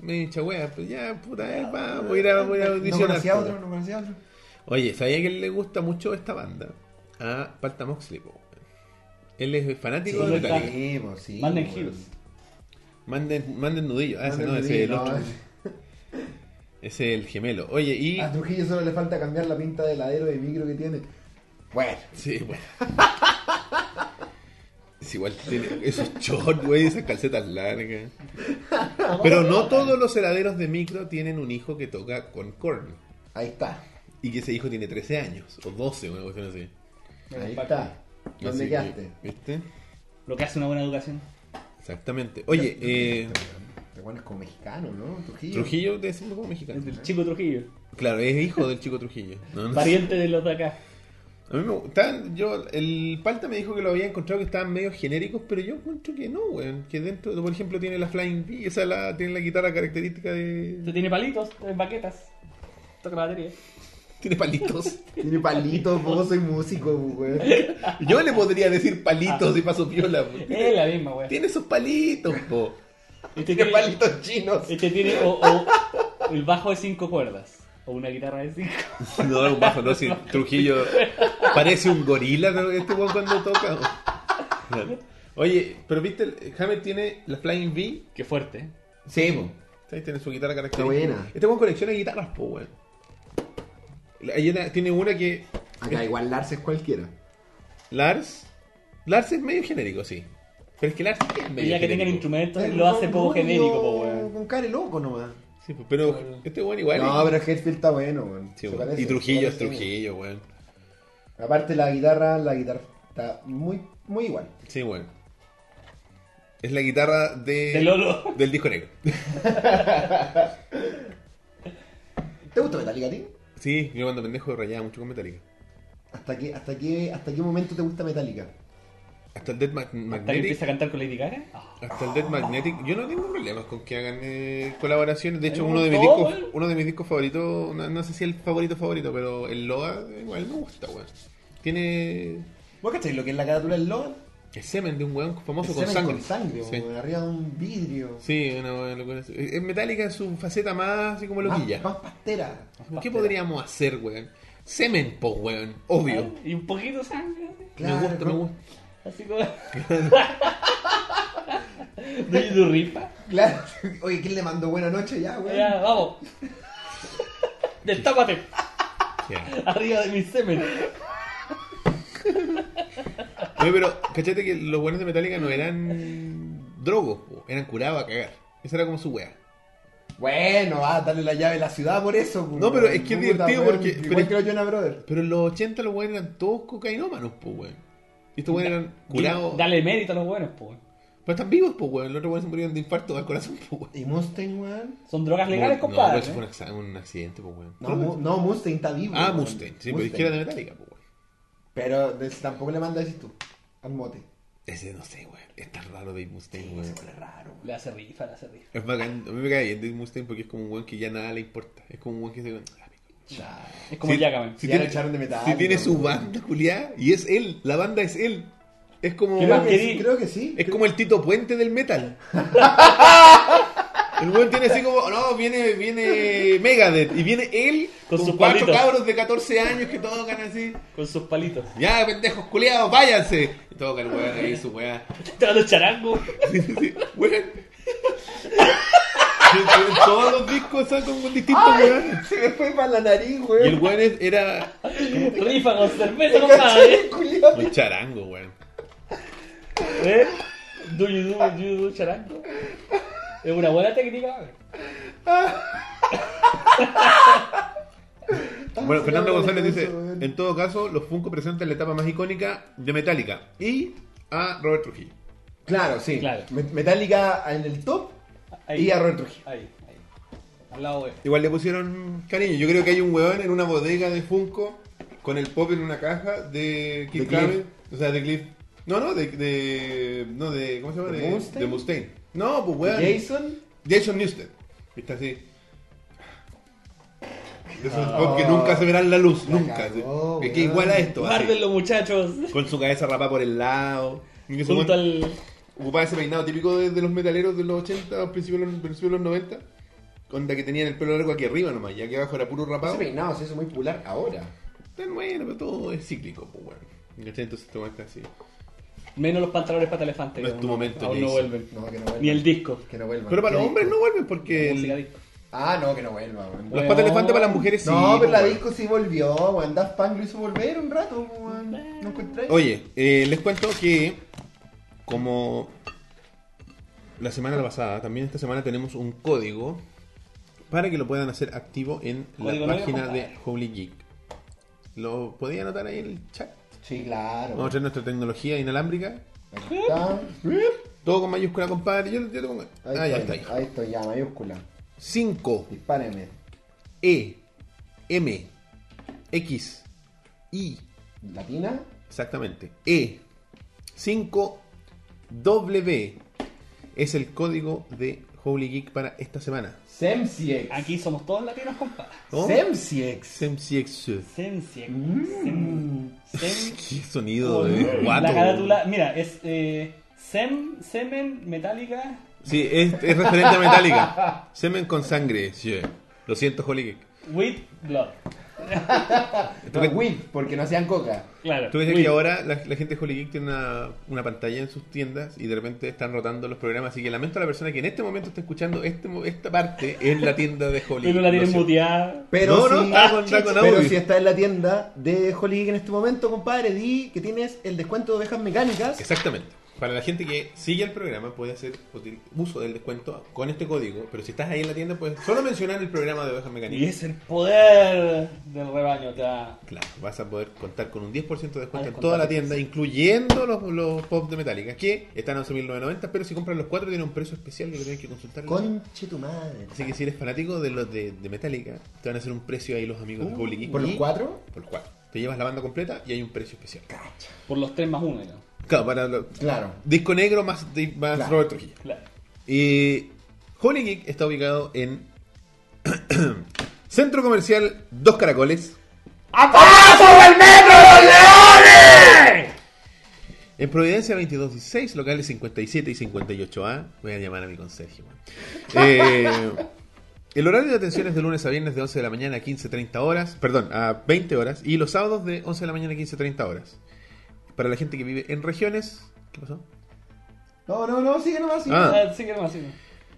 Speaker 1: Me hincha wea, pues ya, puta, eh, va, voy a ir a, voy a
Speaker 2: No
Speaker 1: audicionar.
Speaker 2: conocía a
Speaker 1: pues,
Speaker 2: otro, no conocía a otro.
Speaker 1: Oye, ¿sabía que le gusta mucho esta banda? A Palta Moxley, po. Él es fanático
Speaker 3: Sí,
Speaker 1: de
Speaker 3: lo está.
Speaker 1: Metallica.
Speaker 2: Sí, pues, sí,
Speaker 3: Manden
Speaker 2: weón.
Speaker 3: Hills.
Speaker 1: Manden, manden nudillo. Ah, ese
Speaker 2: Manden
Speaker 1: no, ese
Speaker 2: nudillo,
Speaker 1: es el otro.
Speaker 2: no, Ah,
Speaker 1: Ese es el gemelo. Oye, y.
Speaker 2: A Trujillo solo le falta cambiar la pinta de heladero de micro que tiene. Bueno.
Speaker 1: Sí, bueno. Es igual, tiene esos shorts, güey, esas calcetas largas. Pero no todos los heladeros de micro tienen un hijo que toca con corn.
Speaker 2: Ahí está.
Speaker 1: Y que ese hijo tiene 13 años, o 12, una cuestión así.
Speaker 2: Ahí está. ¿Dónde
Speaker 1: Así que,
Speaker 2: quedaste?
Speaker 1: ¿Viste?
Speaker 3: Lo que hace una buena educación.
Speaker 1: Exactamente. Oye, eh.
Speaker 2: Este weón es como mexicano, ¿no? Trujillo.
Speaker 1: Trujillo te decimos como mexicano.
Speaker 3: Es del chico Trujillo.
Speaker 1: Claro, es hijo del chico Trujillo. No, no sé.
Speaker 3: Pariente de los de acá.
Speaker 1: A mí me gustan, yo, el Palta me dijo que lo había encontrado que estaban medio genéricos, pero yo encuentro que no, weón. Que dentro, por ejemplo, tiene la Flying V, esa la, tiene la guitarra característica
Speaker 3: Este
Speaker 1: de...
Speaker 3: tiene palitos, tiene baquetas. Toca la batería.
Speaker 1: Tiene palitos.
Speaker 2: Tiene palitos, vos soy músico, weón.
Speaker 1: Yo le podría decir palitos y paso piola, po.
Speaker 3: Es la misma, weón.
Speaker 1: Tiene esos palitos, po.
Speaker 3: Este
Speaker 2: Tiene palitos chinos.
Speaker 3: Este tiene o, o el bajo de cinco cuerdas. O una guitarra de cinco.
Speaker 1: No, un bajo, no, si Trujillo parece un gorila ¿no? este weón cuando toca. Claro. Oye, pero viste, el- Hammett tiene la Flying V,
Speaker 3: Qué fuerte. ¿eh?
Speaker 2: Sí, po.
Speaker 1: Ahí tiene su guitarra característica.
Speaker 2: Está buena.
Speaker 1: Este weón colecciona guitarras, po, weón. La- hay una- tiene una que.
Speaker 2: Acá igual Lars es cualquiera.
Speaker 1: Lars. Lars es medio genérico, sí. Pero es que Lars es
Speaker 3: Y
Speaker 1: medio
Speaker 3: ya que tengan
Speaker 1: genérico.
Speaker 3: instrumentos, lo hace poco genérico, po, weón.
Speaker 2: Con cara de loco nomás.
Speaker 1: Sí, pues, pero este weón igual.
Speaker 2: No, pero Hetfield está bueno, weón.
Speaker 1: Sí,
Speaker 2: Se
Speaker 1: weón.
Speaker 2: parece,
Speaker 1: Y Trujillo
Speaker 2: se
Speaker 1: es
Speaker 2: parece
Speaker 1: Trujillo, weón.
Speaker 2: bien. Aparte la guitarra, la guitarra está muy, muy igual.
Speaker 1: Sí, weón. Es la guitarra de.
Speaker 3: De Lolo.
Speaker 1: Del disco negro.
Speaker 2: ¿Te gusta Metallica a ti?
Speaker 1: Sí, yo cuando pendejo rayaba mucho con Metallica.
Speaker 2: ¿Hasta qué, hasta qué, hasta qué momento te gusta Metallica?
Speaker 1: Hasta el Dead Mag-
Speaker 3: Hasta que
Speaker 1: Magnetic.
Speaker 3: empieza a cantar con Lady Gaga. Ah.
Speaker 1: Hasta el Dead Magnetic. Yo no tengo problemas con que hagan eh, colaboraciones. De hecho, uno de mis
Speaker 3: No,
Speaker 1: discos,
Speaker 3: güey.
Speaker 1: uno de mis discos favoritos, no, no sé si el favorito favorito, pero el Loa eh, igual me gusta, weón. Tiene
Speaker 2: ¿Vos cacháis lo que es la carátula del Logan?
Speaker 1: el semen de un weón famoso
Speaker 2: El
Speaker 1: con
Speaker 2: semen
Speaker 1: sangre.
Speaker 2: Con sangre,
Speaker 1: sí.
Speaker 2: weón, arriba de un vidrio.
Speaker 1: Sí, una buena locura. Es metálica en su faceta más así como loquilla.
Speaker 2: Más, más pastera.
Speaker 1: ¿Qué podríamos hacer, weón? Semen, po, weón. Obvio.
Speaker 3: Y un poquito de sangre. así.
Speaker 2: Claro,
Speaker 1: me gusta, me
Speaker 2: como-
Speaker 1: gusta.
Speaker 3: Así como. ¿No hay tu rifa?
Speaker 2: Claro. Oye, ¿quién le mandó buena noche ya, weón?
Speaker 3: Ya, vamos. Destápate.
Speaker 1: Ya.
Speaker 3: Arriba de mi semen.
Speaker 1: Oye, pero cachate que los buenos de Metallica no eran drogos, po, eran curados a cagar. Esa era como su wea.
Speaker 2: Bueno, va a darle la llave a la ciudad por eso. pues,
Speaker 1: No, pero
Speaker 2: weón.
Speaker 1: es que es
Speaker 2: Puta,
Speaker 1: divertido
Speaker 2: weón,
Speaker 1: porque-
Speaker 2: Igual
Speaker 1: pero es-
Speaker 2: que los Jonah Brothers.
Speaker 1: Pero en los 80 los weones eran todos cocainómanos, po, weón. Y estos weones eran curados.
Speaker 3: Dale mérito a los buenos, po. weón.
Speaker 1: Pero están vivos, po, weón. Los otros weones se murieron de infarto al corazón, po, weón.
Speaker 2: ¿Y Mustang, weón?
Speaker 3: Son drogas legales,
Speaker 1: No, No,
Speaker 3: compadre.
Speaker 1: pero eso
Speaker 3: ¿eh?
Speaker 1: fue un acc- un accidente, po, weón.
Speaker 2: No, Mu- no, Mustang está vivo.
Speaker 1: ah,
Speaker 2: weón.
Speaker 1: Mustang. Sí, pero
Speaker 2: Mustang.
Speaker 1: izquierda de Metallica, po, weón.
Speaker 2: Pero de- tampoco le manda decir tú al mote.
Speaker 1: Ese no sé, weón. Es tan raro Dave Mustaine,
Speaker 3: Sí,
Speaker 1: weón.
Speaker 3: se pone raro. Le hace rifa, le hace rifa.
Speaker 1: Es bacán. A mí me cae bien Dave Mustaine porque es como un weón que ya nada le importa. Es como un weón que se. Ah, pico.
Speaker 3: Es como
Speaker 1: Sí.
Speaker 3: Yagaman.
Speaker 1: Si
Speaker 2: ya
Speaker 1: tiene-
Speaker 2: lo echaron de metal.
Speaker 1: Si tiene su banda, culiá, y es él. La banda es él. Es como.
Speaker 3: ¿Qué
Speaker 2: Creo
Speaker 3: más
Speaker 2: que,
Speaker 3: querí?
Speaker 2: sí, creo que sí.
Speaker 1: Es como el Tito Puente del metal. El weón tiene así como, no, viene, viene Megadeth y viene él
Speaker 3: Con
Speaker 1: con,
Speaker 3: sus
Speaker 1: cuatro
Speaker 3: palitos.
Speaker 1: cabros de 14 años que tocan así.
Speaker 3: Con sus palitos.
Speaker 1: Ya, pendejos culiados, váyanse. Y toca el weón ahí su weá.
Speaker 3: Estaba los charangos.
Speaker 1: Sí, sí, sí. Weón. Sí, sí, Todos los discos son con distintos weones.
Speaker 2: Se me fue para la nariz,
Speaker 1: Y el
Speaker 2: weón.
Speaker 1: weón es- era
Speaker 3: rifa con cerveza, compadre.
Speaker 2: Culiao.
Speaker 1: un charango, weón.
Speaker 3: ¿Eh? Do you do, do you do charango? Es una buena técnica, weón.
Speaker 1: Bueno, Fernando González dice,
Speaker 2: Eso, weón.
Speaker 1: en todo caso, los Funko presentan la etapa más icónica de Metallica y a Robert Trujillo.
Speaker 2: Claro, sí.
Speaker 3: Claro.
Speaker 2: Met- Metallica en el top y a Robert Trujillo.
Speaker 3: Ahí, ahí. Al lado, eh. weón.
Speaker 1: Igual le pusieron cariño. Yo creo que hay un weón en una bodega de Funko con el pop en una caja de
Speaker 2: De
Speaker 1: Kid
Speaker 2: Cliff.
Speaker 1: Cave. O sea, de Cliff. No, no, de. de no, de. ¿Cómo se llama?
Speaker 2: ¿De
Speaker 1: De
Speaker 2: Mustaine?
Speaker 1: de Mustaine. No, pues weón.
Speaker 2: Jason.
Speaker 1: Jason Newsted. Está así. De esos pop que nunca se verán la luz,
Speaker 2: Ah, oh. La
Speaker 1: nunca.
Speaker 2: cagó,
Speaker 1: así. es que
Speaker 2: weón.
Speaker 1: igual a esto. así.
Speaker 3: Guárdenlo, muchachos.
Speaker 1: Con su cabeza rapada por el lado. Y que su
Speaker 3: Junto
Speaker 1: weón
Speaker 3: al.
Speaker 1: Ocupaba ese peinado típico de, de los metaleros de los 80, o principios de los, principios de los 90. Onda que tenían el pelo largo aquí arriba nomás, ya que abajo era puro rapado.
Speaker 2: Ese peinado se hizo muy popular ahora.
Speaker 1: Tan bueno, pero todo es cíclico, pues bueno. ¿Cachai? Entonces te muestra así.
Speaker 3: Menos los pantalones para elefante.
Speaker 1: No
Speaker 3: que
Speaker 1: es tu
Speaker 3: aún
Speaker 1: momento,
Speaker 3: Aún no
Speaker 1: Jason.
Speaker 3: vuelven.
Speaker 2: No, que no vuelvan.
Speaker 3: Ni el disco.
Speaker 2: Que no vuelvan.
Speaker 1: Pero para los
Speaker 2: ¿Qué
Speaker 1: hombres no
Speaker 2: disco?
Speaker 1: vuelven porque. el-
Speaker 3: Música disco.
Speaker 2: Ah, no, que no vuelvan, weón.
Speaker 1: Las
Speaker 3: Bueno.
Speaker 1: patas elefantes para las mujeres sí.
Speaker 2: no, pero
Speaker 1: pues,
Speaker 2: la
Speaker 1: bueno.
Speaker 2: disco sí volvió, weón. Daft Punk lo hizo volver un rato, weón. ¿No encontráis?
Speaker 1: Oye, eh, les cuento que. Como. La semana pasada, también esta semana tenemos un código. Para que lo puedan hacer activo en
Speaker 3: Código
Speaker 1: la
Speaker 3: no voy a
Speaker 1: página de
Speaker 3: comprar.
Speaker 1: Holy Geek. ¿Lo podía anotar ahí en el chat?
Speaker 2: Sí, claro.
Speaker 1: Vamos a traer nuestra tecnología inalámbrica.
Speaker 2: Aquí está.
Speaker 1: Todo con mayúscula, compadre. Yo, yo lo pongo.
Speaker 2: Ahí
Speaker 1: ah, ya está
Speaker 2: estoy,
Speaker 1: ahí.
Speaker 2: Ahí estoy, ya, mayúscula.
Speaker 1: 5.
Speaker 2: Dispáreme.
Speaker 1: E, M, X, I,
Speaker 2: Latina.
Speaker 1: exactamente. E, 5, W es el código de Holy Geek para esta semana.
Speaker 2: Semciex.
Speaker 3: Aquí somos todos latinos, compadre.
Speaker 1: ¿No?
Speaker 2: Semciex.
Speaker 1: SemCX.
Speaker 3: Sensia.
Speaker 2: Mm.
Speaker 3: Sem.
Speaker 1: Qué sonido de
Speaker 3: Oh, La
Speaker 1: guato.
Speaker 3: carátula. Mira, es. Eh, sem. Semen. Metálica.
Speaker 1: Sí, es, es referente a Metallica. Semen con sangre. sí. eh. Lo siento, Holy Geek.
Speaker 3: With blood.
Speaker 2: No, whip, porque no hacían coca.
Speaker 3: Claro.
Speaker 1: Tú ves
Speaker 3: with.
Speaker 1: que ahora la, la gente de Holy Geek tiene una, una pantalla en sus tiendas y de repente están rotando los programas. Así que lamento a la persona que en este momento está escuchando este, mo- esta parte en la tienda de Holy
Speaker 3: Y no la
Speaker 1: Lo
Speaker 3: tienen
Speaker 1: siento.
Speaker 3: muteada.
Speaker 2: Pero
Speaker 1: No,
Speaker 2: si,
Speaker 1: no, está con- está con
Speaker 2: pero
Speaker 1: audio.
Speaker 2: si está en la tienda de Holy Geek en este momento, compadre, di que tienes el descuento de ovejas mecánicas.
Speaker 1: Exactamente. Para la gente que sigue el programa puede hacer util- uso del descuento con este código, pero si estás ahí en la tienda puedes solo mencionar el programa de Ovejas
Speaker 3: Y
Speaker 1: Mecánicas.
Speaker 3: es el poder del rebaño. Te da.
Speaker 1: Claro, vas a poder contar con un 10% de
Speaker 3: Al
Speaker 1: descuento en
Speaker 3: contar
Speaker 1: toda la
Speaker 3: el
Speaker 1: tienda, incluyendo los, los pop de Metallica, que están a 11.990, pero si compras los cuatro tiene un precio especial que tienes que consultar. en la
Speaker 2: Conche tu madre.
Speaker 1: Así que si eres fanático de los de, de Metallica, te van a hacer un precio ahí los amigos de Holy Geek.
Speaker 2: Uh, ¿Por los
Speaker 1: Y-
Speaker 2: cuatro?
Speaker 1: Por los cuatro. Te llevas la banda completa y hay un precio especial.
Speaker 3: Por los tres más uno, digamos.
Speaker 1: Claro, para los-
Speaker 2: Claro.
Speaker 1: disco negro más, di- más
Speaker 2: Claro.
Speaker 1: Robert Trujillo.
Speaker 3: Claro.
Speaker 1: Y Holy Geek está ubicado en Centro Comercial Dos Caracoles. En Providencia 2216, locales 57 y 58A. Voy a llamar a mi conserje. weón. Eh, el horario de atención es de lunes a viernes de 11 de la mañana a 15.30 horas, perdón, a 20 horas, y los sábados de 11 de la mañana a 15.30 horas. Para la gente que vive en regiones... ¿Qué pasó?
Speaker 2: No, no, no, sigue nomás. sigue.
Speaker 1: Ah.
Speaker 3: Ah, sí, que nomás, sí.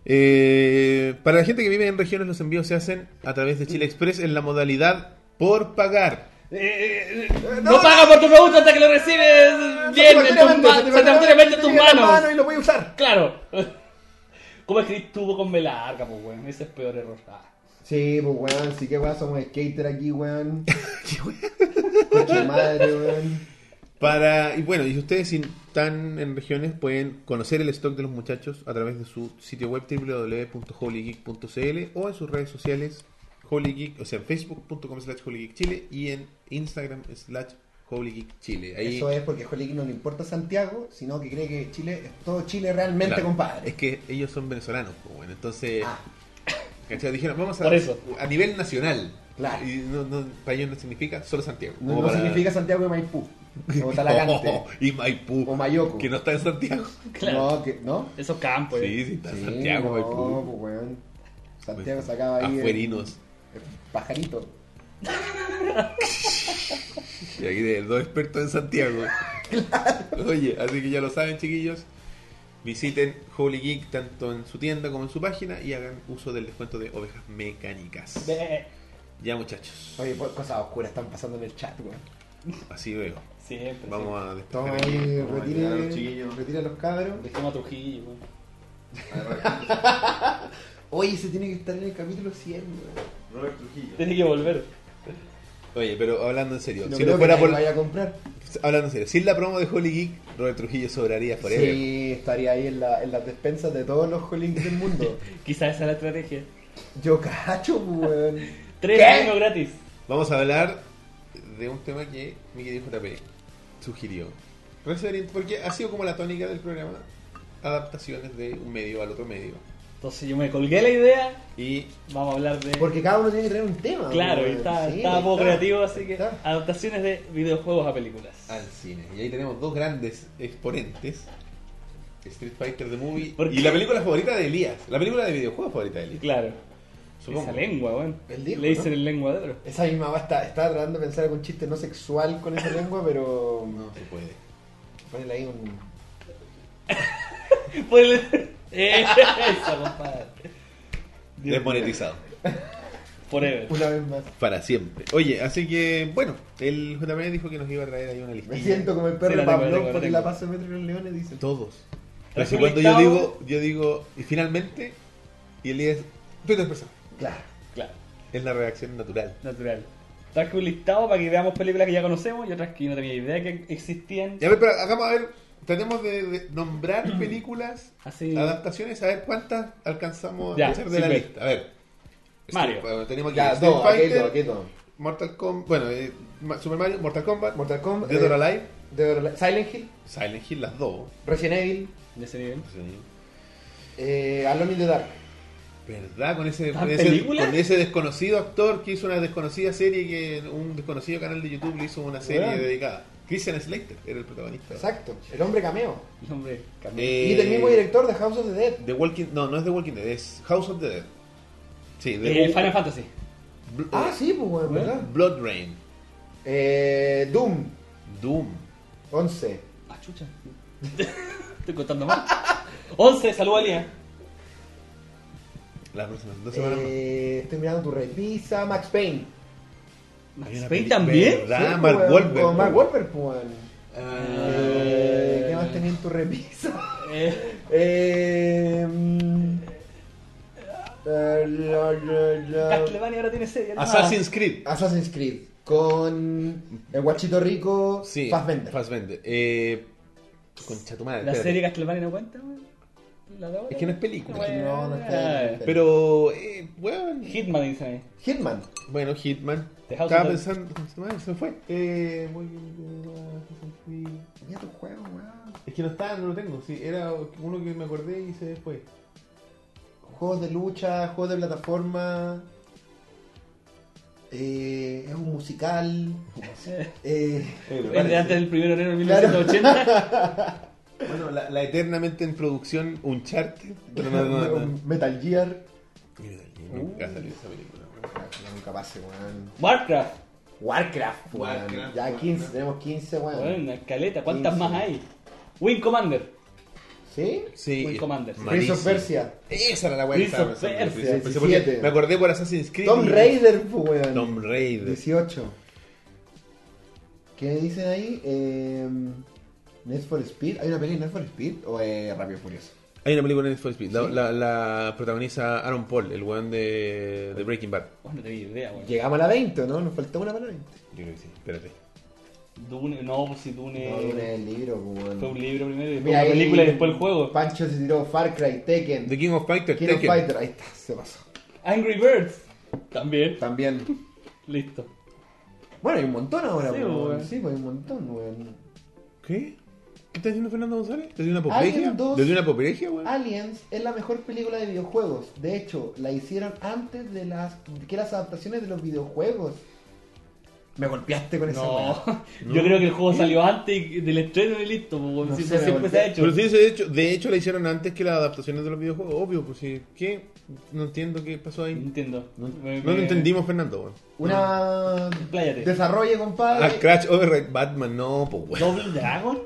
Speaker 1: Eh, para la gente que vive en regiones, los envíos se hacen a través de Chile Express en la modalidad por pagar.
Speaker 3: Eh, eh, eh, no, paga por tu producto hasta que lo recibes bien en tus
Speaker 2: Satisfactoriamente,
Speaker 3: ma- satisfactoriamente en tus
Speaker 2: llega a la
Speaker 3: manos.
Speaker 2: mano y lo voy a usar.
Speaker 3: Claro. ¿Cómo escribís tubo con B larga, pues, weón? Ese es peor error. Ah.
Speaker 2: Sí, pues weón, sí que weón, somos skater aquí, weón. Conche madre, weón.
Speaker 1: Para, y bueno, y si ustedes si están en regiones, pueden conocer el stock de los muchachos a través de su sitio web www.holygeek.cl o en sus redes sociales, Holy Geek, o sea, en facebook.com slash holygeekchile y en instagram slash Holy Geek Chile. Ahí,
Speaker 2: Eso es porque Jolique no le importa Santiago, sino que cree que Chile es todo Chile realmente,
Speaker 1: Claro.
Speaker 2: compadre.
Speaker 1: Es que ellos son venezolanos, pues, bueno, entonces.
Speaker 2: Ah,
Speaker 1: ¿cachai? Dijeron, vamos a,
Speaker 3: Por eso.
Speaker 1: a nivel nacional.
Speaker 2: Claro.
Speaker 1: Y no- no- para ellos no significa solo Santiago.
Speaker 2: no,
Speaker 1: como
Speaker 2: no
Speaker 1: para-
Speaker 2: significa Santiago de Maipú, o Talagante,
Speaker 1: Oh, y Maipú.
Speaker 2: o Mayoco.
Speaker 1: Que no está en Santiago.
Speaker 3: Claro.
Speaker 2: No, que, ¿no?
Speaker 3: Esos campos.
Speaker 1: Sí,
Speaker 3: eh.
Speaker 1: sí, está en
Speaker 2: Sí,
Speaker 1: Santiago,
Speaker 2: no,
Speaker 1: Maipú.
Speaker 2: pues, weón. Santiago sacaba ahí el-
Speaker 1: Afuerinos.
Speaker 2: el pajarito.
Speaker 1: Y aquí de dos expertos en Santiago. Oye, así que ya lo saben, chiquillos. Visiten Holy Geek tanto en su tienda como en su página y hagan uso del descuento de ovejas mecánicas.
Speaker 3: Ve. eh,
Speaker 1: Ya, muchachos.
Speaker 2: Oye, pues, cosas oscuras están pasando en el chat, weón.
Speaker 1: Así veo.
Speaker 3: Siempre.
Speaker 1: Vamos a
Speaker 2: Toma
Speaker 1: despejar aquí.
Speaker 2: ahí,
Speaker 4: Vamos a
Speaker 2: retira,
Speaker 4: ayudar a los chiquillos.
Speaker 2: retira los cabros.
Speaker 3: siempre. Dejemos a Trujillo. weón.
Speaker 2: Oye, se tiene que estar en el capítulo 100, weón.
Speaker 4: Robert Trujillo.
Speaker 3: Tiene que volver.
Speaker 1: Oye, pero hablando en serio,
Speaker 2: No
Speaker 1: si no
Speaker 2: creo que
Speaker 1: fuera
Speaker 2: nadie
Speaker 1: por.
Speaker 2: vaya a comprar.
Speaker 1: Hablando en serio, sin la promo de Holy Geek, Robert Trujillo sobraría forever.
Speaker 2: Sí, estaría ahí en, la- en las despensas de todos los holinks del mundo.
Speaker 3: Quizás esa es la estrategia.
Speaker 2: Yo cacho, weón.
Speaker 3: Tres
Speaker 2: ¿Qué?
Speaker 3: años gratis.
Speaker 1: Vamos a hablar de un tema que mi querido JP sugirió. Resident- Porque ha sido como la tónica del programa, adaptaciones de un medio al otro medio.
Speaker 3: Entonces yo me colgué la idea.
Speaker 1: Y
Speaker 3: Vamos a hablar de.
Speaker 2: Porque cada uno tiene que tener un tema.
Speaker 3: Claro, y
Speaker 2: weón.
Speaker 3: está,
Speaker 2: Ah, Sí,
Speaker 3: está
Speaker 2: weón,
Speaker 3: poco
Speaker 2: está.
Speaker 3: creativo, así que
Speaker 2: está. Ah,
Speaker 3: adaptaciones de videojuegos a películas.
Speaker 1: al cine. Y ahí tenemos dos grandes exponentes. Street Fighter The Movie.
Speaker 3: ¿Por
Speaker 1: Y
Speaker 3: qué?
Speaker 1: la película favorita de Elías. La película de videojuegos favorita de Elías.
Speaker 3: Claro.
Speaker 1: Supongo.
Speaker 3: Esa lengua, weón.
Speaker 2: Él dijo,
Speaker 3: Le dicen
Speaker 2: ¿no?
Speaker 3: el lengua de oro.
Speaker 2: Esa misma va está, estaba tratando de pensar algún chiste no sexual con esa lengua, pero.
Speaker 1: No se puede.
Speaker 2: Ponele ahí un.
Speaker 3: Ponle- Eso, Eh, compadre. Dios
Speaker 1: Desmonetizado.
Speaker 3: mío. Forever.
Speaker 2: Una vez más.
Speaker 1: Para siempre. Oye, así que, bueno, el JP dijo que nos iba a traer ahí una lista.
Speaker 2: Me siento como el
Speaker 3: Sí,
Speaker 2: perro
Speaker 3: la
Speaker 2: de
Speaker 3: tengo, la
Speaker 2: Pablo
Speaker 3: tengo, la
Speaker 2: porque
Speaker 3: tengo.
Speaker 2: la paso de metro y los leones dicen.
Speaker 1: Todos. Pero
Speaker 3: Tras
Speaker 1: si
Speaker 3: un
Speaker 1: cuando yo
Speaker 3: listado-
Speaker 1: digo, yo digo, y finalmente, y Elías, tú eres persona.
Speaker 2: Claro.
Speaker 3: Claro,
Speaker 1: Es la reacción natural.
Speaker 3: natural. Traje un listado para que veamos películas que ya conocemos y otras que yo no tenía idea que existían.
Speaker 1: Y a ver, pero hagamos, a ver, tratemos de, de nombrar películas,
Speaker 2: Eh,
Speaker 3: Así.
Speaker 1: adaptaciones, a ver cuántas alcanzamos
Speaker 3: Ya,
Speaker 1: a hacer de
Speaker 3: sí,
Speaker 1: la
Speaker 3: ve.
Speaker 1: lista. A ver.
Speaker 3: Mario.
Speaker 1: Street- bueno, tenemos aquí
Speaker 2: Ya,
Speaker 1: Street
Speaker 2: dos, aquí
Speaker 1: Fighter,
Speaker 2: dos, aquí dos.
Speaker 1: Mortal Kombat, bueno, eh, Ma- Super Mario, Mortal Kombat,
Speaker 2: Mortal Kombat.
Speaker 1: Dead or
Speaker 2: eh,
Speaker 1: Alive,
Speaker 2: Dead or Alive, Silent Hill,
Speaker 1: Silent Hill, las dos.
Speaker 2: Resident Evil,
Speaker 3: De ese nivel.
Speaker 2: eh, Alone in the Dark.
Speaker 1: ¿Verdad? Con ese,
Speaker 3: ¿Tan
Speaker 1: con, ese,
Speaker 3: película?
Speaker 1: con ese desconocido actor que hizo una desconocida serie que un desconocido canal de YouTube le hizo una serie
Speaker 2: Bueno.
Speaker 1: dedicada. Christian Slater era el protagonista.
Speaker 2: Exacto. El hombre cameo.
Speaker 3: Y, Hombre,
Speaker 1: Eh,
Speaker 2: Y del mismo director de House of the Dead.
Speaker 1: The Walking, no, no es The Walking Dead, es House of the Dead. Sí, The
Speaker 3: eh, Final Fantasy.
Speaker 1: Bl-
Speaker 2: Ah,
Speaker 1: eh,
Speaker 2: sí, pues, bueno,
Speaker 3: Bueno.
Speaker 2: ¿verdad?
Speaker 1: Blood Rain,
Speaker 2: Eh, Doom,
Speaker 1: Doom,
Speaker 2: 11.
Speaker 3: Ah, chucha. Estoy contando mal. 11, salud a Lía.
Speaker 1: las próximas dos semanas más.
Speaker 2: Eh, estoy mirando tu repisa. Max Payne.
Speaker 1: Hay una
Speaker 3: Max Payne
Speaker 1: película-
Speaker 3: también.
Speaker 1: ¿Verdad?
Speaker 2: Sí,
Speaker 1: Mark
Speaker 2: pues,
Speaker 1: Wahlberg.
Speaker 2: Con Mark Wahlberg, pues. bueno. Eh,
Speaker 3: Eh,
Speaker 2: ¿Qué más tenía en tu repisa?
Speaker 3: Eh,
Speaker 2: Eh, mm, eh, la- la- la-
Speaker 3: Castlevania ahora tiene serie.
Speaker 2: Ah.
Speaker 3: ¿no?
Speaker 1: Ah, Assassin's Creed.
Speaker 2: Assassin's Creed. Con el guachito rico.
Speaker 1: Sí,
Speaker 2: Fassbender.
Speaker 1: Fassbender. Eh, concha tu madre.
Speaker 3: La
Speaker 1: espérate.
Speaker 3: serie Castlevania no cuenta, weón. La de ahora.
Speaker 1: Es que no es película.
Speaker 2: No, no está
Speaker 3: Ah,
Speaker 2: bien.
Speaker 1: Pero, eh, bueno,
Speaker 3: Hitman dicen ahí.
Speaker 2: Hitman.
Speaker 1: Bueno, Hitman.
Speaker 3: The House
Speaker 1: Estaba
Speaker 3: of the-
Speaker 1: pensando. Bueno, se fue. Eh, muy bien. eh,
Speaker 2: Mira tu juego, weón.
Speaker 1: Es que no está, no lo tengo. Sí, era uno que me acordé y se fue.
Speaker 2: Juegos de lucha, juegos de plataforma. eh, es un musical. eh,
Speaker 3: Es de antes del primero de enero de
Speaker 2: Claro.
Speaker 3: 1980.
Speaker 1: Bueno, la, la eternamente en producción Uncharted. Pero no, no, no.
Speaker 2: Metal Gear.
Speaker 1: Mira,
Speaker 3: Uh.
Speaker 1: Nunca salió esa película.
Speaker 2: Ya nunca pase, weón.
Speaker 3: Warcraft.
Speaker 2: Warcraft, weón.
Speaker 1: Warcraft,
Speaker 2: ya 15,
Speaker 1: Warcraft.
Speaker 2: tenemos 15, weón.
Speaker 3: Weón, una caleta. ¿Cuántas
Speaker 2: 15.
Speaker 3: más hay? Wing Commander.
Speaker 2: ¿Sí?
Speaker 1: Sí.
Speaker 3: Wing Commander. Prince
Speaker 2: Prince of Persia.
Speaker 1: Esa era la weá que
Speaker 3: Prince
Speaker 1: estaba
Speaker 3: of
Speaker 1: pensando,
Speaker 3: Persia,
Speaker 1: Prince of Persia, porque
Speaker 2: 17.
Speaker 1: Me acordé por Assassin's Creed.
Speaker 2: Tom Raider, pues, weón.
Speaker 1: Tom Raider.
Speaker 2: 18. ¿Qué dicen ahí? Eh, Need for Speed. ¿Hay una peli de Need for Speed o eh, Rápido y Furioso?
Speaker 1: Hay una película en Need for Speed. La,
Speaker 2: Sí.
Speaker 1: la- la protagoniza Aaron Paul, el weón de, de Breaking Bad.
Speaker 3: Bueno, no tenía idea, weón.
Speaker 2: Llegamos a la 20, ¿o ¿no? Nos faltó una para la 20.
Speaker 1: Yo creo que sí. Espérate.
Speaker 3: Dune. No, pues si Dune.
Speaker 2: No, Dune es el libro, pues, weón.
Speaker 3: Fue un libro primero y después
Speaker 2: Mira,
Speaker 3: una
Speaker 2: ahí
Speaker 3: película y después el juego.
Speaker 2: Pancho se tiró Far Cry, Tekken,
Speaker 1: The King of Fighters.
Speaker 2: King of
Speaker 1: Tekken.
Speaker 2: Fighter, ahí está, se pasó.
Speaker 3: Angry Birds. También.
Speaker 2: También.
Speaker 3: Listo.
Speaker 2: Bueno, hay un montón ahora,
Speaker 3: Sí,
Speaker 2: weón.
Speaker 3: weón.
Speaker 2: Sí, pues hay un montón, weón.
Speaker 1: ¿Qué? ¿Qué está diciendo Fernando González? ¿Te dio una
Speaker 2: Alien
Speaker 1: apoplejía?
Speaker 2: Ah, dos. Ah,
Speaker 1: ¿Te dio una apoplejía,
Speaker 3: Pues-
Speaker 1: weón?
Speaker 2: Aliens es la mejor película de videojuegos. De hecho, la hicieron antes de las que las adaptaciones de los videojuegos. Me golpeaste con esa
Speaker 3: No,
Speaker 2: weá.
Speaker 3: yo creo que el juego salió antes y- del estreno y listo, pues, weón.
Speaker 2: No
Speaker 3: Si
Speaker 2: sé,
Speaker 3: eso siempre
Speaker 2: weón.
Speaker 3: se ha hecho.
Speaker 1: Pero sí, de hecho, de hecho la hicieron antes que las adaptaciones de los videojuegos, obvio, pues sí. ¿Qué? No entiendo qué pasó
Speaker 3: No
Speaker 1: ahí.
Speaker 3: entiendo.
Speaker 1: No,
Speaker 3: Me-
Speaker 1: no lo
Speaker 3: me-
Speaker 1: entendimos, Fernando, weón.
Speaker 2: Una.
Speaker 3: Pláyate.
Speaker 2: Desarrolle, compadre.
Speaker 1: Ah, Crash Override Batman, no, pues weón.
Speaker 3: ¿Double Dragon?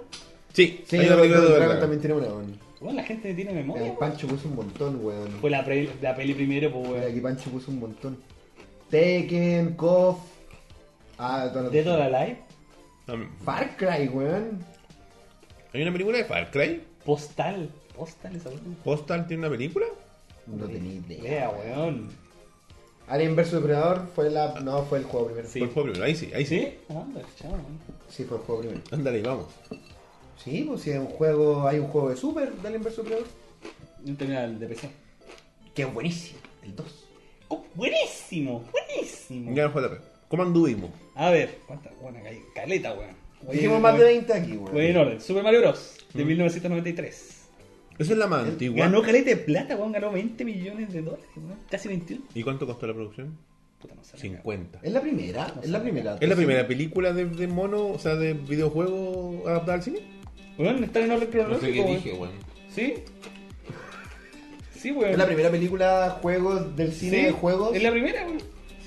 Speaker 1: Sí,
Speaker 2: Sí,
Speaker 1: hay una
Speaker 2: Double
Speaker 1: película de
Speaker 2: Dragon
Speaker 1: Override.
Speaker 2: también tiene una, weón.
Speaker 3: Weón, la gente tiene memoria.
Speaker 2: Eh,
Speaker 3: weón.
Speaker 2: Pancho puso un montón, weón.
Speaker 3: Fue la, pre- la peli primero, pues,
Speaker 2: Mira,
Speaker 3: weón.
Speaker 2: aquí Pancho puso un montón. Tekken, KOF. Ah, todas las-
Speaker 3: Dead or Alive,
Speaker 1: También.
Speaker 2: Far Cry, weón.
Speaker 1: Hay una película de Far Cry.
Speaker 3: Postal. Postal esa weón.
Speaker 1: Postal tiene una película.
Speaker 2: No tenía idea.
Speaker 3: Vea, weón.
Speaker 2: Alien vs Depredador fue la. No, fue el juego primero.
Speaker 3: Sí.
Speaker 1: Por favor, primero. Ahí sí, ahí sí.
Speaker 3: ¿Sí? Ah, anda, chao, weón.
Speaker 2: Sí, fue el juego primero.
Speaker 1: Ándale, vamos.
Speaker 2: Sí, pues si hay un juego, hay un juego de Super de Alien vs Depredador.
Speaker 3: Yo tenía el de PC.
Speaker 2: Que es buenísimo, el 2.
Speaker 3: Oh, buenísimo, buenísimo.
Speaker 1: Ya JP. ¿Cómo anduvimos?
Speaker 3: A ver, ¿cuánta? Bueno, acá hay caleta, weón. Oye,
Speaker 2: Dijimos más
Speaker 3: weón.
Speaker 2: de 20 aquí, weón.
Speaker 3: Fue en orden. Super Mario Bros.
Speaker 1: Mm.
Speaker 3: de 1993.
Speaker 1: Esa es la más antigua.
Speaker 3: Ganó caleta de plata, weón. Ganó 20 millones de dólares, weón. Casi 21.
Speaker 1: ¿Y cuánto costó la producción?
Speaker 3: Puta, no sé.
Speaker 1: 50.
Speaker 2: Es la primera, es la primera.
Speaker 1: ¿Es la primera película de, de mono, o sea, de videojuego adaptada al cine?
Speaker 3: Weón, están en orden cronológico, weón.
Speaker 1: weón.
Speaker 3: ¿Sí? Sí, weón.
Speaker 2: Es la primera película juegos del cine
Speaker 3: Sí,
Speaker 2: de juegos.
Speaker 3: Es la primera, weón.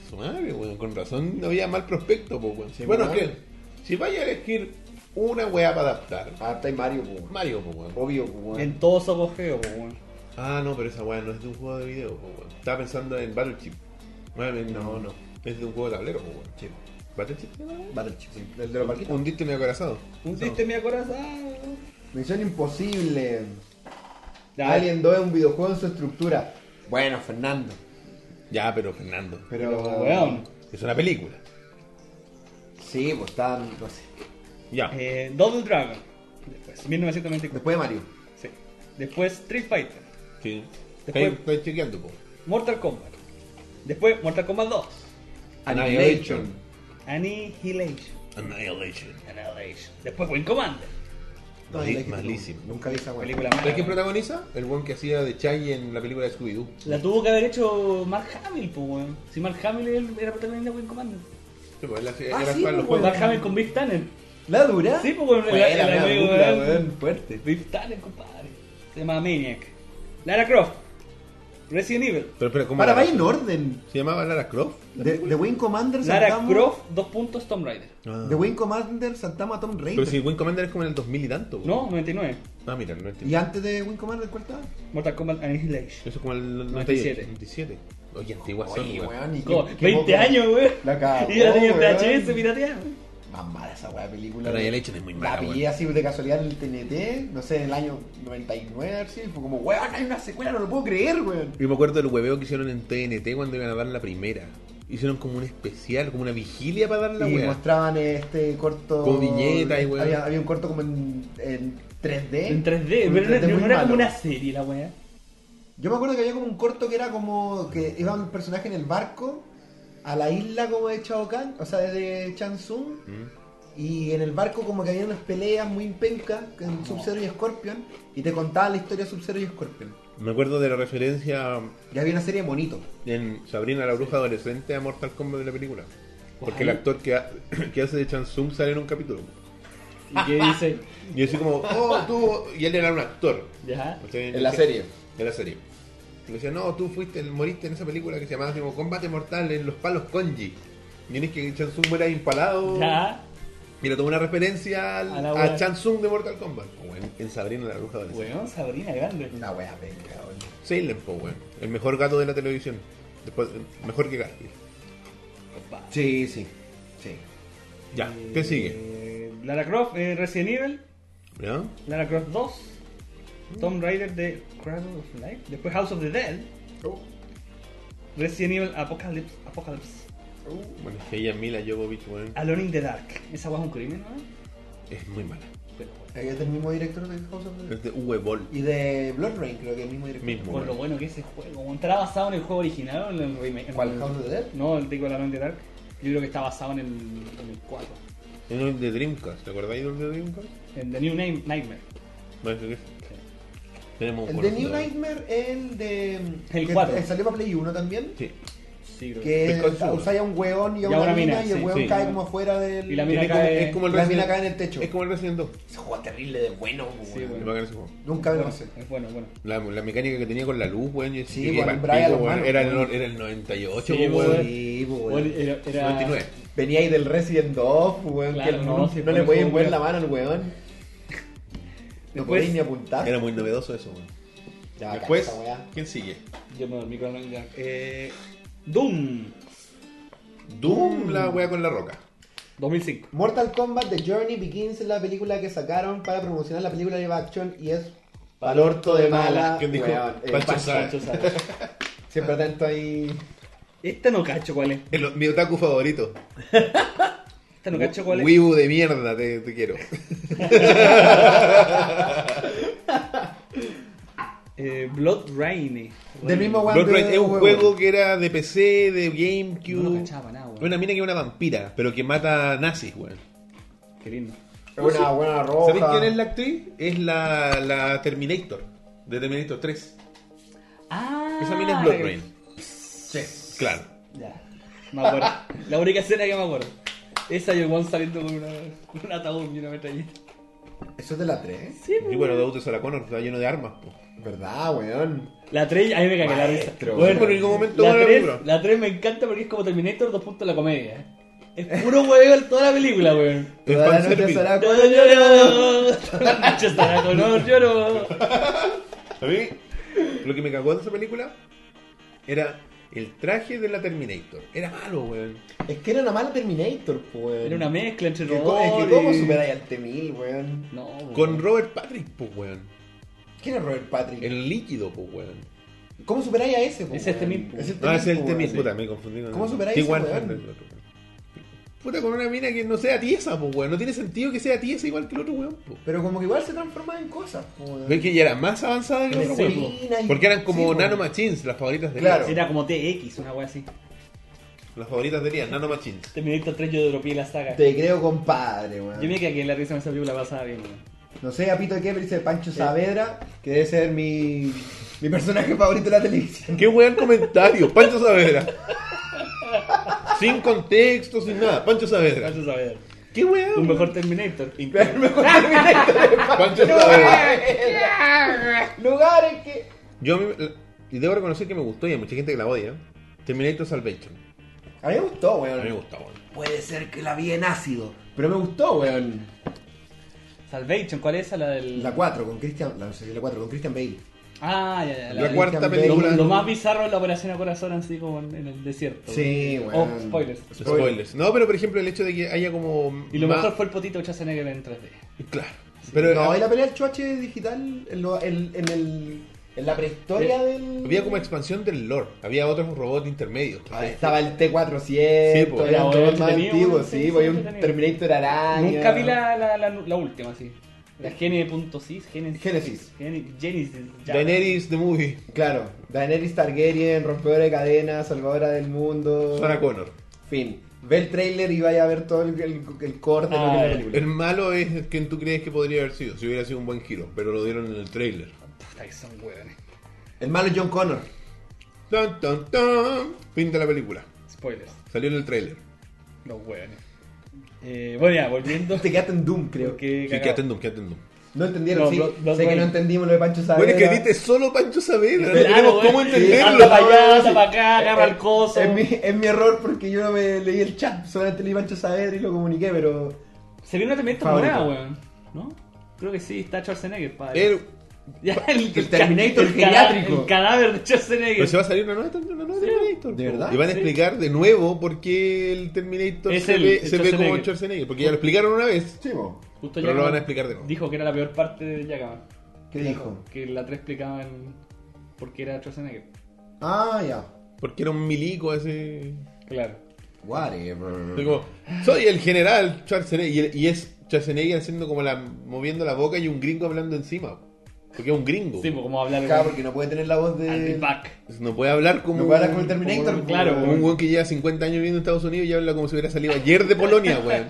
Speaker 1: Su madre, weón. Con razón no había mal prospecto, pues, weón.
Speaker 2: Sí,
Speaker 1: bueno, es
Speaker 2: weón.
Speaker 1: que si vaya a elegir una weá para adaptar,
Speaker 2: Ah, está Mario, pues, weón.
Speaker 1: Mario, pues, weón.
Speaker 2: Obvio, pues, weón.
Speaker 3: En todo su apogeo, po, weón.
Speaker 1: Ah, no, pero esa weá no es de un juego de video, po, weón. Estaba pensando en Battleship. Bueno, no, no. Es de un juego de tablero, po, weón.
Speaker 2: Sí.
Speaker 1: ¿Battleship? se llama?
Speaker 2: Battleship, sí. El de los barquitos.
Speaker 1: Un disco medio acorazado.
Speaker 3: Un sistema acorazado.
Speaker 2: Misión imposible.
Speaker 3: Ya,
Speaker 2: Alien 2 es un videojuego en su estructura. Bueno, Fernando.
Speaker 1: Ya, pero Fernando.
Speaker 2: Pero, um,
Speaker 3: Weón.
Speaker 1: Es una película.
Speaker 2: Sí, pues está, no sé.
Speaker 1: Ya.
Speaker 3: Eh, Double Dragon. Después, 1994.
Speaker 2: Después de Mario.
Speaker 3: Sí. Después Street Fighter.
Speaker 1: Sí.
Speaker 3: Después-
Speaker 1: Estoy, estoy chequeando, po.
Speaker 3: Mortal Kombat. Después Mortal Kombat 2.
Speaker 1: Annihilation.
Speaker 2: Annihilation.
Speaker 3: Annihilation.
Speaker 1: Annihilation.
Speaker 3: Annihilation. Después Wing Commander.
Speaker 1: Mali-
Speaker 2: Annihilation.
Speaker 1: malísimo.
Speaker 2: Nunca vi esa weón.
Speaker 3: Película mala.
Speaker 1: ¿Sabes quién
Speaker 3: weón.
Speaker 1: protagoniza? El weón que hacía de Chai en la película de Scooby-Doo.
Speaker 3: La tuvo que haber hecho Mark Hamill, po, weón. Si Mark Hamill él era protagonista de Wing Commander.
Speaker 1: Sí, pues, él hacía-
Speaker 2: Ah,
Speaker 1: era
Speaker 2: sí,
Speaker 1: para los
Speaker 2: pues,
Speaker 1: juegos.
Speaker 3: Mark Hamill con Big Tanner.
Speaker 2: ¿La dura?
Speaker 3: Sí, pues, weón,
Speaker 2: Fue
Speaker 3: la- la-
Speaker 2: la
Speaker 3: la-
Speaker 2: dura,
Speaker 3: weón.
Speaker 2: weón, fuerte.
Speaker 3: Big Tanner, compadre. Se llama Maniac. Lara Croft. Resident Evil.
Speaker 1: Pero, pero, ¿cómo
Speaker 2: Para,
Speaker 1: era?
Speaker 2: va en orden.
Speaker 1: ¿Se llamaba Lara Croft?
Speaker 2: De, de Wing Commander
Speaker 3: Lara
Speaker 2: saltamos.
Speaker 3: Croft, dos puntos Tomb Raider.
Speaker 1: Ah.
Speaker 2: De Wing Commander saltamos a Tom Raider.
Speaker 1: Pero si Wing Commander es como en el 2000 y tanto, po.
Speaker 3: No, 99.
Speaker 1: Ah, mira, no entiendo.
Speaker 2: Y antes de Wing Commander, ¿cuál estaba?
Speaker 3: Mortal Kombat Annihilation.
Speaker 1: Eso es como el
Speaker 3: 97.
Speaker 1: 97. Oye, antigua son, weón.
Speaker 2: y
Speaker 3: Como
Speaker 2: qué- qué
Speaker 3: 20
Speaker 2: poco-
Speaker 3: años, weón.
Speaker 2: La cagó,
Speaker 3: Y ya tenía
Speaker 2: weón. ¿Eh?
Speaker 3: PHS pirateado.
Speaker 2: Más mala esa weá película.
Speaker 1: La Raya Leche es muy
Speaker 2: La
Speaker 1: mala,
Speaker 2: pillé
Speaker 1: weón.
Speaker 2: así de casualidad en el TNT, no sé, en el año 99, así, y fue como, weón, hay una secuela, no lo puedo creer, weón.
Speaker 1: Yo me acuerdo del hueveo que hicieron en TNT cuando iban a dar la primera. Hicieron como un especial, como una vigilia para dar la
Speaker 2: y
Speaker 1: wea.
Speaker 2: mostraban este corto.
Speaker 1: Con viñeta y weón.
Speaker 2: Había, había un corto como en, en 3D.
Speaker 3: En 3D,
Speaker 2: Un
Speaker 3: pero no-
Speaker 2: 3D
Speaker 3: no,
Speaker 2: muy
Speaker 3: era como
Speaker 2: malo.
Speaker 3: una serie la weá.
Speaker 2: Yo me acuerdo que había como un corto que era como que iba un personaje en el barco a la isla como de Chao Kahn, o sea, de Chansung.
Speaker 1: Mm.
Speaker 2: Y en el barco como que había unas peleas muy pencas con Sub-Zero y Scorpion y te contaba la historia de Sub-Zero y Scorpion.
Speaker 1: Me acuerdo de la referencia
Speaker 2: Y había una serie de monitos.
Speaker 1: en Sabrina la bruja adolescente a Mortal Kombat de la película. Porque el
Speaker 3: Guay.
Speaker 1: actor que, ha- que hace de Chansung sale en un capítulo.
Speaker 3: Y que dice,
Speaker 1: Y así como, oh, tú. Y él era un actor.
Speaker 3: ya.
Speaker 1: O sea,
Speaker 2: En la
Speaker 1: decía-
Speaker 2: serie.
Speaker 1: En la serie. Y me decía, no, tú fuiste, moriste en esa película que se llamaba así como Combate Mortal en los palos Konji. Y es que Chansung era impalado.
Speaker 3: Ya.
Speaker 1: Mira, tomó una referencia al-
Speaker 3: A la
Speaker 1: a,
Speaker 3: wea.
Speaker 1: Chansung de Mortal Kombat. O en, en Sabrina la bruja adolescente.
Speaker 3: Weón, Sabrina grande.
Speaker 2: Una wea penca, weón.
Speaker 1: Salem, po, weón. El mejor gato de la televisión. Después, mejor que Garfield.
Speaker 3: Compadre.
Speaker 2: Sí, sí. Sí.
Speaker 1: Ya, ¿qué sigue?
Speaker 3: Eh, Lara Croft, eh, Resident Evil.
Speaker 1: ¿Ya?
Speaker 3: Lara Croft 2. Tomb Raider de Cradle of Life. Después House of the Dead.
Speaker 2: Oh.
Speaker 3: Resident Evil Apocalypse. Apocalypse.
Speaker 2: Uh,
Speaker 1: Bueno, es que ella Mila Jovovich, weón,
Speaker 3: Alone in the Dark. Esa weá es un crimen, ¿no?
Speaker 1: es muy mala.
Speaker 3: Pero bueno.
Speaker 2: Ahí Es del mismo director de House of the
Speaker 1: Es de Uwe Boll.
Speaker 2: Y de Blood Rain, creo que el mismo director.
Speaker 1: Mismo.
Speaker 3: Por lo bueno que es ese juego. ¿Estará basado en el juego original o en el remake?
Speaker 2: ¿Cuál? ¿House of the Dead?
Speaker 3: No, el de Alone in the Dark. Yo creo que está basado en el, en el 4.
Speaker 1: Uno de Dreamcast, ¿te acordáis del de Dreamcast?
Speaker 3: En The New Name- Nightmare.
Speaker 1: Bueno, creo que tenemos
Speaker 2: El
Speaker 1: un
Speaker 2: de
Speaker 1: buen
Speaker 2: New
Speaker 1: jugador.
Speaker 2: Nightmare, el de.
Speaker 3: El
Speaker 2: que eh,
Speaker 3: cuatro.
Speaker 2: Salió para Play 1 también.
Speaker 1: Sí.
Speaker 3: Sí, creo que-
Speaker 2: Que
Speaker 1: Pescozo.
Speaker 2: usáis a un weón y a una, mina, y el
Speaker 3: sí,
Speaker 2: weón
Speaker 1: sí.
Speaker 2: cae como afuera del.
Speaker 3: Y la
Speaker 1: Tiene
Speaker 3: mina
Speaker 1: como-
Speaker 3: cae-
Speaker 1: es como el
Speaker 2: la
Speaker 1: Resident
Speaker 2: mina cae en el techo.
Speaker 1: Es como el Resident 2.
Speaker 2: Ese juego terrible de bueno, weón.
Speaker 3: Sí,
Speaker 1: Me
Speaker 3: weón.
Speaker 1: bacán ese juego.
Speaker 2: Nunca me lo
Speaker 3: Bueno,
Speaker 2: pasé.
Speaker 3: es bueno, bueno.
Speaker 1: La, la mecánica que tenía con la luz, weón. yo
Speaker 2: Sí,
Speaker 1: decía,
Speaker 2: con
Speaker 1: qué
Speaker 2: el Brian,
Speaker 1: palpico,
Speaker 2: los
Speaker 1: weón.
Speaker 2: malos,
Speaker 1: Era
Speaker 2: weón.
Speaker 1: el, era el 98,
Speaker 3: Sí,
Speaker 1: weón.
Speaker 3: weón. eh.
Speaker 2: Sí, pues, weón.
Speaker 3: Bueno, era, era-
Speaker 1: 99.
Speaker 2: Veníais del Resident 2, weón.
Speaker 3: Claro,
Speaker 2: que
Speaker 3: no,
Speaker 2: no,
Speaker 3: sí,
Speaker 2: no
Speaker 3: fue
Speaker 2: le
Speaker 3: un
Speaker 2: podéis
Speaker 3: juego
Speaker 2: mover la
Speaker 3: muy-
Speaker 2: mano al weón. No
Speaker 3: Después-
Speaker 2: podéis ni apuntar.
Speaker 1: Era muy novedoso eso, weón.
Speaker 2: ¿Ah? Ya,
Speaker 1: Después,
Speaker 2: cacha, weá.
Speaker 1: ¿quién sigue?
Speaker 3: Yo me dormí con la manga. Eh, Doom
Speaker 1: Doom, la weá con la roca.
Speaker 3: 2005.
Speaker 2: Mortal Kombat The Journey Begins es la película que sacaron para promocionar la película live action y es pal orto de mala.
Speaker 1: ¿Quién dijo?
Speaker 2: weón. Eh,
Speaker 1: Pancho
Speaker 2: Pancho.
Speaker 1: Sá- Ah.
Speaker 3: Pancho sabe.
Speaker 2: Siempre atento ahí.
Speaker 3: Esta no cacho cuál es.
Speaker 1: El- mi otaku favorito.
Speaker 3: Esta no Este cacho cuál es.
Speaker 1: Wibu de mierda, te, te quiero.
Speaker 3: Eh, Blood Rain.
Speaker 2: Del mismo weón.
Speaker 1: Blood
Speaker 2: de-
Speaker 1: Rage es un
Speaker 2: weón.
Speaker 1: juego que era de PC, de GameCube.
Speaker 3: No lo ah, cachaba nada, weón.
Speaker 1: Una mina que es una vampira, pero que mata nazis, weón.
Speaker 3: Qué lindo.
Speaker 2: Una buena roja.
Speaker 1: ¿Sabéis quién es la actriz? Es la, la Terminator, de Terminator 3.
Speaker 3: Ah,
Speaker 1: Esa mina es Blood Rain.
Speaker 2: Sí.
Speaker 1: Claro.
Speaker 3: Ya. Me acuerdo. la única escena que me acuerdo. Esa y el weón saliendo con, una, con un ataúd y una metralleta.
Speaker 2: Eso es de la 3.
Speaker 3: Sí, pues.
Speaker 1: Y bueno, Daud es a la Connor, está lleno de armas, po.
Speaker 2: ¿Verdad, weón?
Speaker 3: La 3, a mí me cagué la risa.
Speaker 2: Maestro,
Speaker 3: Bueno,
Speaker 1: por ningún momento
Speaker 3: la,
Speaker 1: no la
Speaker 3: 3,
Speaker 1: logro.
Speaker 3: la 3 me encanta porque es como Terminator, dos puntos la comedia. Es puro hueveo toda la película, weón.
Speaker 1: Es
Speaker 2: Toda la
Speaker 1: fanservice.
Speaker 2: noche será
Speaker 3: Yo lloro. Nacho estará con no lloro.
Speaker 1: A mí, lo que me cagó de esa película era el traje de la Terminator. Era malo, weón.
Speaker 2: Es que era una mala Terminator, po, weón.
Speaker 3: Era una mezcla entre
Speaker 2: Que co- es
Speaker 3: robot
Speaker 2: que ¿Cómo
Speaker 3: y-
Speaker 2: superáis al T-1000, weón?
Speaker 3: No, weón.
Speaker 1: Con Robert Patrick, pues, weón.
Speaker 2: ¿Quién es Robert Patrick?
Speaker 1: El líquido, pues, weón.
Speaker 2: ¿Cómo superáis a ese, po,
Speaker 3: Ese es
Speaker 2: weón?
Speaker 3: T-1000, po.
Speaker 2: Ese
Speaker 1: No, es el
Speaker 2: po,
Speaker 1: T-1000,
Speaker 2: weón.
Speaker 1: puta, me confundí con
Speaker 2: Este ¿Cómo
Speaker 1: el-
Speaker 2: superáis ese,
Speaker 1: T-100.
Speaker 2: weón?
Speaker 1: Puta, con una mina que no sea tiesa, pues, weón. No tiene sentido que sea tiesa igual que el otro weón, po.
Speaker 2: Pero como que igual se transformaba en cosas, po, weón.
Speaker 1: Ves que ella era más avanzada que el
Speaker 3: Sí,
Speaker 1: otro
Speaker 3: sí,
Speaker 1: weón.
Speaker 3: po.
Speaker 2: Purina y-
Speaker 1: Porque eran como
Speaker 2: sí,
Speaker 1: Nano
Speaker 2: po.
Speaker 1: Machines, las favoritas de
Speaker 2: Claro.
Speaker 1: Elías.
Speaker 3: Era como TX, una wea así.
Speaker 1: Las favoritas de Elías, Nano Machines.
Speaker 3: Terminator 3 yo dropié la saga.
Speaker 2: Te creo compadre, weón.
Speaker 3: Yo me cagué la risa en esa película pasada bien, weón.
Speaker 2: No sé, a Pito de qué, pero dice Pancho Saavedra, que debe ser mi, mi personaje favorito de la televisión.
Speaker 1: Qué weón comentario, Pancho Saavedra. sin contexto, sin nada, Pancho Saavedra.
Speaker 3: Nacho sabe.
Speaker 1: Qué weón.
Speaker 3: Un mejor Terminator.
Speaker 2: El mejor Terminator de
Speaker 1: Pancho Saavedra.
Speaker 2: Saavedra. Lugares que...
Speaker 1: Yo a mí, y debo reconocer que me gustó y hay mucha gente que la odia. Terminator Salvation.
Speaker 2: A mí me gustó,
Speaker 1: A mí me
Speaker 2: weón.
Speaker 1: gusta, weón.
Speaker 2: Puede ser que la vi en ácido, pero me gustó, weón.
Speaker 3: Salvation, ¿cuál es esa? La del.
Speaker 2: La 4 con Christian... La, no sé si es la 4 con Christian Bale.
Speaker 3: Ah, ya, ya.
Speaker 1: La,
Speaker 3: La,
Speaker 2: de
Speaker 1: cuarta
Speaker 2: Christian Bale.
Speaker 1: película.
Speaker 3: lo, lo más bizarro es la operación a corazón, así como en, en el desierto.
Speaker 2: Sí,
Speaker 3: weón.
Speaker 2: weón.
Speaker 3: Oh, spoilers.
Speaker 1: Spoilers. No, pero por ejemplo el hecho de que haya como...
Speaker 3: Y lo
Speaker 1: ma-
Speaker 3: mejor fue el potito Schwarzenegger en 3D.
Speaker 1: Claro. Pero
Speaker 2: no,
Speaker 1: ah,
Speaker 2: y la pelea del chuache digital en, lo- en- en el, en la prehistoria del...
Speaker 1: había como expansión del lore. Había otros robots intermedios.
Speaker 2: Ah, Estaba el T-400,
Speaker 1: Sí, po.
Speaker 2: había un
Speaker 3: Era
Speaker 2: robot
Speaker 3: entretenido,
Speaker 2: más antiguo,
Speaker 3: bueno, sí,
Speaker 2: sí,
Speaker 3: sí,
Speaker 2: po, había un
Speaker 3: entretenido.
Speaker 2: Terminator araña.
Speaker 3: Nunca vi la, la, la, la última, sí. La Gene.sys, Genesis.
Speaker 2: Genesis.
Speaker 3: Gene- Genesis. ya.
Speaker 1: Daenerys the Movie.
Speaker 2: Claro, Daenerys Targaryen, rompedora de cadenas, salvadora del mundo.
Speaker 1: Sarah Connor.
Speaker 2: Fin. Ve el trailer y vaya a ver todo el, el, el core de lo que es
Speaker 3: Ah,
Speaker 2: la
Speaker 1: El
Speaker 2: película.
Speaker 1: malo es quien tú crees que podría haber sido, si hubiera sido un buen giro, pero lo dieron en el trailer.
Speaker 3: Puta que son hueones.
Speaker 2: El malo es John Connor.
Speaker 1: Tan, tan, tan. Fin de la película.
Speaker 3: Spoilers.
Speaker 1: Salió en el trailer.
Speaker 3: Los hueones. Eh, bueno, ya, volviendo.
Speaker 2: Te quedaste en Doom, creo.
Speaker 3: Porque
Speaker 1: Sí,
Speaker 3: cagado.
Speaker 1: que atendum, que atendum.
Speaker 2: No entendieron,
Speaker 3: No,
Speaker 2: sí.
Speaker 3: Blood- Blood
Speaker 2: sé que
Speaker 3: Rain.
Speaker 2: no entendimos lo de Pancho Saavedra.
Speaker 1: Bueno, es que diste solo Pancho Saavedra, no
Speaker 2: Claro,
Speaker 1: tenemos
Speaker 3: Ah, güey.
Speaker 1: cómo
Speaker 3: Anda para
Speaker 1: entenderlo.
Speaker 3: allá, anda
Speaker 2: Sí.
Speaker 3: para acá, agarra el coso.
Speaker 2: Es mi, es mi error porque yo no me leí el chat, solamente leí Pancho Saavedra y lo comuniqué, pero...
Speaker 3: Se viene una tremenda
Speaker 2: Favorito.
Speaker 3: morada, weón. ¿No? Creo que sí, está Schwarzenegger, padre.
Speaker 1: Pero,
Speaker 3: ya,
Speaker 2: el Terminator
Speaker 3: el
Speaker 2: geriátrico.
Speaker 3: El cadáver de
Speaker 1: pero
Speaker 3: Schwarzenegger.
Speaker 1: se va a salir una nueva, una nueva
Speaker 3: Sí.
Speaker 1: Terminator.
Speaker 2: ¿De
Speaker 1: po.
Speaker 2: verdad?
Speaker 1: Y van a
Speaker 3: Sí.
Speaker 1: explicar de nuevo por qué el Terminator
Speaker 3: Es
Speaker 1: se,
Speaker 3: él,
Speaker 1: ve,
Speaker 3: es
Speaker 1: se ve como
Speaker 3: Schwarzenegger.
Speaker 1: Schwarzenegger. Porque ya lo explicaron una vez,
Speaker 2: Sí, po.
Speaker 3: Justo
Speaker 1: pero
Speaker 3: Jackman
Speaker 1: lo van a explicar de nuevo.
Speaker 3: Dijo que era la peor parte de Jackaman.
Speaker 2: ¿Qué dijo?
Speaker 3: Que la 3 explicaban por qué era Schwarzenegger.
Speaker 2: Ah, ya.
Speaker 1: Porque era un milico ese...
Speaker 3: Claro.
Speaker 1: Soy
Speaker 2: Whatever.
Speaker 1: como, soy el general Schwarzenegger. Y, y es Schwarzenegger haciendo como la, moviendo la boca y un gringo hablando encima. Porque es un gringo.
Speaker 3: Sí, pues como hablar
Speaker 2: Claro,
Speaker 3: con-
Speaker 2: porque no puede tener la voz de.
Speaker 3: I'll be back.
Speaker 1: No puede hablar como.
Speaker 2: No puede hablar como el Terminator.
Speaker 1: como-
Speaker 3: claro,
Speaker 1: como un weón que lleva 50 años viviendo en Estados Unidos y habla como si hubiera salido ayer de Polonia, weón.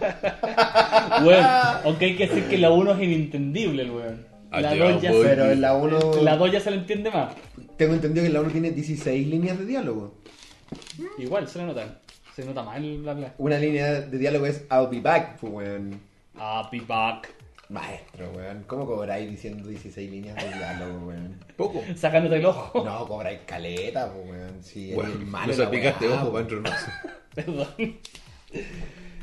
Speaker 3: Weón, aunque hay que decir que la 1 es inintendible, el weón.
Speaker 1: Ah,
Speaker 3: La
Speaker 1: ya,
Speaker 3: 2 ya,
Speaker 1: voy.
Speaker 3: se-
Speaker 2: Pero en la 1.
Speaker 3: la dos ya se la entiende más.
Speaker 2: Tengo entendido que en la 1 tiene 16 líneas de diálogo.
Speaker 3: Igual, se le nota. Se nota más el bla bla.
Speaker 2: Una línea de diálogo es I'll be back, pues, weón.
Speaker 3: I'll be back.
Speaker 2: Maestro, weón. ¿Cómo cobráis diciendo 16 líneas de diálogo, weón?
Speaker 1: Poco.
Speaker 3: Sacándote el ojo.
Speaker 2: No, cobráis caleta, pues, weón. Sí, es
Speaker 1: Weón,
Speaker 2: malo.
Speaker 1: lo
Speaker 2: la
Speaker 1: salpicaste,
Speaker 2: weá,
Speaker 1: ojo,
Speaker 2: weón.
Speaker 1: Pancho.
Speaker 3: Perdón.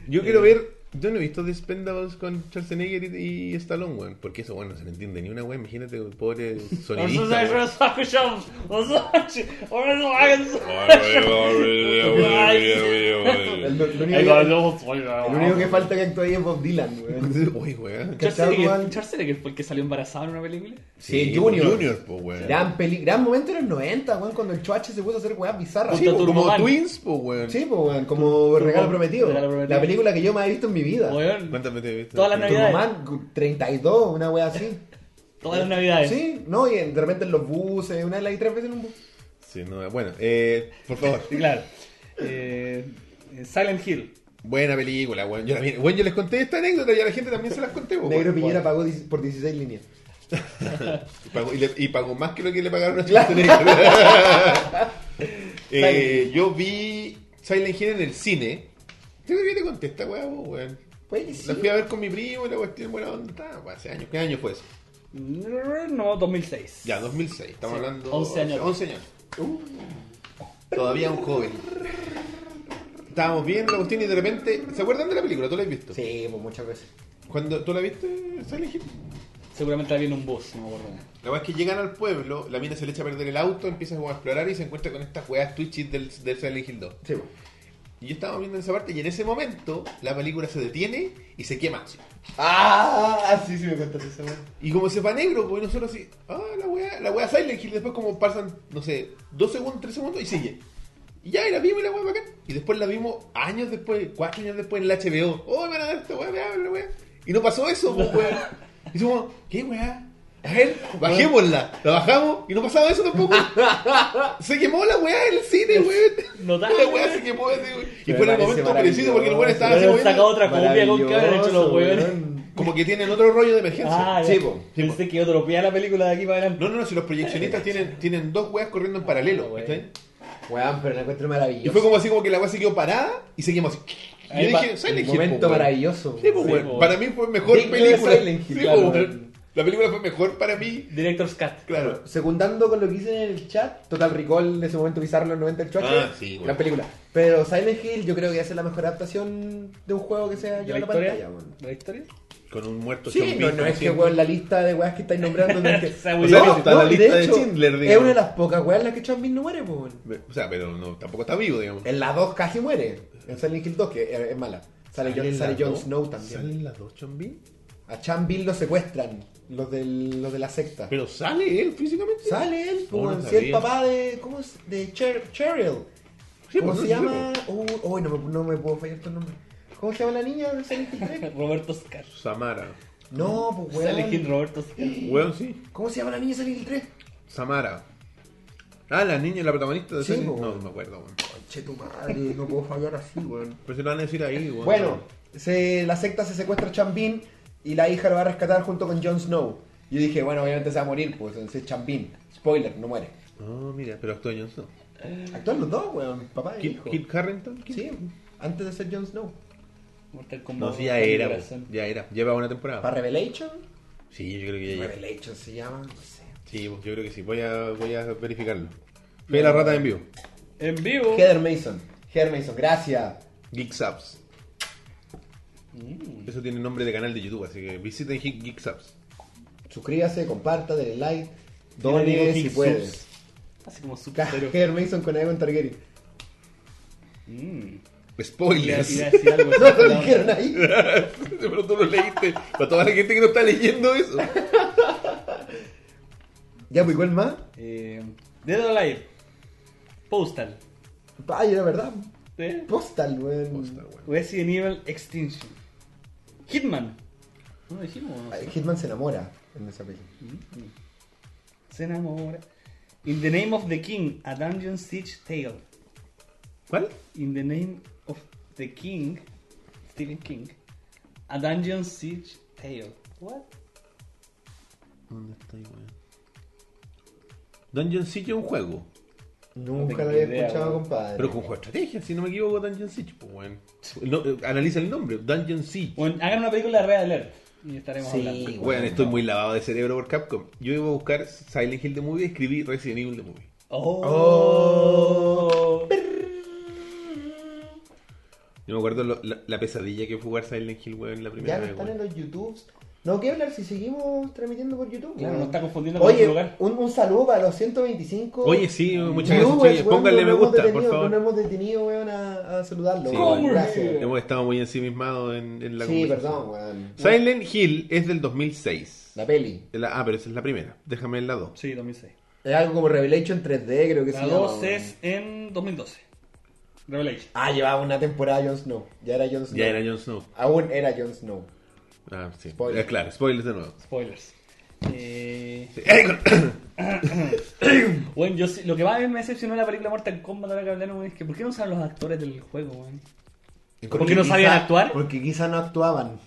Speaker 1: Yo quiero
Speaker 2: Eh.
Speaker 1: ver. Yo no he visto Despendables con Schwarzenegger y, y Stallone, weón. Porque eso, bueno, no se le entiende ni una weón. Imagínate, pobre sonidista. weón.
Speaker 2: El, el único que, el único que falta que actúe ahí es Bob Dylan, weón.
Speaker 1: Uy, weón.
Speaker 2: Cachagua.
Speaker 3: Schwarzenegger fue el que salió embarazado en una película.
Speaker 2: Sí, Junior.
Speaker 1: Junior, po, weón.
Speaker 2: Gran, peli gran momento en los 90, weón, cuando el Chuache se puso a hacer weas bizarras.
Speaker 1: Sí,
Speaker 3: Puta
Speaker 1: po, como
Speaker 3: Turboman.
Speaker 1: Twins, po, weón.
Speaker 2: Sí, pues, weón, como regalo
Speaker 3: Turbo-
Speaker 2: prometido.
Speaker 3: Regalo Prometido.
Speaker 2: La película que yo más he visto en mi vida.
Speaker 3: Weón,
Speaker 1: ¿Cuántas veces he visto?
Speaker 3: Todas las
Speaker 1: Sí.
Speaker 3: navidades.
Speaker 2: Turboman 32, una wea así.
Speaker 3: todas las navidades.
Speaker 2: Sí, no, y en- de repente en los buses, una de las y tres veces en un bus.
Speaker 1: Sí, no, bueno, eh, por favor.
Speaker 3: Sí, claro. Eh, Silent Hill.
Speaker 1: Buena película, weón. Yo, también- weón, yo les conté esta anécdota y a la gente también se las conté, po,
Speaker 2: Negro
Speaker 1: weón.
Speaker 2: Piñera pagó 10 por 16 líneas.
Speaker 1: Y pagó, y le- y pagó más que lo que le pagaron a Schwarzenegger. eh, yo vi Silent Hill en el cine. Yo creo que te conté esta weá, po, weón.
Speaker 2: Pues que
Speaker 1: La
Speaker 2: sí.
Speaker 1: fui a ver con mi primo y la cuestión, bueno, ¿dónde está? Bueno, hace años. ¿Qué año fue eso?
Speaker 3: Mm, No, 2006.
Speaker 1: Ya, 2006. Estamos
Speaker 3: Sí,
Speaker 1: hablando...
Speaker 3: 11 años.
Speaker 1: 11 años. Uh, todavía un joven. Estábamos viendo la cuestión y de repente... ¿Se acuerdan de la película? ¿Tú la has visto?
Speaker 2: Sí, pues muchas veces.
Speaker 1: Cuando tú la viste, Silent Hill.
Speaker 3: Seguramente la vi en un bus, no me acuerdo.
Speaker 1: La verdad es que llegan al pueblo, la mina se le echa a perder el auto, empieza como a explorar y se encuentra con estas weas twitches del, del Silent Hill 2.
Speaker 2: Sí, pues.
Speaker 1: Y yo estaba viendo esa parte y en ese momento la película se detiene y se quema.
Speaker 2: Ah, sí, sí me contaste eso, weón.
Speaker 1: Y como se va negro, pues nosotros así, ah, la wea, la wea Silent Hill, después como pasan, no sé, dos segundos, tres segundos y sigue. Y ya, y la vimos y la wea bacán. Y después la vimos años después, cuatro años después en la HBO. Oh, van a dar esta wea, vean la wea. Y no pasó eso, pues wea. Y somos, ¿qué wea? A ver, bajémosla. La bajamos y no pasaba eso tampoco. Se quemó la wea del cine, weón.
Speaker 3: Notable,
Speaker 1: La wea
Speaker 3: weón.
Speaker 1: se quemó así, weón. Y
Speaker 2: Me
Speaker 1: fue en el
Speaker 2: parece
Speaker 1: momento preciso porque el weón estaba
Speaker 2: maravilloso.
Speaker 3: Le
Speaker 1: así
Speaker 3: hubieran sacado
Speaker 1: moviendo.
Speaker 3: otra copia con que haber hecho los
Speaker 2: Maravilloso,
Speaker 3: weones.
Speaker 1: Como que tienen otro rollo de emergencia.
Speaker 3: Ah,
Speaker 2: Sí,
Speaker 3: sí,
Speaker 2: po.
Speaker 3: Pensé que yo tropía la película de aquí para adelante.
Speaker 1: No, no, no, si los proyeccionistas tienen, tienen dos weas corriendo en paralelo,
Speaker 3: güey.
Speaker 1: ¿cachai?
Speaker 2: Weón, pero la encuentro
Speaker 1: Y
Speaker 2: maravillosa.
Speaker 1: fue como así como que la wea se quedó parada y se quemó así. Y
Speaker 3: Ahí
Speaker 1: yo
Speaker 3: va,
Speaker 1: dije, Silent
Speaker 2: El
Speaker 1: Hill.
Speaker 2: momento
Speaker 1: po, güey.
Speaker 2: maravilloso.
Speaker 1: Sí, pues, po,
Speaker 2: pues, weón.
Speaker 1: güey.
Speaker 3: po, güey.
Speaker 1: Para mí fue mejor
Speaker 2: Digno de
Speaker 1: película.
Speaker 2: Silent Hill,
Speaker 1: Sí,
Speaker 2: claro,
Speaker 1: po,
Speaker 2: güey.
Speaker 1: güey. La película fue mejor para mí,
Speaker 3: Director's Cut.
Speaker 1: claro.
Speaker 2: Secundando con lo que hice en el chat, Total Recall de ese momento bizarro en los 90 del Chuache.
Speaker 1: Ah, sí, güey.
Speaker 2: Gran película. Pero Silent Hill yo creo que hace la mejor adaptación de un juego que sea
Speaker 3: ¿De
Speaker 2: yo
Speaker 3: la
Speaker 2: en la
Speaker 3: historia?
Speaker 2: pantalla, weón.
Speaker 3: ¿De la historia?
Speaker 1: Con un muerto
Speaker 2: Sí, no, no es que weón, la lista de weas que estáis nombrando. no es que-
Speaker 3: Esa
Speaker 1: O sea,
Speaker 2: No,
Speaker 1: está
Speaker 2: no,
Speaker 1: la lista
Speaker 2: de
Speaker 1: de
Speaker 2: hecho,
Speaker 1: Schindler,
Speaker 2: Es
Speaker 1: digamos.
Speaker 2: una de las pocas weas en las que Chambin no muere, po, weón.
Speaker 1: O sea, pero no, tampoco está vivo, digamos.
Speaker 2: En la 2 casi muere. En Silent Hill 2, que es, es mala. Sale, John,
Speaker 1: en
Speaker 2: sale
Speaker 1: las
Speaker 2: Jon
Speaker 1: dos?
Speaker 2: Snow también.
Speaker 1: ¿Salen las dos Chambin?
Speaker 2: A Chambin lo secuestran los, del, los de la secta.
Speaker 1: Pero sale él físicamente.
Speaker 2: Sale él, po,
Speaker 1: Oh, no
Speaker 2: weón. Si
Speaker 1: sabía.
Speaker 2: el papá de. ¿Cómo es? De Cher- Cheryl.
Speaker 1: Sí,
Speaker 2: ¿Cómo
Speaker 1: pues,
Speaker 2: se
Speaker 1: sí,
Speaker 2: llama? Uy, uy, no, me, no me puedo fallar tu nombre. ¿Cómo se llama la niña de Silent Hill 3?
Speaker 3: Roberto Scar.
Speaker 1: pues. Samara.
Speaker 2: No, pues
Speaker 3: Sale Kid
Speaker 2: weón.
Speaker 3: Roberto Scar.
Speaker 1: Weón, sí.
Speaker 2: ¿Cómo se llama la niña de Silent Hill 3?
Speaker 1: Samara. Ah, la niña, la protagonista de
Speaker 2: Sí, pues,
Speaker 1: Silent
Speaker 2: po,
Speaker 1: No,
Speaker 2: güey.
Speaker 1: no me acuerdo, weón.
Speaker 2: Che, tu madre, no puedo fallar así, weón.
Speaker 1: Pero Pues se lo van a decir ahí, weón.
Speaker 2: Eh, Bueno, se, la secta se secuestra a Chambin y la hija lo va a rescatar junto con Jon Snow. Yo dije, bueno, obviamente se va a morir, pues entonces Chambin. Spoiler, no muere.
Speaker 1: Oh, mira, pero actúa Jon Snow.
Speaker 2: Actúan los dos, weón, papá y
Speaker 1: Kit,
Speaker 2: hijo.
Speaker 1: Kit Harrington.
Speaker 2: Sí, antes de ser Jon Snow.
Speaker 3: Mortal Kombat.
Speaker 1: No, sí, ya era,
Speaker 3: Corazón.
Speaker 1: weón. ya era. Lleva una temporada.
Speaker 2: ¿Para Revelation?
Speaker 1: Ah. Sí, yo creo que ya lleva.
Speaker 2: Revelation se llama, no sé.
Speaker 1: Sí, yo creo que sí. Voy a, voy a verificarlo. Fe la rata en vivo.
Speaker 3: En vivo.
Speaker 2: Heather Mason. Heather Mason, gracias.
Speaker 1: Geek Subs.
Speaker 2: Mm.
Speaker 1: Eso tiene nombre de canal de YouTube, así que visiten Geek Geek Subs.
Speaker 2: Suscríbase, comparta, denle like,
Speaker 3: Yo le
Speaker 2: done
Speaker 3: digo
Speaker 2: si
Speaker 3: Geek
Speaker 2: puedes.
Speaker 3: Subs. Así como super cero.
Speaker 2: Heather Mason con Aegon Targaryen.
Speaker 3: Mm. Iba-
Speaker 1: Spoilers.
Speaker 3: iba a decir algo.
Speaker 2: No lo dijeron ahí.
Speaker 1: Pero tú lo leíste. Para toda la gente que no está leyendo eso.
Speaker 2: Ya, pues igual más.
Speaker 3: Eh, Dead or Alive. Postal.
Speaker 2: Ay, era verdad.
Speaker 3: ¿Eh?
Speaker 2: Postal, weón.
Speaker 1: Postal, weón.
Speaker 3: Resident Evil Extinction. Hitman. ¿No lo dijimos? o no?
Speaker 2: Ay, Hitman se enamora en esa película.
Speaker 3: se enamora. In the Name of the King, a Dungeon Siege Tale.
Speaker 1: ¿Cuál?
Speaker 3: In the Name of the King, Stephen King, a Dungeon Siege Tale. What?
Speaker 1: ¿Dónde estoy, weón? Dungeon Siege es un juego.
Speaker 2: Nunca
Speaker 3: tengo
Speaker 2: lo había
Speaker 3: idea,
Speaker 2: escuchado,
Speaker 3: weón.
Speaker 2: compadre.
Speaker 1: Pero con juego de estrategia, si no me equivoco, Dungeon Siege, pues weón. No, eh, analiza el nombre, Dungeon Siege.
Speaker 3: Bueno, hagan una película de Red Alert y estaremos
Speaker 2: Sí,
Speaker 3: hablando.
Speaker 1: Bueno, estoy muy lavado de cerebro por Capcom. Yo iba a buscar Silent Hill The Movie y escribí Resident Evil The Movie.
Speaker 3: Oh.
Speaker 1: Yo me acuerdo lo- la, la pesadilla que fue jugar Silent Hill, weón, la primera
Speaker 2: Ya no
Speaker 1: vez,
Speaker 2: están en
Speaker 1: weón.
Speaker 2: los YouTubes. No, ¿qué hablar si seguimos transmitiendo por YouTube?
Speaker 3: Claro,
Speaker 2: weón?
Speaker 3: no está confundiendo con
Speaker 2: Oye,
Speaker 3: otro lugar.
Speaker 2: Un, un saludo para los 125.
Speaker 1: Oye, sí, muchas
Speaker 2: viewers,
Speaker 1: gracias, chiquillos.
Speaker 2: weón,
Speaker 1: Pónganle
Speaker 2: no
Speaker 1: me
Speaker 2: nos hemos
Speaker 1: gusta, por
Speaker 2: detenido, No
Speaker 1: favor.
Speaker 2: nos hemos detenido, weón, a, a saludarlo.
Speaker 1: Sí,
Speaker 2: weón.
Speaker 1: weón.
Speaker 2: Gracias.
Speaker 1: Hemos estado muy ensimismados en, en la
Speaker 2: Sí,
Speaker 1: conversación.
Speaker 2: perdón, weón.
Speaker 1: Silent Hill es del 2006.
Speaker 2: La peli.
Speaker 1: La- ah, pero esa es la primera. Déjame en la 2.
Speaker 3: Sí, 2006.
Speaker 2: Es algo como Revelation 3D, creo que
Speaker 3: La
Speaker 2: se llama,
Speaker 3: 2
Speaker 2: weón.
Speaker 3: es en 2012. Revelation.
Speaker 2: Ah, llevaba una temporada Jon Snow. Ya era Jon Snow.
Speaker 1: Ya era Jon Snow.
Speaker 2: Aún era Jon Snow.
Speaker 1: Ah, sí.
Speaker 2: Spoiler.
Speaker 1: Eh, claro, spoilers de nuevo.
Speaker 3: Spoilers. Eh,
Speaker 1: Sí. Eh,
Speaker 3: bueno, yo sí- lo que más me decepcionó de la película Mortal Kombat ahora que hablamos es que ¿por qué no usan los actores del juego, weón? ¿Por qué no sabían
Speaker 2: quizá-
Speaker 3: actuar?
Speaker 2: Porque quizá no actuaban.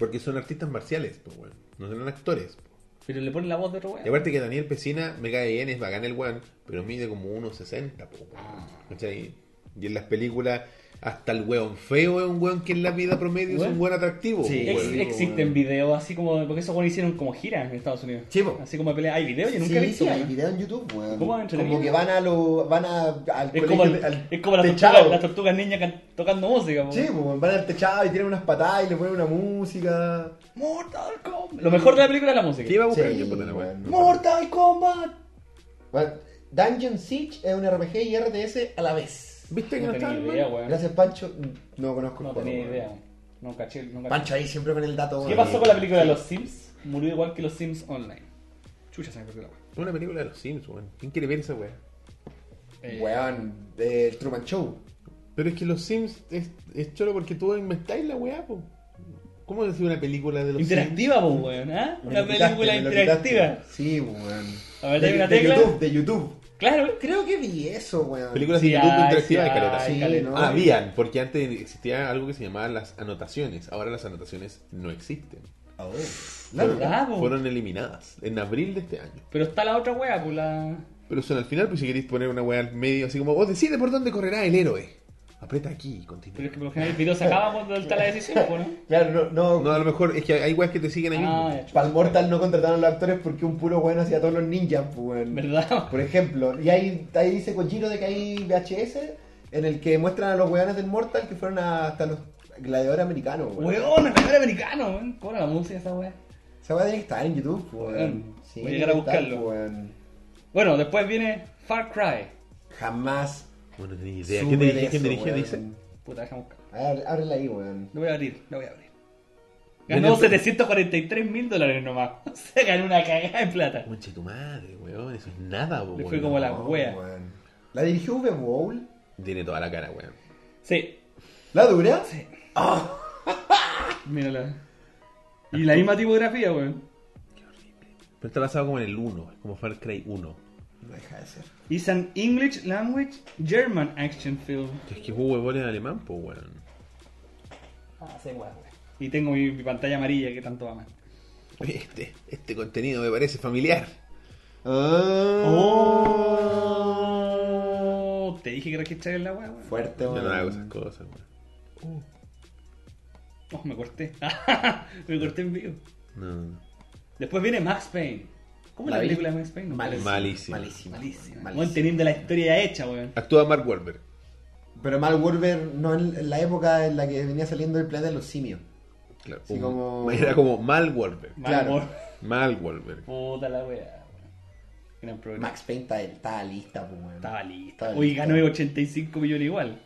Speaker 1: Porque son artistas marciales, pues, weón. No son actores.
Speaker 3: Pero le ponen la voz de otro
Speaker 1: Y
Speaker 3: weón.
Speaker 1: aparte que Daniel Pesina me cae bien, es bacán el weón, pero mide como 1.60, po, weón. ¿Cachai? Y en las películas, hasta el weón feo es un weón que en la vida promedio es
Speaker 3: Weón.
Speaker 1: un weón atractivo.
Speaker 2: Sí.
Speaker 1: po,
Speaker 3: Ex-
Speaker 1: weón.
Speaker 3: existen videos así como. Porque esos weones hicieron como giras en Estados Unidos.
Speaker 2: Sí, po.
Speaker 3: Así como de pelea. Hay videos, yo nunca
Speaker 2: sí,
Speaker 3: he visto.
Speaker 2: sí, hay
Speaker 3: weón.
Speaker 2: video en YouTube, weón.
Speaker 3: ¿Cómo van a entretener?
Speaker 2: Como que van a lo, van a, al
Speaker 3: es,
Speaker 2: colegio,
Speaker 3: como el-
Speaker 2: al
Speaker 3: es como las
Speaker 2: techado.
Speaker 3: tortugas, las tortugas niñas can- tocando música, weón.
Speaker 2: Sí, pues, van al techado y tienen unas patadas y le ponen una música.
Speaker 3: Mortal Kombat. Lo mejor de la película es la música.
Speaker 1: ¿Qué iba a buscar
Speaker 2: Sí,
Speaker 1: yo por la
Speaker 2: weón.
Speaker 1: weón?
Speaker 3: Mortal Kombat.
Speaker 2: Bueno, Dungeon Siege es un RPG y RTS a la vez.
Speaker 1: ¿Viste que
Speaker 3: No
Speaker 1: no,
Speaker 3: tenía
Speaker 1: estaba el
Speaker 3: idea,
Speaker 1: weón?
Speaker 3: weón.
Speaker 2: Gracias, Pancho. No conozco el
Speaker 3: No
Speaker 2: juego,
Speaker 3: tenía
Speaker 2: weón.
Speaker 3: idea, weón. No caché, no caché.
Speaker 2: Pancho ahí siempre con el dato.
Speaker 3: ¿Qué
Speaker 2: weón.
Speaker 3: pasó con la película de los Sims? Murió igual que los Sims Online. Chucha, se me perdió la weá.
Speaker 1: Una película de los Sims, weón. ¿Quién quiere ver esa weón?
Speaker 3: Eh,
Speaker 2: Weón, del Truman Show.
Speaker 1: Pero es que los Sims es, es choro porque tú inventáis la weá, po. ¿Cómo decir una película de los Sims?
Speaker 3: Interactiva, pues, weón, ¿ah?
Speaker 2: Me
Speaker 3: Una
Speaker 2: lo quitaste,
Speaker 3: película
Speaker 2: me lo
Speaker 3: interactiva.
Speaker 2: quitaste. Sí, weón.
Speaker 3: A ver,
Speaker 2: De-
Speaker 3: dame una
Speaker 2: de
Speaker 3: tecla.
Speaker 2: YouTube, de YouTube.
Speaker 3: Claro,
Speaker 2: Creo que vi eso, weón.
Speaker 1: Películas
Speaker 3: Sí,
Speaker 1: de YouTube
Speaker 3: ay,
Speaker 1: interactivas de
Speaker 3: sí,
Speaker 1: caleta.
Speaker 3: ay,
Speaker 2: Sí,
Speaker 3: caleta.
Speaker 2: no.
Speaker 1: Ah, habían, porque antes existía algo que se llamaba las anotaciones. Ahora las anotaciones no existen.
Speaker 2: Ah, oh.
Speaker 1: Fueron,
Speaker 3: ¿Verdad, Ah, po?
Speaker 1: fueron eliminadas en abril de este año.
Speaker 3: Pero está la otra weá, pues la.
Speaker 1: Pero son al final, pues si queréis poner una weá al medio, así como, vos decide por dónde correrá el héroe. Aprieta aquí y
Speaker 3: Pero
Speaker 1: continúa.
Speaker 3: es que por lo general el video se acaba cuando está la decisión, pues, ¿no?
Speaker 2: Claro, no,
Speaker 1: No, a lo mejor es que hay weas que te siguen ahí mismo.
Speaker 3: Ah, ya, chucha.
Speaker 2: Para el Mortal no contrataron a los actores porque un puro weón hacía todos los ninjas, pues, weón.
Speaker 3: ¿Verdad?
Speaker 2: Por ejemplo, y ahí, ahí dice Kojiro de que hay VHS en el que muestran a los weones del Mortal que fueron a- hasta los gladiadores americanos, weón.
Speaker 3: Weón, el primer americano, weón. ¿Cómo era la música esa weá?
Speaker 2: Esa weá tiene que estar en YouTube, pues, weón.
Speaker 3: Weón, voy a llegar a
Speaker 2: tiene que estar,
Speaker 3: buscarlo.
Speaker 2: pues, weón.
Speaker 3: Bueno, después viene Far Cry.
Speaker 2: Jamás.
Speaker 1: Bueno, no tenía idea.
Speaker 2: supe
Speaker 1: ¿Quién
Speaker 2: de
Speaker 1: dirige? ¿Quién
Speaker 2: eso,
Speaker 1: dirige?
Speaker 2: weón.
Speaker 1: Dice.
Speaker 3: Puta, déjame buscar.
Speaker 2: A ver, ábrela ahí, weón.
Speaker 3: Lo voy a abrir, lo voy a abrir. Ganó
Speaker 1: Viene-
Speaker 3: 743 mil dólares nomás. Se ganó una cagada de plata.
Speaker 1: Conche tu madre, weón. Eso es nada, po,
Speaker 3: Le
Speaker 1: weón.
Speaker 3: fue como la-
Speaker 2: No,
Speaker 3: wea.
Speaker 2: weón. ¿La dirigió V. Bowl?
Speaker 1: Tiene toda la cara, weón.
Speaker 3: Sí,
Speaker 2: ¿La dura?
Speaker 3: sí. Mírala. Y la misma tipografía, weón.
Speaker 1: Pero está basado como en el 1, como Far Cry 1.
Speaker 2: No deja de ser.
Speaker 3: It's an English language German action film.
Speaker 1: Es que hubo huevón en alemán, pues, weón.
Speaker 3: Ah, sí, weón. Y tengo mi, mi pantalla amarilla que tanto aman.
Speaker 1: Oye, Este, este contenido me parece familiar.
Speaker 2: Ah.
Speaker 3: Oh. Te dije que registrar la weá, weón.
Speaker 2: Fuerte,
Speaker 1: Yo
Speaker 2: weón.
Speaker 1: no hago esas cosas, weón.
Speaker 3: Oh, me corté. me corté en vivo.
Speaker 1: No, no, no.
Speaker 3: Después viene Max Payne. ¿Cómo es
Speaker 2: La
Speaker 3: la
Speaker 2: vi.
Speaker 3: película de Max Payne? No
Speaker 2: Malísima.
Speaker 1: Malísima.
Speaker 3: Malísima.
Speaker 2: Malísima. Malísima.
Speaker 3: Weón, teniendo la historia ya hecha, weón.
Speaker 1: Actúa Mark Wahlberg.
Speaker 2: Pero Mal Warber no en la época en la que venía saliendo el planeta de los simios.
Speaker 1: Claro.
Speaker 2: Sí,
Speaker 1: Un-
Speaker 2: como-
Speaker 1: Era como Mal Wahlberg.
Speaker 3: Mal
Speaker 2: Claro.
Speaker 3: amor.
Speaker 1: Mal Wahlberg.
Speaker 3: Puta la weá, weón. Gran programa.
Speaker 2: Max Payne está- estaba lista, pues, weón.
Speaker 3: Estaba lista.
Speaker 2: Estaba
Speaker 3: Hoy
Speaker 2: lista.
Speaker 3: ganó 85 millones igual.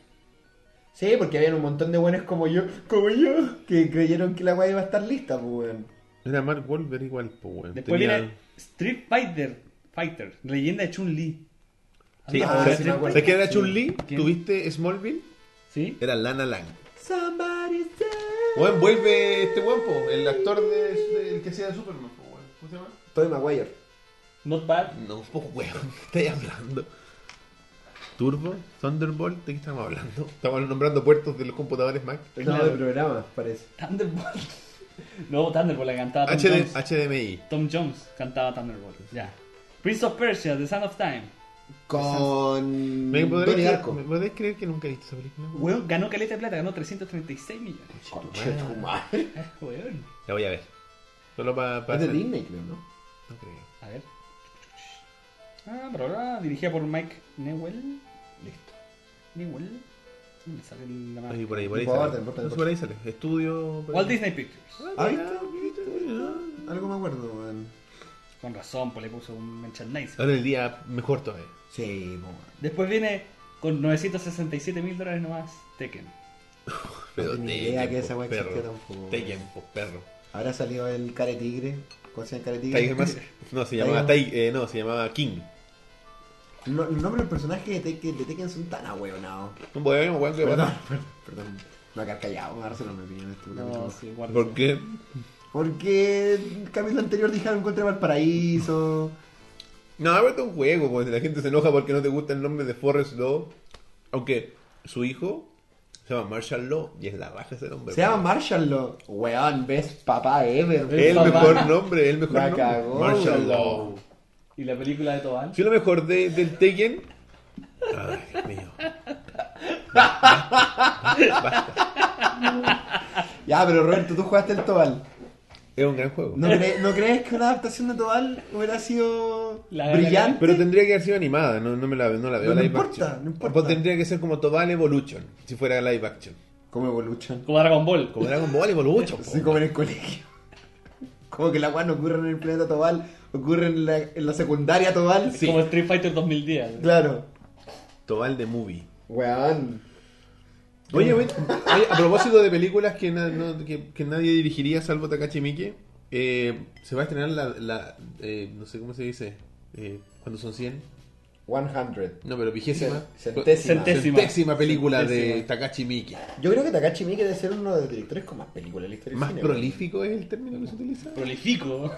Speaker 2: Sí, porque había un montón de buenos como yo, como yo, que creyeron que la weá iba a estar lista, pues, weón.
Speaker 1: Era Mark Wahlberg igual, pues, weón.
Speaker 3: Después
Speaker 1: Tenía-
Speaker 3: viene Street Fighter, Fighter, leyenda de Chun-Li.
Speaker 1: Sí,
Speaker 2: Ah,
Speaker 1: ¿sabes-
Speaker 2: sí me acuerdo.
Speaker 1: ¿Sabes quién era
Speaker 2: Sí.
Speaker 1: Chun-Li?
Speaker 3: ¿Quién?
Speaker 1: ¿Tuviste Smallville?
Speaker 3: ¿Sí?
Speaker 1: Era Lana Lang.
Speaker 2: Somebody say-
Speaker 1: Weón, vuelve este weón, po, el actor de, de- el que sea de Superman, po, weón. ¿Cómo se llama?
Speaker 2: Tobey Maguire.
Speaker 3: Not bad.
Speaker 1: No, pues weón, ¿qué estáis hablando? Turbo, Thunderbolt, ¿de qué estamos hablando? Estamos nombrando puertos de los computadores Mac.
Speaker 2: Estamos de programas, parece.
Speaker 3: Thunderbolt. No, Thunderbolt la cantaba Tom
Speaker 1: HD
Speaker 3: Jones.
Speaker 1: HDMI.
Speaker 3: Tom Jones cantaba Thunderbolt. Ya. Prince of Persia, The Sand of Time.
Speaker 2: Con.
Speaker 1: ¿Me podrías,
Speaker 2: Donnie
Speaker 1: creer-
Speaker 2: Darko.
Speaker 1: ¿Me podrías creer que nunca he visto esa película? weón?
Speaker 3: Weón, ganó caleta de plata, ganó 336 millones.
Speaker 2: Conche tu madre.
Speaker 3: Ah, Weón.
Speaker 1: La voy a ver. Solo para...
Speaker 2: Es de Disney, creo, ¿no?
Speaker 1: No creo.
Speaker 3: A ver. Ah, pero ahora dirigida por Mike Newell.
Speaker 2: Listo.
Speaker 3: Newell. No me sale la
Speaker 1: Ahí,
Speaker 3: marca.
Speaker 1: por ahí, por ahí
Speaker 2: Importa,
Speaker 1: sale.
Speaker 2: importa,
Speaker 1: No sé,
Speaker 2: importa.
Speaker 1: por ahí sale. Estudio... por
Speaker 3: Walt
Speaker 1: ahí.
Speaker 3: Disney Pictures.
Speaker 1: Ah,
Speaker 2: Ahí
Speaker 1: mira,
Speaker 2: está,
Speaker 1: mira, mira.
Speaker 2: Algo me acuerdo, weón.
Speaker 3: Con razón, pues le puso un merchandise.
Speaker 1: Ahora el día mejor todavía.
Speaker 2: Sí, po, weón.
Speaker 3: Después viene con 967 mil dólares nomás Tekken.
Speaker 1: Pero
Speaker 2: tenía idea
Speaker 1: Tekken,
Speaker 2: que esa
Speaker 1: po,
Speaker 2: wea existía
Speaker 1: perro.
Speaker 2: tampoco.
Speaker 1: Tekken, po, perro.
Speaker 2: Ahora salió el Care Tigre. ¿Cómo se llama el Care Tigre?
Speaker 1: Tiger Mask. No, se llamaba,
Speaker 2: Tiger-
Speaker 1: Ti- eh, no, se llamaba King.
Speaker 2: No, los nombres del personaje de Tekken, de Tekken son tan ahueonados.
Speaker 1: Un weón, un pues, weón que
Speaker 2: Perdón, perdón, perdón. No, que callado, ahora se lo me pillan este
Speaker 3: No,
Speaker 2: capítulo.
Speaker 3: sí, guarda.
Speaker 1: ¿Por qué?
Speaker 2: Porque el capítulo anterior dijeron contra Valparaíso.
Speaker 1: No, ha vuelto un juego, pues la gente se enoja porque no te gusta el nombre de Forrest Law. Aunque su hijo se llama Marshall Law y es la baja ese nombre.
Speaker 2: Se llama Marshall Law. Weón, ves papá ever.
Speaker 1: El
Speaker 3: Papá.
Speaker 1: mejor nombre, el mejor
Speaker 2: La
Speaker 1: nombre.
Speaker 2: cagó,
Speaker 1: Marshall
Speaker 2: weón.
Speaker 1: Law.
Speaker 3: ¿Y la película de Tobal?
Speaker 1: Si lo mejor de, del Tekken. Ay, Dios mío.
Speaker 2: Ya, pero Roberto, tú jugaste el Tobal.
Speaker 1: Es un gran juego.
Speaker 2: ¿No, cre- no crees que una adaptación de Tobal hubiera sido
Speaker 3: La-
Speaker 2: brillante?
Speaker 1: Pero tendría que haber sido animada, no, no me la, no la veo
Speaker 2: No, no
Speaker 1: live
Speaker 2: importa,
Speaker 1: action.
Speaker 2: no importa.
Speaker 1: Pues tendría que ser como Tobal Evolution, si fuera live action.
Speaker 2: Como Evolution.
Speaker 3: Como Dragon Ball.
Speaker 1: Como Dragon Ball Evolution.
Speaker 2: Así
Speaker 1: po,
Speaker 2: como en el colegio. Como que la weá no ocurre en el planeta Tobal, ocurre en la, en la secundaria Tobal.
Speaker 1: Sí.
Speaker 3: Como Street Fighter 2010.
Speaker 2: Claro.
Speaker 1: Tobal de Movie.
Speaker 2: Weón.
Speaker 1: Oye, oye, oye, a propósito de películas que, na- no- que, que nadie dirigiría salvo Takashi Miike, eh, se va a estrenar la, la, eh, no sé cómo se dice, eh, cuando son 100,
Speaker 2: 100.
Speaker 1: no, pero vigésima,
Speaker 2: Centésima. Ah,
Speaker 3: Centésima.
Speaker 1: Centésima película de
Speaker 3: Centésima.
Speaker 1: Takashi Miike.
Speaker 2: Yo creo que Takashi Miike debe ser uno de los directores con más películas en la historia del
Speaker 1: Más
Speaker 2: cine,
Speaker 1: prolífico es el término que se utiliza.
Speaker 3: Prolifico.
Speaker 2: weón.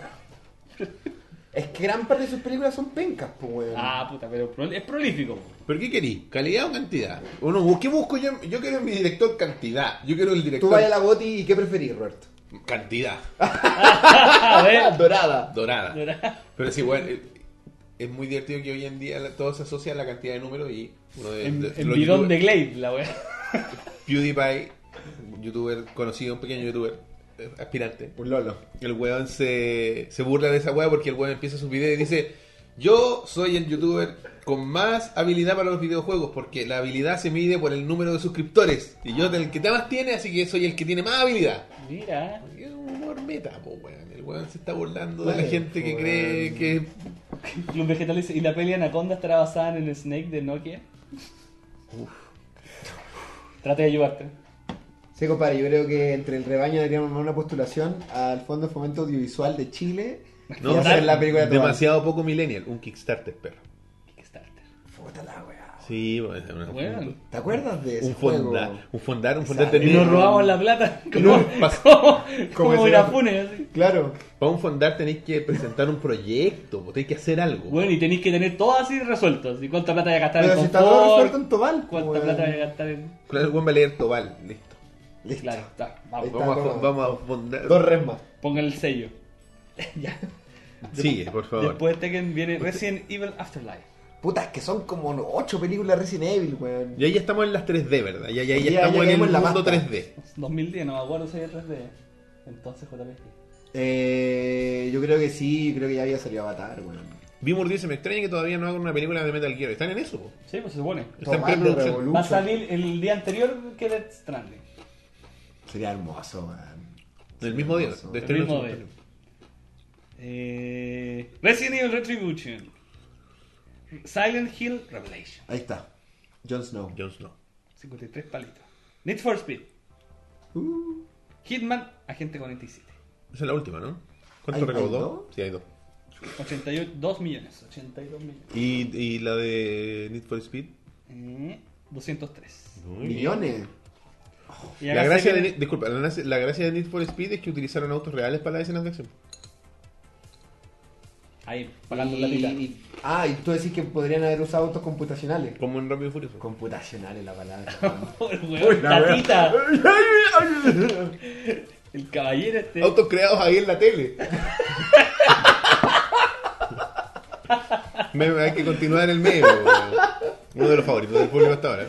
Speaker 2: Es que gran parte de sus películas son pencas, pues, weón.
Speaker 3: Ah, puta, pero pro- es prolífico.
Speaker 1: ¿Pero qué querís? ¿Calidad o cantidad? ¿O no? ¿Qué busco yo? Yo quiero mi director cantidad. Yo quiero el
Speaker 2: Tú
Speaker 1: director
Speaker 2: vas a la Goti y ¿qué preferís, Roberto?
Speaker 1: cantidad.
Speaker 3: A ver.
Speaker 2: Dorada.
Speaker 1: Dorada. Pero sí, bueno, eh, es muy divertido que hoy en día la- todo se asocia a la cantidad de números y uno de,
Speaker 3: En,
Speaker 1: de-
Speaker 3: en
Speaker 1: los
Speaker 3: bidón
Speaker 1: youtubers-
Speaker 3: de Glade, la wea.
Speaker 1: PewDiePie, un youtuber conocido, un pequeño youtuber, eh, aspirante.
Speaker 2: Un Lolo.
Speaker 1: El weón se, se burla de esa weá porque el weón empieza su video y dice: Yo soy el youtuber con más habilidad para los videojuegos porque la habilidad se mide por el número de suscriptores. Y yo del que más tiene, así que soy el que tiene más habilidad.
Speaker 3: Mira.
Speaker 1: Es un humor meta, po, weón. El weón se está burlando de la
Speaker 2: Vale,
Speaker 1: gente que
Speaker 2: weón.
Speaker 1: cree que
Speaker 3: Club Vegetal dice, ¿y la peli Anaconda estará basada en el Snake de Nokia? Trate de ayudarte.
Speaker 2: Sí, compadre, yo creo que entre el rebaño deberíamos armar una postulación al Fondo de Fomento Audiovisual de Chile
Speaker 1: No,
Speaker 2: y hacer la película de Tobal.
Speaker 1: demasiado poco millennial. Un Kickstarter, perro.
Speaker 3: Kickstarter.
Speaker 2: Puta la weá.
Speaker 1: Sí, bueno, es una-
Speaker 3: Bueno.
Speaker 2: ¿Te acuerdas de ese
Speaker 1: un
Speaker 2: juego?
Speaker 1: fondar, un fondar, un
Speaker 2: Esa-
Speaker 1: fondar
Speaker 3: Y
Speaker 1: tenía-
Speaker 3: nos robamos la plata.
Speaker 1: No,
Speaker 3: Como,
Speaker 1: pas-
Speaker 3: como,
Speaker 2: como
Speaker 3: como
Speaker 2: ese-
Speaker 3: Irafune, así.
Speaker 2: Claro.
Speaker 1: Para un fondar tenéis que presentar un proyecto, vos tenéis que hacer algo.
Speaker 3: Bueno, y tenéis que tener todo así resuelto. Así, ¿Cuánta plata voy a gastar
Speaker 2: Pero
Speaker 3: en
Speaker 2: si está
Speaker 3: confort?
Speaker 2: todo resuelto en Tobal.
Speaker 3: ¿Cuánta
Speaker 2: weón.
Speaker 3: plata voy a gastar en...?
Speaker 1: Claro, el buen va a leer Tobal, listo.
Speaker 2: Listo.
Speaker 3: Claro, está, vamos.
Speaker 2: Está
Speaker 1: Vamos a,
Speaker 2: todo.
Speaker 1: fon- vamos a fondar.
Speaker 2: Dos resmas.
Speaker 3: Pongan el sello. ya.
Speaker 1: Sigue, por favor.
Speaker 3: Después de Tekken viene Resident Evil Afterlife.
Speaker 2: Puta, es que son como ocho películas de Resident Evil, weón.
Speaker 1: Y ahí ya estamos en las 3D, ¿verdad? Ya, ya, ya
Speaker 2: Ya, ya
Speaker 1: estamos en
Speaker 2: caímos
Speaker 1: el
Speaker 2: en la
Speaker 1: mundo
Speaker 2: pasta.
Speaker 1: 3D.
Speaker 3: 2010, no me acuerdo si era 3D. Entonces JPG.
Speaker 2: Eh, yo creo que sí, creo que ya había salido Avatar, weón.
Speaker 1: Bimur dice, me extraña que todavía no hagan una película de Metal Gear. ¿Están en eso? po?
Speaker 3: Sí, pues se supone.
Speaker 1: Está en
Speaker 2: Tomando
Speaker 1: preproducción.
Speaker 2: Revolution.
Speaker 3: Va a salir el día anterior que Death Stranding.
Speaker 2: Sería hermoso, weón.
Speaker 1: El mismo día.
Speaker 2: Hermoso.
Speaker 1: de
Speaker 3: El
Speaker 1: estreno
Speaker 3: mismo
Speaker 1: en su-
Speaker 3: día. Eh, Resident Evil Retribution. Silent Hill Revelation.
Speaker 2: Ahí está. Jon Snow.
Speaker 1: Jon Snow.
Speaker 3: 53 palitos. Need for Speed.
Speaker 2: Uh,
Speaker 3: Hitman, Agente 47.
Speaker 1: Esa es la última, ¿no? ¿Cuánto
Speaker 2: ¿Hay-
Speaker 1: recaudó?
Speaker 2: hay dos?
Speaker 1: Sí, hay dos.
Speaker 3: 82 millones. 82 millones.
Speaker 1: ¿Y, y la de Need for Speed?
Speaker 3: Eh, 203.
Speaker 1: Muy bien.
Speaker 2: millones.
Speaker 3: Y
Speaker 1: La
Speaker 3: acá se
Speaker 1: gracia, de,
Speaker 3: viene-
Speaker 1: Need- disculpa, la, gracia- la gracia de Need for Speed es que utilizaron autos reales para las escenas de acción.
Speaker 3: Ahí, pagando
Speaker 2: Y-
Speaker 3: la pita.
Speaker 2: y- ah, y tú decís que podrían haber usado autos computacionales.
Speaker 1: Como en Rápido y Furioso.
Speaker 2: Computacionales la palabra.
Speaker 3: El weón, la tita. El caballero este.
Speaker 1: Autos creados ahí en la tele. Me- hay que continuar en el medio. weón. Uno de los favoritos del público hasta ahora.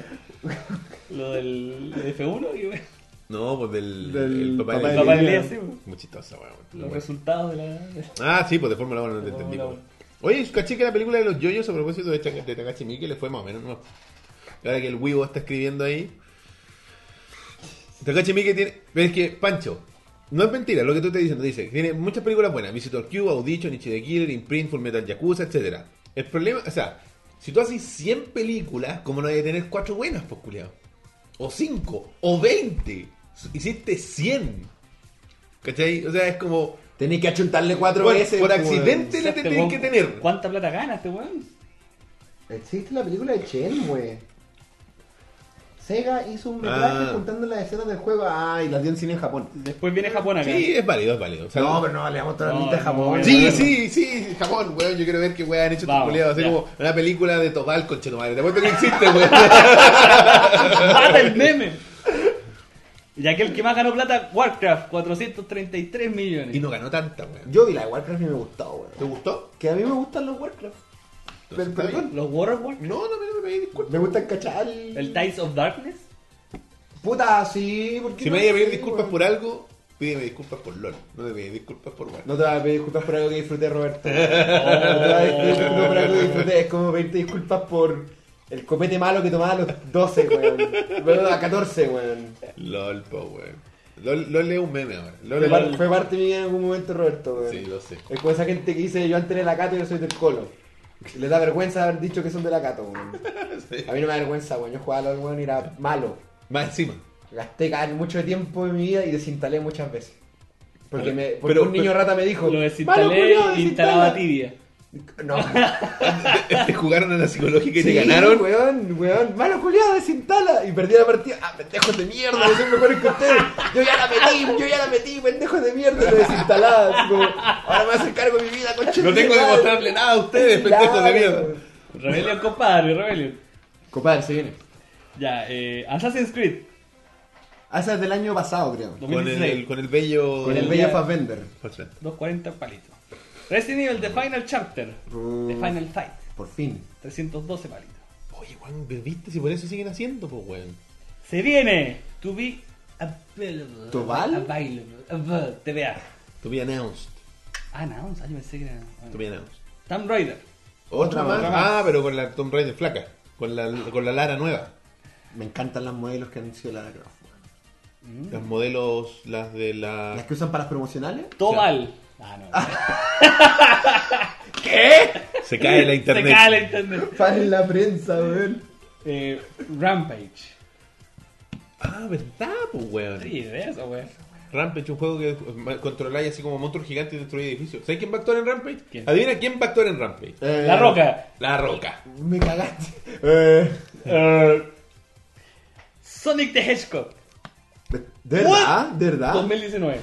Speaker 3: Lo del F1 y weón,
Speaker 1: No, pues del,
Speaker 2: Del
Speaker 1: el papá,
Speaker 2: papá
Speaker 1: de
Speaker 2: de
Speaker 1: Leo.
Speaker 3: el papá de Lea, sí, weón.
Speaker 1: Muy chistoso, weón.
Speaker 3: Los
Speaker 1: Bueno.
Speaker 3: resultados de la.
Speaker 1: Ah, sí, pues de Fórmula 1 no te entendí.
Speaker 3: Fórmula
Speaker 1: pues.
Speaker 3: Uno.
Speaker 1: Oye, caché que la película de los yoyos a propósito de, Taka- de Takashi Miike le fue más o menos. ¿no? Y Ahora que el Wibo está escribiendo ahí. Takashi Miike tiene. Ves que, Pancho, no es mentira lo que tú estás diciendo. Dice que tiene muchas películas buenas: Visitor Q, Audition, Ichi the Killer, Imprint, Full Metal Yakuza, etc. El problema, o sea, si tú haces 100 películas, ¿cómo no hay que tener 4 buenas, pues culiao? O 5, o 20. Hiciste 100. ¿Cachai? O sea, es como.
Speaker 2: Tenéis que achuntarle cuatro
Speaker 1: Bueno,
Speaker 2: veces.
Speaker 1: por
Speaker 2: pues,
Speaker 1: accidente.
Speaker 3: O sea,
Speaker 1: le
Speaker 3: este
Speaker 1: tenés
Speaker 3: weón,
Speaker 1: que tener.
Speaker 3: ¿Cuánta plata gana este weón?
Speaker 2: weón. Existe la película de Chen, güey. Sega hizo un metraje
Speaker 1: Ah.
Speaker 2: juntando las escenas del juego. Ah, y las dio en cine en Japón.
Speaker 3: Después viene Japón acá.
Speaker 1: Sí, es válido, es válido. O sea,
Speaker 2: No, pero no, le damos toda la
Speaker 3: No,
Speaker 2: mitad a
Speaker 3: no,
Speaker 2: Japón.
Speaker 1: Sí,
Speaker 3: Bueno.
Speaker 1: sí, sí, Japón, weón. Yo quiero ver qué weón han hecho estos
Speaker 3: Vamos,
Speaker 1: culiados. Así
Speaker 3: ya.
Speaker 1: como una película de Tobal, conchetumadre. Te apuesto que existe, weón.
Speaker 3: ¡Mata el meme! Y aquel que más ganó plata, Warcraft, 433 millones.
Speaker 1: Y no ganó tanta, weón.
Speaker 2: Yo vi la de Warcraft y me gustó, güey.
Speaker 1: ¿Te gustó?
Speaker 2: Que a mí me gustan los Warcraft.
Speaker 1: Entonces,
Speaker 2: Pero-
Speaker 1: está bien.
Speaker 3: Los World of Warcraft.
Speaker 1: No, no, no, no me pedí disculpas.
Speaker 2: Me gustan cachar. el-
Speaker 3: El Tides of Darkness.
Speaker 2: Puta, sí, porque.
Speaker 1: Si me vayas a pedir disculpas por algo, pídeme disculpas por LOL. No te pedí disculpas por weón.
Speaker 2: No te vas a pedir disculpas por algo que disfruté, Roberto. No te vas a pedir disculpas por algo que disfruté. Es como pedirte disculpas por el copete malo que tomaba a los 12, weón. Bueno, a 14, weón.
Speaker 1: LOL, po, weón. LOL, LOL es un meme ahora. LOL
Speaker 2: Fue,
Speaker 1: es
Speaker 2: par- fue parte mía en algún momento, Roberto, weón.
Speaker 1: Sí, lo sé.
Speaker 2: Es como esa gente que dice, yo antes era la Cato y yo soy del Colo. Y Les da vergüenza haber dicho que son de la Cato, weón.
Speaker 1: Sí.
Speaker 2: A mí no me da vergüenza, weón. Yo jugaba al weón y era malo.
Speaker 1: Más encima.
Speaker 2: Gasté ca- mucho tiempo de mi vida y desinstalé muchas veces. Porque, me, porque
Speaker 1: Pero-
Speaker 2: un niño
Speaker 1: pero-
Speaker 2: rata me dijo...
Speaker 3: Lo
Speaker 2: "Malo,
Speaker 3: desinstalé
Speaker 2: culiao,
Speaker 3: y instalaba
Speaker 2: desinstala".
Speaker 3: tibia.
Speaker 2: No.
Speaker 1: Te jugaron a la psicológica y te
Speaker 2: Sí,
Speaker 1: ganaron.
Speaker 2: Weón, weón, malo culiado, desintala. Y perdí la partida. Ah, pendejos de mierda, yo soy mejores que ustedes. Yo ya la metí, yo ya la metí, pendejos de mierda, lo desinstalaba. Así como, ahora me voy a hacer cargo de mi vida, coche.
Speaker 1: No tengo que mostrarle nada a ustedes, pendejos de mierda.
Speaker 3: Rebelión, compadre, Rebelión.
Speaker 2: Compadre, se viene.
Speaker 3: Ya, eh, Assassin's Creed,
Speaker 2: Ah, esa es del año pasado, creo.
Speaker 1: Con el,
Speaker 3: 2016.
Speaker 1: con el bello.
Speaker 2: Con el
Speaker 3: Ya.
Speaker 2: bello Fassbender.
Speaker 1: Fassbender.
Speaker 3: 240 palitos. Resident Evil, The Final Chapter. The Final Fight,
Speaker 2: Por fin.
Speaker 3: 312 palitos.
Speaker 1: Oye, weón, ¿viste? Si por eso siguen haciendo, pues, weón.
Speaker 3: Se viene To Be Available.
Speaker 2: ¿Tobal?
Speaker 3: Available. Available. TVA.
Speaker 1: To be announced.
Speaker 3: Ah, no, yo pensé que era.
Speaker 1: To be announced.
Speaker 3: Tomb Raider.
Speaker 1: Otra,
Speaker 2: Otra
Speaker 1: más.
Speaker 2: más.
Speaker 1: Ah, pero con la Tomb Raider flaca. Con la, con la Lara nueva.
Speaker 2: Me encantan las modelos que han sido Lara Croft. weón. Mm.
Speaker 1: Los modelos, las de
Speaker 2: Las
Speaker 1: la.
Speaker 2: que usan para las promocionales.
Speaker 3: Tobal. Ah, no.
Speaker 1: Se cae la internet.
Speaker 3: Se cae la internet.
Speaker 2: Para la prensa, weón.
Speaker 3: Eh, Rampage.
Speaker 1: Ah, ¿verdad, pues, weón?
Speaker 3: Sí, de eso,
Speaker 1: Eh.
Speaker 3: wey.
Speaker 1: Rampage, un juego que eh, controláis así como monstruos gigantes y destruís edificios. ¿Sabes quién va a actuar en Rampage?
Speaker 3: ¿Quién?
Speaker 1: Adivina quién va a actuar en Rampage.
Speaker 2: Eh,
Speaker 3: La Roca.
Speaker 1: La Roca.
Speaker 2: Me cagaste. Eh,
Speaker 3: Eh, Sonic the Hedgehog.
Speaker 2: ¿De de verdad? ¿De
Speaker 1: Ah.
Speaker 2: verdad?
Speaker 3: 2019.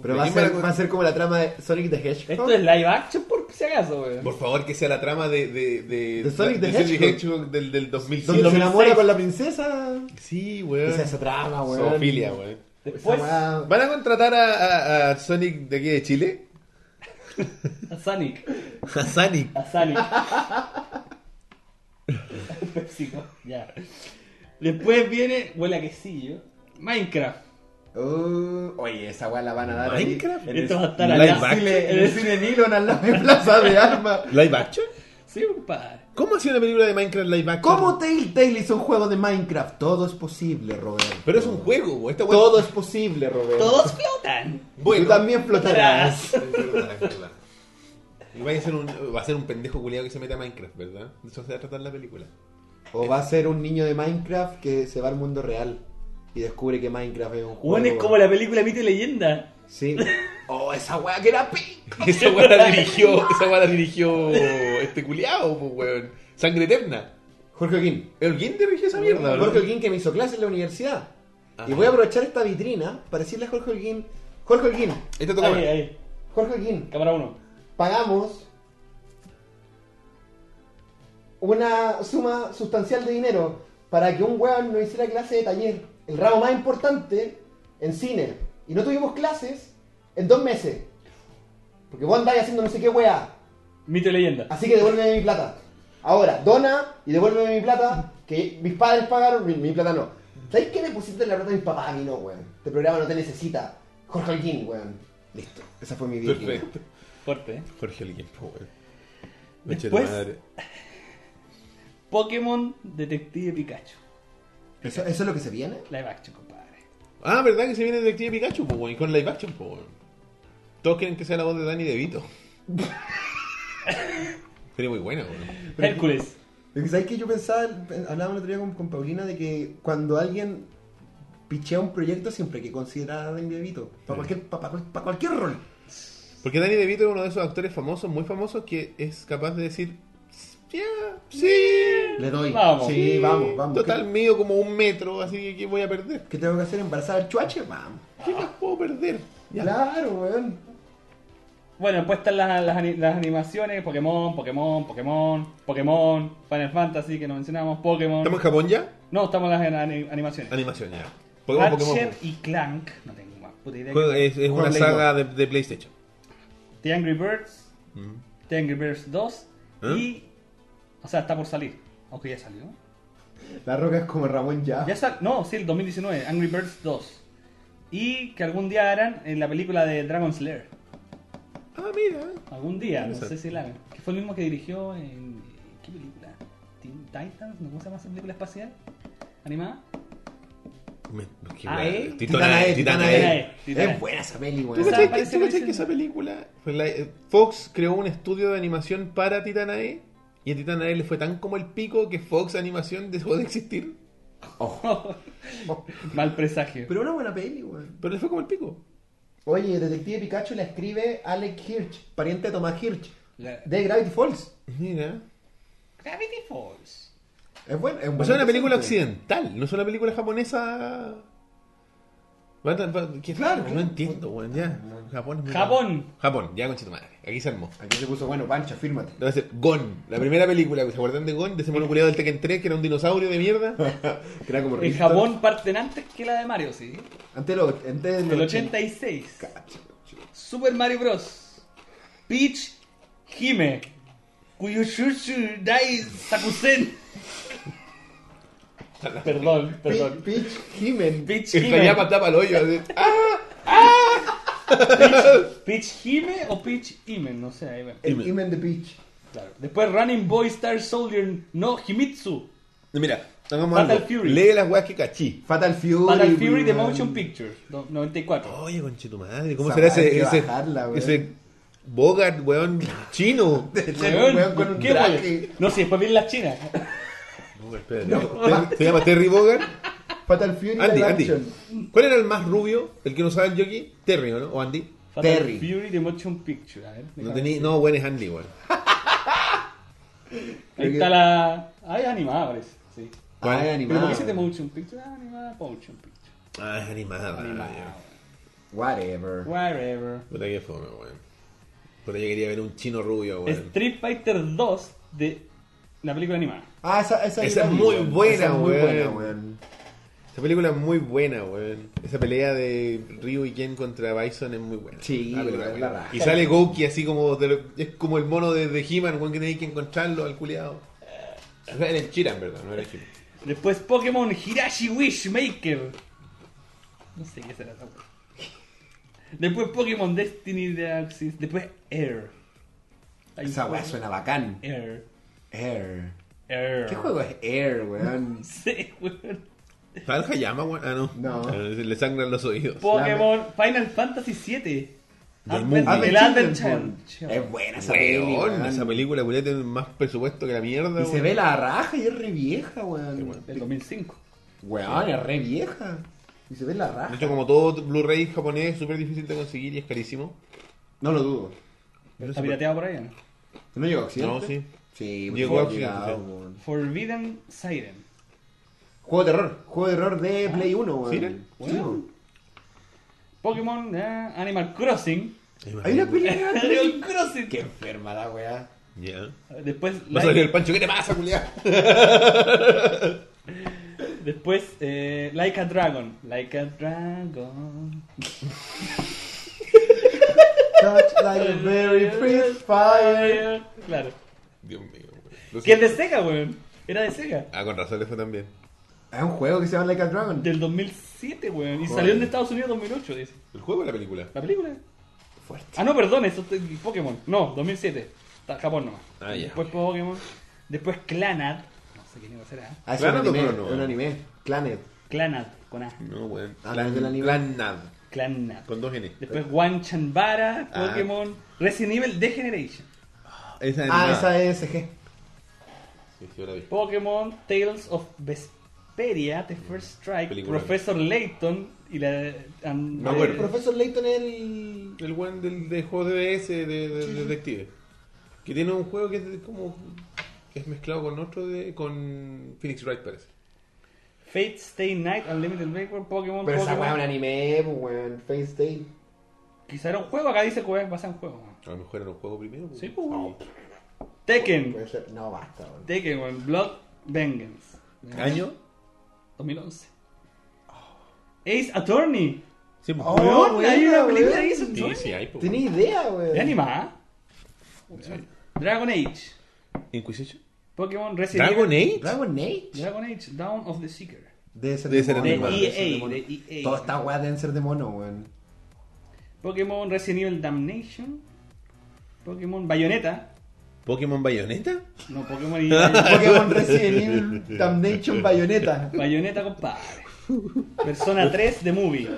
Speaker 2: Pero va a,
Speaker 1: ¿De quién
Speaker 2: ser, va a ser como la trama de Sonic the Hedgehog.
Speaker 3: Esto es live action por si acaso, wey.
Speaker 1: Ah. Por favor, que sea la trama de. de, de
Speaker 2: De Sonic the Hedgehog.
Speaker 1: Hedgehog del, del 2007.
Speaker 2: Donde se
Speaker 3: 2006.
Speaker 2: enamora con la princesa.
Speaker 1: Sí, weón.
Speaker 2: Esa es esa trama, weón.
Speaker 1: Zoofilia, weón.
Speaker 3: Después, a
Speaker 2: Esa weá-
Speaker 1: ¿Van a contratar a, a- a Sonic de aquí de Chile?
Speaker 3: Sonic.
Speaker 1: A Sonic.
Speaker 3: A Sonic. Pepsico, ya. Después viene, huele a quesillo. Minecraft.
Speaker 2: Uh, oye, esa weá la van a dar. ahí
Speaker 1: ¿Minecraft?
Speaker 2: En el,
Speaker 3: Esto va a estar
Speaker 1: Live
Speaker 3: allá.
Speaker 1: action.
Speaker 2: cine, en el
Speaker 3: Sí,
Speaker 2: cine Nilon al lado de Plaza de Armas.
Speaker 1: ¿Live action?
Speaker 3: Sí, compadre.
Speaker 1: ¿Cómo ha sido una película de Minecraft live action?
Speaker 2: ¿Cómo Telltale hizo un juego de Minecraft? Todo es posible, Roberto.
Speaker 1: Pero es un juego, güey. Esta güey-
Speaker 2: Todo es posible, Roberto.
Speaker 3: Todos flotan.
Speaker 1: Bueno.
Speaker 2: Tú también flotarás.
Speaker 1: Es verdad, es verdad. Y va a ser un, va a ser un pendejo culiado que se meta a Minecraft, ¿verdad? De eso se va a tratar la película.
Speaker 2: O va a ser un niño de Minecraft que se va al mundo real y descubre que Minecraft es un juego.
Speaker 3: Bueno, es como la película Mito y Leyenda.
Speaker 2: Sí. Oh, esa weá que era pico.
Speaker 1: Esa weá la dirigió, esa weá la dirigió este culiado, pues weón. Sangre Eterna.
Speaker 2: Jorge Oquín.
Speaker 1: ¿El quién dirigió esa mierda,
Speaker 2: Jorge
Speaker 1: bro?
Speaker 2: Holguín que me hizo clase en la universidad.
Speaker 1: Ajá.
Speaker 2: Y voy a aprovechar esta vitrina para decirle a Jorge Holguín, Jorge Holguín,
Speaker 1: Esta toca
Speaker 3: Ahí,
Speaker 1: más.
Speaker 3: ahí.
Speaker 2: Jorge Holguín,
Speaker 3: Cámara 1.
Speaker 2: pagamos una suma sustancial de dinero para que un weón no hiciera clase de taller, el ramo más importante en cine, y no tuvimos clases en dos meses. Porque vos andáis haciendo no sé qué weá.
Speaker 3: Mito y leyenda.
Speaker 2: Así que devuélveme mi plata. Ahora, dona y devuélveme mi plata, que mis padres pagaron, mi, mi plata no. ¿Sabéis qué me pusiste la plata de mis papás? A mí no, weón. Este programa no te necesita. Jorge Holguín, weón. Listo. Esa fue mi vida.
Speaker 1: Perfecto.
Speaker 3: Fuerte, ¿eh?
Speaker 1: Jorge Alguien, po, weón. Conche
Speaker 3: Después-
Speaker 1: tu madre.
Speaker 3: Pokémon Detective Pikachu.
Speaker 2: ¿Eso, ¿Eso es lo que se viene?
Speaker 3: Live action, compadre.
Speaker 1: Ah, ¿verdad que se viene Detective Pikachu, po, weón? Y Con live action, po, weón. Todos quieren que sea la voz de Danny DeVito. Sería muy buena, weón.
Speaker 2: Pero-
Speaker 3: Hércules.
Speaker 2: Porque sabes que yo pensaba, hablábamos el otro día con, con Paulina de que cuando alguien pichea un proyecto siempre hay que considerar a Danny DeVito. Para cualquier, para, cualquier rol.
Speaker 1: Porque Danny DeVito es uno de esos actores famosos, muy famosos, que es capaz de decir... "Ya, sí,
Speaker 2: Le doy.
Speaker 3: Vamos.
Speaker 2: Sí, vamos, vamos.
Speaker 1: Total, mío como un metro, así que ¿qué voy a perder?
Speaker 2: ¿Qué, qué tengo que hacer? ¿Embarazar al chuache? Vamos.
Speaker 1: ¿Qué más puedo perder? Ya.
Speaker 2: Claro, weón.
Speaker 3: Bueno, después están las, las, ani- las animaciones, Pokémon, Pokémon, Pokémon, Pokémon, Final Fantasy que nos mencionamos, Pokémon.
Speaker 1: ¿Estamos en Japón ya?
Speaker 3: No, estamos en las ani- animaciones.
Speaker 1: Animación ya. Pokémon, Pokémon.
Speaker 3: Ratchet y Clank, no tengo más puta idea.
Speaker 1: Juego- Es, es una
Speaker 2: Play
Speaker 1: saga de, de PlayStation.
Speaker 3: The Angry Birds, The Angry Birds 2
Speaker 1: ¿Eh?
Speaker 3: y... O sea, está por salir, aunque ya salió.
Speaker 2: La roca es como Ramón ya.
Speaker 3: Ya sal- no, sí, el 2019, Angry Birds 2. Y que algún día harán en la película de Dragon Slayer.
Speaker 1: Ah, mira.
Speaker 3: Algún día, no
Speaker 1: Interesante.
Speaker 3: sé si la hagan. Que fue el mismo que dirigió en. ¿Qué película? Teen Titans, ¿no? ¿Cómo se llama esa película espacial? ¿Animada?
Speaker 1: Me- qué
Speaker 3: Ah,
Speaker 1: buena.
Speaker 3: ¿eh?
Speaker 1: Titana E, Titana
Speaker 3: Titana
Speaker 1: E.
Speaker 3: E. Titana E.
Speaker 2: Es buena esa peli,
Speaker 1: ¿Tú
Speaker 2: weón.
Speaker 3: Esa
Speaker 1: cachai que,
Speaker 3: parece
Speaker 1: tú
Speaker 3: que
Speaker 1: cachai
Speaker 3: es-
Speaker 1: que esa película? fue la- eh, Fox creó un estudio de animación para Titana E. Y a Titana E le fue tan como el pico que Fox Animación dejó de existir.
Speaker 3: Mal presagio.
Speaker 2: Pero una buena peli, weón.
Speaker 1: Pero le fue como el pico.
Speaker 2: Oye, Detective Pikachu la escribe Alec Hirsch, pariente de Thomas Hirsch,
Speaker 3: La-
Speaker 2: de Gravity Falls.
Speaker 1: Mira.
Speaker 3: Gravity Falls.
Speaker 2: Es bueno, es un
Speaker 1: O sea, una
Speaker 2: buen
Speaker 1: película
Speaker 2: presente.
Speaker 1: occidental, no es una película japonesa. Va tan- va- que-
Speaker 2: Claro,
Speaker 1: no
Speaker 2: claro.
Speaker 1: entiendo, weón, ya. Japón es muy
Speaker 3: Japón.
Speaker 1: raro. Japón, ya con madre. Aquí se armó.
Speaker 2: Aquí se puso bueno, Pancha, fírmate.
Speaker 1: Le va a ser Gon, la primera película que se acuerdan de Gon, de ese mono culiado del Tekken 3 que era un dinosaurio de mierda.
Speaker 2: Que era como
Speaker 3: En
Speaker 2: Richter.
Speaker 3: Japón parten antes que la de Mario, sí.
Speaker 2: Antes de los- antes de los
Speaker 3: Del
Speaker 2: 80.
Speaker 3: 86. Super Mario Bros. Peach Hime. Kuyushushu Dai Sakusen. Perdón,
Speaker 2: Pi-
Speaker 3: perdón.
Speaker 2: Peach Himen.
Speaker 3: Peach
Speaker 1: El
Speaker 3: Hime.
Speaker 1: Tayapa tapa el hoyo. así. ¡Ah!
Speaker 3: Peach Hime o Peach Hime, no sé, ahí va.
Speaker 2: El
Speaker 1: Himen.
Speaker 2: Himen de Peach.
Speaker 3: Claro. Después Running Boy Star Soldier no Himitsu.
Speaker 1: No, Mira, hagamos
Speaker 3: Fatal
Speaker 1: algo.
Speaker 3: Fury.
Speaker 1: Lee las weas que cachí.
Speaker 2: Fatal Fury.
Speaker 3: Battle Fury The
Speaker 2: weón.
Speaker 3: Motion Picture, no- 94.
Speaker 1: Oye, conche tu madre, ¿cómo
Speaker 2: Esa
Speaker 1: será
Speaker 2: weá hay
Speaker 1: ese,
Speaker 2: que
Speaker 1: ese,
Speaker 2: bajarla, weón.
Speaker 1: ese Bogart, weón, chino?
Speaker 2: Ese pues, weón con un
Speaker 3: ¿Qué
Speaker 2: traje.
Speaker 3: weón? No, sí, después vienen las chinas.
Speaker 1: Bogart, espérate. ¿Se llama Terry Bogart?
Speaker 2: Fatal Fury
Speaker 1: Andy,
Speaker 2: Live
Speaker 1: Andy.
Speaker 2: Action.
Speaker 1: ¿Cuál era el más rubio? El que no sabe el jockey? Terry, ¿o ¿no? ¿O Andy?
Speaker 3: Fatal
Speaker 2: Terry.
Speaker 3: Fury The Motion Picture. A ver,
Speaker 1: No,
Speaker 3: déjame
Speaker 1: tení,
Speaker 3: ver.
Speaker 1: no bueno, es Andy, weón.
Speaker 3: Ahí está la. Ah, es animada, parece. Sí.
Speaker 1: ¿Cuál?
Speaker 2: Ah, es
Speaker 3: Pero ¿por
Speaker 2: animado.
Speaker 3: qué se The Motion Picture? Ah, animada, Motion Picture.
Speaker 1: Ah, es animada.
Speaker 3: Animada.
Speaker 2: Whatever.
Speaker 3: Whatever.
Speaker 1: Puta que fome, weón. Puta, yo quería ver un chino rubio, weón.
Speaker 3: Street Fighter 2 de la película animada.
Speaker 2: Ah, esa,
Speaker 1: Esa
Speaker 2: esa, yo
Speaker 1: es
Speaker 2: la vi,
Speaker 1: muy
Speaker 2: weón.
Speaker 1: buena,
Speaker 2: Esa es muy
Speaker 1: weón.
Speaker 2: buena, weón.
Speaker 1: Esa película es muy buena, weón. Esa pelea de Ryu y Ken contra Bison es muy buena.
Speaker 2: Sí,
Speaker 1: Ah, pero
Speaker 2: weón,
Speaker 1: buena.
Speaker 2: la raja.
Speaker 1: Y sale Goki así como... de lo- es como el mono de, de He-Man, weón, que tenés que encontrarlo al culiado. Era el Chiran, ¿verdad? No era el Chiran.
Speaker 3: Después Pokémon Hirashi Wishmaker. No sé qué será esa wea. Después Pokémon Destiny de Axis. Después Air. Hay un
Speaker 2: Esa weá
Speaker 3: juego.
Speaker 2: suena bacán.
Speaker 3: Air.
Speaker 2: Air.
Speaker 3: Air.
Speaker 1: Ah.
Speaker 2: ¿Qué juego es Air, weón?
Speaker 3: Sí, weón.
Speaker 1: ¿Está el Hayama, weón? Ah, no.
Speaker 2: No.
Speaker 1: Ah, Le sangran los oídos.
Speaker 3: Pokémon Final Fantasy 7.
Speaker 1: The
Speaker 2: Advent
Speaker 1: Movie.
Speaker 3: El Advent
Speaker 2: Children,
Speaker 3: Child.
Speaker 2: weón. Ah, Es buena esa peli,
Speaker 1: Weón,
Speaker 2: weón.
Speaker 1: esa película, culiao, tiene más presupuesto que la mierda,
Speaker 2: Y se
Speaker 1: weón.
Speaker 2: ve la raja y es re vieja, weón.
Speaker 3: Del 2005.
Speaker 2: Weón, es re vieja. Y se ve la raja.
Speaker 1: De hecho, como todo Blu-ray japonés, es súper difícil de conseguir y es carísimo.
Speaker 2: No lo dudo.
Speaker 3: Está pirateado por ahí, ¿no?
Speaker 2: ¿No llegó a Occidente?
Speaker 1: No, sí.
Speaker 2: Sí,
Speaker 1: Llegó
Speaker 2: llegó
Speaker 1: a Occidente, sí.
Speaker 2: weón.
Speaker 3: Forbidden Siren.
Speaker 2: Juego de terror. Juego de terror de Play 1, weón.
Speaker 1: ¿Sí, eh?
Speaker 2: Sí,
Speaker 3: Weón.
Speaker 2: weón.
Speaker 3: Pokémon eh, Animal Crossing.
Speaker 2: Hay una peli de Animal
Speaker 3: Animal
Speaker 2: Crossing.
Speaker 3: Crossing.
Speaker 2: Qué enferma la weá.
Speaker 1: Ya.
Speaker 3: Después,
Speaker 1: Va a salir el Pancho, ¿qué te pasa, culiado?
Speaker 3: Después, eh, Like a Dragon. Like a Dragon.
Speaker 2: Touch like a very pretty fire.
Speaker 3: Claro.
Speaker 1: Dios mío, güey. Lo
Speaker 3: Que es
Speaker 1: siento.
Speaker 3: de Sega, weón. Era de Sega.
Speaker 1: Ah, con razón le fue también.
Speaker 2: Es un juego que se llama Like a Dragon.
Speaker 3: Del 2007, weón. Y
Speaker 2: Joder.
Speaker 3: salió en Estados Unidos en 2008, dice.
Speaker 1: ¿El juego o la película?
Speaker 3: ¿La película?
Speaker 1: Fuerte.
Speaker 3: Ah, no, perdón, eso es Pokémon. No, 2007. Está Japón nomás.
Speaker 1: Ah, ya.
Speaker 3: Después Pokémon. Después Clanad. No sé qué nivel será.
Speaker 2: Ah, es un
Speaker 1: Claro,
Speaker 2: anime.
Speaker 1: no, no, no.
Speaker 2: es un anime. Clanet.
Speaker 3: Clanad, con A.
Speaker 1: No, weón.
Speaker 2: Ah, no, es del anime. Ah,
Speaker 1: Planad.
Speaker 3: Clanad.
Speaker 1: Con dos N.
Speaker 3: Después Wanchanbara,
Speaker 1: Ah.
Speaker 3: Pokémon, Resident Evil Degeneration.
Speaker 1: Esa
Speaker 2: Ah, esa es SG.
Speaker 1: Sí, sí, la vi.
Speaker 3: Pokémon Tales of Vesperia, The First Strike,
Speaker 1: Película.
Speaker 3: Professor Layton y la. and-
Speaker 1: Me acuerdo.
Speaker 2: El profesor Layton es el.
Speaker 1: El weón del, del juego de DS de, de- detective. Que tiene un juego que es de- como. que es mezclado con otro de. con Phoenix Wright, parece.
Speaker 3: Fate Stay Night, Unlimited Breakpoint, Pokémon.
Speaker 2: Pero esa
Speaker 3: Pokémon.
Speaker 2: weá es un anime, pues, weón. Face Day.
Speaker 3: Quizá era un juego, acá dice que va a ser un juego.
Speaker 1: A lo mejor era un juego primero.
Speaker 3: Sí,
Speaker 1: pues.
Speaker 3: pues. weón. Tekken,
Speaker 2: Puede ser- No, basta, weón.
Speaker 3: Tekken, weón. Blood Vengeance,
Speaker 1: ¿Año?
Speaker 3: 2011. Ace Attorney.
Speaker 1: Sí, pues.
Speaker 2: Oh,
Speaker 3: Weón, hay
Speaker 2: buena,
Speaker 3: una película de
Speaker 2: weón.
Speaker 3: Ace
Speaker 1: sí,
Speaker 3: Attorney.
Speaker 1: sí, hay, pues.
Speaker 2: Tenía idea, weón.
Speaker 3: De anima,
Speaker 1: Sí.
Speaker 3: Dragon Age,
Speaker 1: ¿Inquisition?
Speaker 3: Pokémon Resident
Speaker 1: ¿Dragon
Speaker 3: Evil.
Speaker 1: Age?
Speaker 2: Dragon Age.
Speaker 3: Dragon Age, Dawn of the Seeker.
Speaker 2: Debe ser
Speaker 1: Debe ser
Speaker 2: mono,
Speaker 1: de E EA,
Speaker 2: weón, debe ser
Speaker 3: de
Speaker 2: mono.
Speaker 3: EA.
Speaker 2: Todas estas weas deben ser de mono, weón.
Speaker 3: Pokémon Resident Evil Damnation. Pokémon Bayonetta.
Speaker 1: ¿Pokémon Bayonetta?
Speaker 3: No, Pokémon y
Speaker 2: Pokémon Resident Evil Damnation Bayonetta.
Speaker 3: Bayonetta, compadre. Persona 3 de Movie.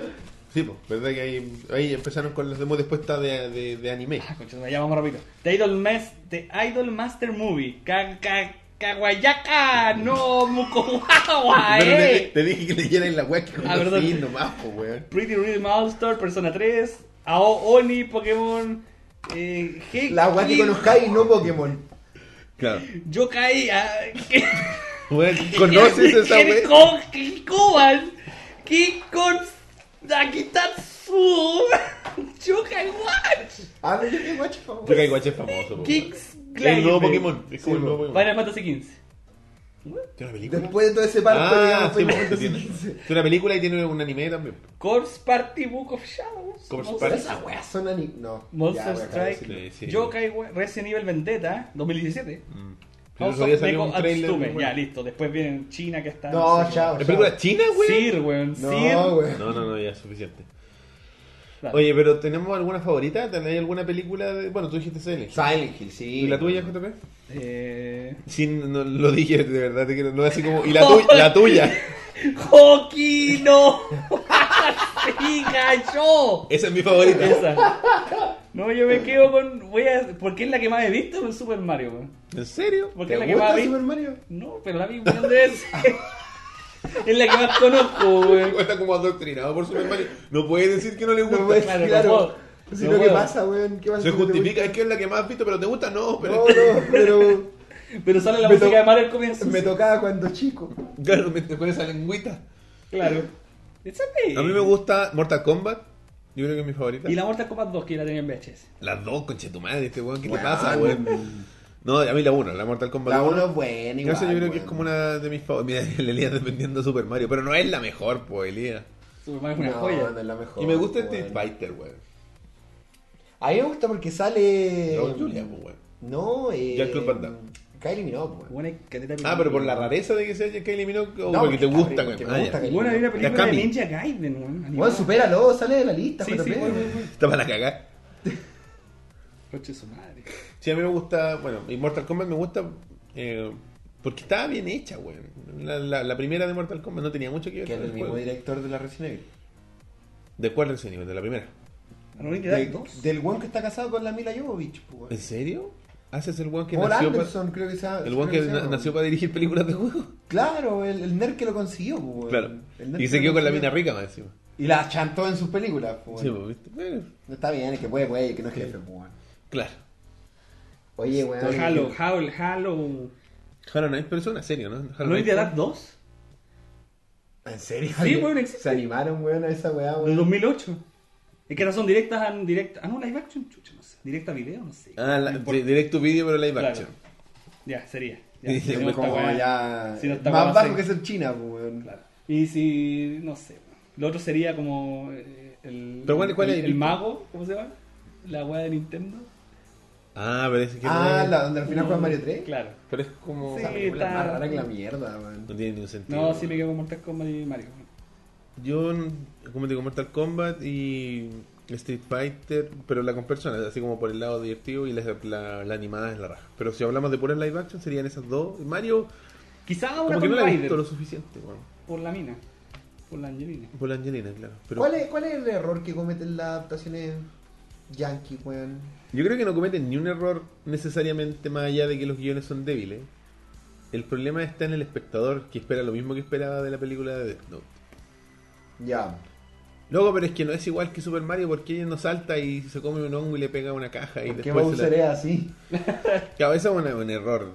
Speaker 1: Sí, pues. ¿Verdad que ahí, ahí empezaron con los demos después está de, de, de anime?
Speaker 3: Ah, concha, ya vamos rápido. The Idol, Mas- The Idol Master Movie. Ka ka Kawayaka, no, Mukowawa,
Speaker 1: Pero te,
Speaker 3: eh.
Speaker 1: te dije que leyeras la weá que
Speaker 3: Ah, perdón.
Speaker 1: conocí nomás, pues, weón.
Speaker 3: Pretty Rhythm All Star, Persona 3. Ao Oni, Pokémon. Eh, Heki,
Speaker 2: La wea que conozcáis, no Pokémon.
Speaker 1: Claro.
Speaker 3: Yokai. ah, ¿qué?
Speaker 1: Weón, ¿Conoces esa
Speaker 3: ¿Quién
Speaker 1: weá?
Speaker 3: con Kikoban? Kikon Nakitatsu Chokai Watch
Speaker 2: Ah, pero yo qué guacho, por favor.
Speaker 1: Yokai Watch es famoso, pues. weón.
Speaker 3: Kicks
Speaker 1: Es el nuevo
Speaker 3: Climber.
Speaker 1: Pokémon. Es como
Speaker 2: Sí,
Speaker 1: el nuevo Pokémon.
Speaker 3: Final Fantasy XV
Speaker 1: ¿Tiene una película?
Speaker 2: Después de todo ese parto,
Speaker 1: ah,
Speaker 2: digamos,
Speaker 1: sí,
Speaker 2: fue
Speaker 1: pues, tiene, tiene una película y tiene un anime también.
Speaker 3: Corpse Party Book of Shadows
Speaker 1: Corpse
Speaker 3: Monster-
Speaker 2: Pero
Speaker 1: Party.
Speaker 2: esas weas son ani... No.
Speaker 3: Monster
Speaker 2: Ya, voy a dejar de
Speaker 3: Strike.
Speaker 2: decirlo.
Speaker 1: Sí.
Speaker 3: Yokai Wa- Resident Evil Vendetta 2017
Speaker 1: Mm. Pero
Speaker 3: House
Speaker 1: eso ya
Speaker 3: of
Speaker 1: salió
Speaker 3: Neko
Speaker 1: un trailer.
Speaker 3: Atsume.
Speaker 1: weón.
Speaker 3: Ya, listo Después viene China que está
Speaker 2: No,
Speaker 3: sé,
Speaker 2: chao.
Speaker 1: ¿La película china, güey?
Speaker 3: Sir, weón Sir
Speaker 2: No, weón.
Speaker 1: No, no, no, ya es suficiente.
Speaker 3: Claro.
Speaker 1: Oye, pero ¿tenemos alguna favorita? ¿Hay alguna película de.? Bueno, tú dijiste Silent. Hill.
Speaker 2: Silent Hill, sí.
Speaker 1: ¿Y la tuya, JP?
Speaker 3: Eh...
Speaker 1: Sí, no, lo dije de verdad, te quiero. No así como. ¿Y la, tu- la tuya?
Speaker 3: Hoki no Pikachu
Speaker 1: Esa es mi favorita.
Speaker 3: Esa. No, yo me quedo con. Voy a, porque es la que más he visto con Super Mario, weón.
Speaker 1: ¿En serio?
Speaker 3: Porque
Speaker 2: ¿Te
Speaker 3: es la que
Speaker 2: gusta
Speaker 3: más vi.
Speaker 2: Super Mario?
Speaker 3: No, pero la vi weón, de ese. Es la que más conozco, weón.
Speaker 1: Está como adoctrinado por Super Mario. No puedes decir que no le gusta.
Speaker 2: No puedes,
Speaker 3: Claro, no
Speaker 2: claro.
Speaker 3: puedo.
Speaker 2: Si
Speaker 3: No
Speaker 2: no, ¿qué
Speaker 3: puedo.
Speaker 2: pasa, weón? ¿Qué pasa?
Speaker 1: Se
Speaker 2: si no te
Speaker 1: justifica, es que es la que más has visto, pero te gusta, no.
Speaker 2: gusta?
Speaker 1: Pero...
Speaker 2: No, no, pero...
Speaker 3: Pero sale la
Speaker 2: Me
Speaker 3: música
Speaker 2: to-
Speaker 3: de Mario al comienzo.
Speaker 2: Me
Speaker 3: sí.
Speaker 2: tocaba cuando chico.
Speaker 1: Claro, me te pones esa lengüita.
Speaker 3: Claro. Esa es.
Speaker 1: A mí me gusta Mortal Kombat. Yo creo que es mi favorita.
Speaker 3: Y la Mortal Kombat 2 que la tenía en VHS.
Speaker 1: Las dos, conche tu madre, este weón, ¿qué te
Speaker 2: Weón.
Speaker 1: pasa, weón? No, a mí la 1, la Mortal Kombat
Speaker 2: La
Speaker 1: 1.
Speaker 2: uno es buena
Speaker 1: No
Speaker 2: igual,
Speaker 1: sé, yo creo que es
Speaker 2: weón.
Speaker 1: como una de mis favoritas. Mira, el Elías defendiendo a Super Mario, pero no es la mejor, pues, Elías.
Speaker 3: Super Mario es una
Speaker 2: No,
Speaker 3: joya.
Speaker 2: no es la mejor,
Speaker 1: Y me gusta este
Speaker 2: weón.
Speaker 1: Fighter, weón.
Speaker 2: A mí me gusta porque sale...
Speaker 1: Raúl Julia, pues, weón.
Speaker 2: No, eh...
Speaker 1: Jean-Claude Van Damme.
Speaker 2: Kylie Minogue, weón.
Speaker 3: Buena caleta de
Speaker 1: Ah, pero por la
Speaker 3: película.
Speaker 1: rareza de que sea Jake Minogue o
Speaker 2: No,
Speaker 1: porque te
Speaker 2: porque
Speaker 1: gusta,
Speaker 2: porque
Speaker 1: weón.
Speaker 2: me
Speaker 1: Ah,
Speaker 2: gusta
Speaker 1: ya.
Speaker 2: que-
Speaker 3: Bueno, hay una
Speaker 2: La
Speaker 3: película de
Speaker 1: Kami.
Speaker 3: Ninja Gaiden, weón. animada.
Speaker 2: Weón, supéralo, sale de la lista,
Speaker 3: Sí,
Speaker 2: JP.
Speaker 3: sí, weón, weón, weón.
Speaker 1: Está para la cagada.
Speaker 3: Coche su madre.
Speaker 1: Sí, a mí me gusta, bueno, y Mortal Kombat me gusta eh, porque estaba bien hecha, weón. La, la, la primera de Mortal Kombat no tenía mucho que ver
Speaker 2: Que es
Speaker 1: con
Speaker 2: el
Speaker 1: el
Speaker 2: mismo
Speaker 1: juego.
Speaker 2: director de la Resident Evil.
Speaker 1: ¿De cuál es el nivel? De la primera.
Speaker 3: Verónica
Speaker 2: Del-
Speaker 3: Dark 2.
Speaker 2: del weón que está casado con la Mila Jovovich, po, weón.
Speaker 1: ¿En serio? ¿Haces el weón que
Speaker 2: Paul
Speaker 1: nació para...
Speaker 2: Anderson, creo que se
Speaker 1: El weón que na- nació para dirigir películas de juego.
Speaker 2: Claro, el, el nerd que lo consiguió, po, weón.
Speaker 1: Claro.
Speaker 2: El nerd
Speaker 1: Y
Speaker 2: que
Speaker 1: se
Speaker 2: lo
Speaker 1: quedó con la
Speaker 2: consiguió.
Speaker 1: mina rica más encima.
Speaker 2: Y la chantó en sus películas, po,
Speaker 1: Sí,
Speaker 2: weón.
Speaker 1: pues, ¿viste? Bueno,
Speaker 2: Está bien, es que puede, puede, que no es jefe, po, weón.
Speaker 1: claro.
Speaker 2: Oye, weón.
Speaker 3: Halo, Howl, Halo.
Speaker 1: Halo Knight, pero es una serie, ¿no? Halo
Speaker 3: ¿Verónica
Speaker 1: Knight.
Speaker 3: Dark 2?
Speaker 2: ¿En serio?
Speaker 3: Sí, weón, existe.
Speaker 2: Se animaron, weón, a esa weá,
Speaker 3: De
Speaker 2: weón.
Speaker 3: 2008. Es que estas son directas a directa. Ah, no, live action, chucha, no sé. Directa a video, no sé.
Speaker 1: Ah, la-
Speaker 3: No importa.
Speaker 1: di- direct to video, pero live
Speaker 3: Claro.
Speaker 1: action.
Speaker 3: Ya, sería.
Speaker 1: Sí,
Speaker 3: Ya, si
Speaker 1: sí,
Speaker 3: no, esta
Speaker 2: como
Speaker 3: weá-
Speaker 2: ya
Speaker 3: si no está
Speaker 2: más
Speaker 3: weá,
Speaker 2: bajo
Speaker 3: sí.
Speaker 2: que ser China, pues, weón.
Speaker 3: Claro. Y si, no sé. Lo otro sería como eh, el,
Speaker 1: Pero ¿cuál- cuál
Speaker 3: el,
Speaker 1: es?
Speaker 3: el mago, ¿cómo se llama? La weá de Nintendo.
Speaker 1: Ah, pero es que no
Speaker 2: Ah,
Speaker 1: es-
Speaker 2: la, donde al final
Speaker 3: No,
Speaker 2: juegan Mario 3.
Speaker 3: Claro.
Speaker 1: Pero es como...
Speaker 3: Sí,
Speaker 2: Esa película es
Speaker 3: está-
Speaker 2: más rara que la mierda, weón.
Speaker 1: No tiene ningún sentido.
Speaker 3: No, sí me quedo con Mortal Kombat y Mario.
Speaker 1: Yo, como te digo, Mortal Kombat y Street Fighter, pero la con personas, así como por el lado divertido y la, la- la animada es la raja. Pero si hablamos de puras live action, serían esas dos. Mario,
Speaker 3: Quizá ahora
Speaker 1: como que
Speaker 3: Tomb
Speaker 1: no le
Speaker 3: Raider.
Speaker 1: gustó lo suficiente, bueno,
Speaker 3: Por la mina. Por la Angelina.
Speaker 1: por la Angelina, claro. Pero
Speaker 2: ¿Cuál, es, ¿Cuál es el error que cometen las adaptaciones yankee, weón?
Speaker 1: Yo creo que no cometen ni un error necesariamente más allá de que los guiones son débiles. El problema está en el espectador que espera lo mismo que esperaba de la película de Death Note.
Speaker 2: Ya.
Speaker 1: Loco, pero es que no es igual que Super Mario porque ella no salta y se come un hongo y le pega una caja y
Speaker 2: ¿Por qué
Speaker 1: después se
Speaker 2: Bowser
Speaker 1: la...
Speaker 2: es así?
Speaker 1: Claro, eso es una- un error.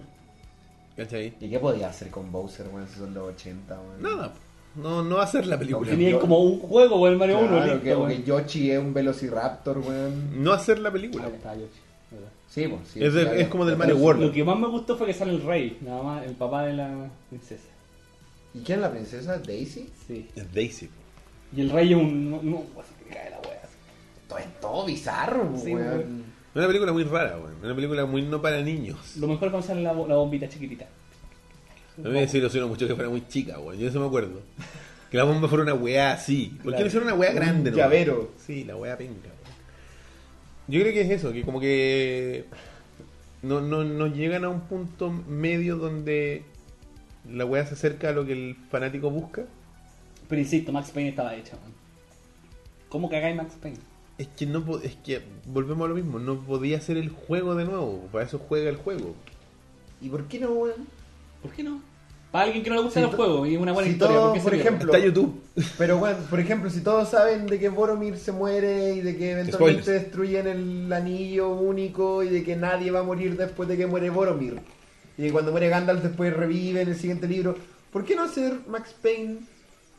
Speaker 1: ¿Cachai?
Speaker 2: ¿Y qué podía hacer con Bowser, weón, si son los 80, weón?
Speaker 1: Nada, no, no va a ser la película.
Speaker 2: Yo-
Speaker 3: Tenía como un juego con el Mario
Speaker 2: Claro,
Speaker 3: 1.
Speaker 2: que, o que Yoshi es un Velociraptor, weón.
Speaker 1: No va a ser la película.
Speaker 2: Sí, pues, sí.
Speaker 1: Es de-
Speaker 2: claro.
Speaker 1: es como del
Speaker 2: Ya,
Speaker 1: Mario
Speaker 2: pues.
Speaker 1: World.
Speaker 3: Lo que más me gustó fue que sale el rey, nada más, el papá de la princesa.
Speaker 2: ¿Y quién es la princesa? ¿Daisy?
Speaker 3: Sí.
Speaker 1: Es Daisy. po.
Speaker 3: Y el rey es un. No, no, así que le cae la wea. así.
Speaker 2: Todo es todo bizarro,
Speaker 3: Sí,
Speaker 2: weón.
Speaker 1: Es una película muy rara, weón. Es Una película muy no para niños.
Speaker 3: Lo mejor es cuando sale la, bo- la bombita chiquitita.
Speaker 1: A mí me desilusionó mucho que fuera muy chica, weón. Yo eso me acuerdo. Que la bomba fuera una weá así. ¿Por qué
Speaker 3: Claro.
Speaker 1: no hicieron una weá grande,
Speaker 2: Un
Speaker 1: no?
Speaker 2: llavero.
Speaker 1: Sí, la weá penca, weón. Yo creo que es eso, que como que. No, no, no llegan a un punto medio donde la weá se acerca a lo que el fanático busca.
Speaker 3: Pero insisto, Max Payne estaba hecha, man. ¿Cómo cagáis Max Payne?
Speaker 1: Es que no po- es que volvemos a lo mismo, no podía hacer el juego de nuevo, para eso juega el juego.
Speaker 2: ¿Y por qué no, weón?
Speaker 3: ¿Por qué no? Para alguien que no le gusta
Speaker 2: Si
Speaker 3: los
Speaker 2: to-
Speaker 3: juegos y es una buena
Speaker 2: si
Speaker 3: historia.
Speaker 2: todo,
Speaker 3: qué
Speaker 2: por
Speaker 3: sirve?
Speaker 2: ejemplo,
Speaker 1: Está YouTube.
Speaker 2: Pero bueno, por ejemplo, si todos saben de que Boromir se muere y de que eventualmente
Speaker 1: Spoilers.
Speaker 2: destruyen el anillo único y de que nadie va a morir después de que muere Boromir y que cuando muere Gandalf después revive en el siguiente libro, ¿por qué no hacer Max Payne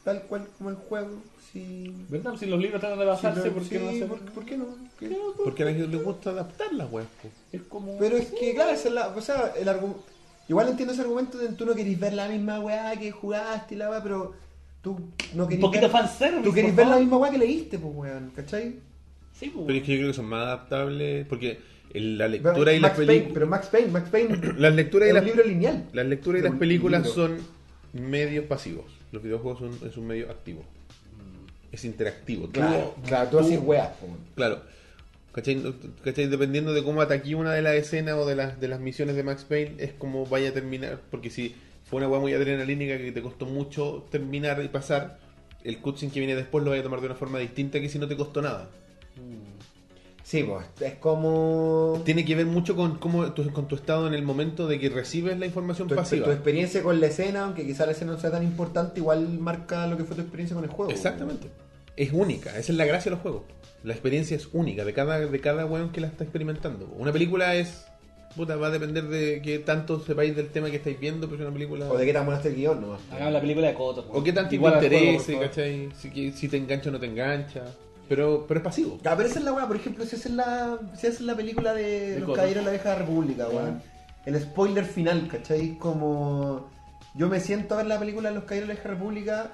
Speaker 2: tal cual como el juego? Si,
Speaker 3: ¿Verdad? Si los libros tratan de
Speaker 2: si
Speaker 3: basarse,
Speaker 2: lo-
Speaker 3: ¿por qué
Speaker 2: sí,
Speaker 3: no hacer?
Speaker 2: por- por qué no? ¿Qué-
Speaker 1: Porque a la gente le gusta adaptar las weas. po.
Speaker 3: Es como.
Speaker 2: Pero es que, claro, esa es la- o sea, el argumento. Igual entiendo ese argumento de tú no querís ver la misma weá que jugaste y la weá, pero tú no
Speaker 3: Un
Speaker 2: querís.
Speaker 3: poquito
Speaker 2: ver-
Speaker 3: fanservice.
Speaker 2: Tú querés
Speaker 3: por
Speaker 2: ver la
Speaker 3: favor.
Speaker 2: misma weá que leíste, pues weón, ¿cachai?
Speaker 3: Sí, pues.
Speaker 1: Pero es que yo creo que son más adaptables, porque el- la
Speaker 2: Pero
Speaker 1: lectura y las
Speaker 2: Max Payne,
Speaker 1: películas.
Speaker 2: pero Max Payne, Max Payne
Speaker 1: Las lecturas y
Speaker 2: es
Speaker 1: las
Speaker 2: un libro lineal.
Speaker 1: las lecturas y
Speaker 2: Es
Speaker 1: las
Speaker 2: un
Speaker 1: películas
Speaker 2: libro.
Speaker 1: son medios pasivos. Los videojuegos son es un medio activo. Es interactivo. Tú-
Speaker 2: Mm. Claro, claro, tú haces weas, po.
Speaker 1: Claro. ¿Cachai? No- ¿Cachai? Dependiendo de cómo ataquí una de las escenas o de las, de las misiones de Max Payne, es como vaya a terminar. Porque si fue una weá muy adrenalínica que te costó mucho terminar y pasar, el cutscene que viene después lo vaya a tomar de una forma distinta que si no te costó nada.
Speaker 2: Sí, pues es como
Speaker 1: Tiene que ver mucho con, cómo, tu, con tu estado en el momento de que recibes la información
Speaker 2: tu,
Speaker 1: pasiva.
Speaker 2: tu experiencia con la escena, aunque quizá la escena no sea tan importante, igual marca lo que fue tu experiencia con el juego.
Speaker 1: Exactamente. Es única, esa es la gracia de los juegos. La experiencia es única de cada, de cada weón que la está experimentando. Una película es. Puta, va a depender de qué tanto sepáis del tema que estáis viendo, pero es una película.
Speaker 2: O de qué tan bueno está el guión, ¿no?
Speaker 3: Hagamos la película de Coto. pues.
Speaker 1: o qué tanto te
Speaker 3: Igual al juego,
Speaker 1: interese,
Speaker 3: por favor.
Speaker 1: ¿cachai? Si, que- si te engancha o no te engancha. Pero, pero es pasivo.
Speaker 2: Ya, Ah, pero esa es la weá, por ejemplo, si hacen la, si hacen la película de,
Speaker 3: De
Speaker 2: Los
Speaker 3: Coto.
Speaker 2: Caballeros de la Vieja República, weón. El spoiler final, ¿cachai? Como. Yo me siento a ver la película de Los Caballeros de la Vieja República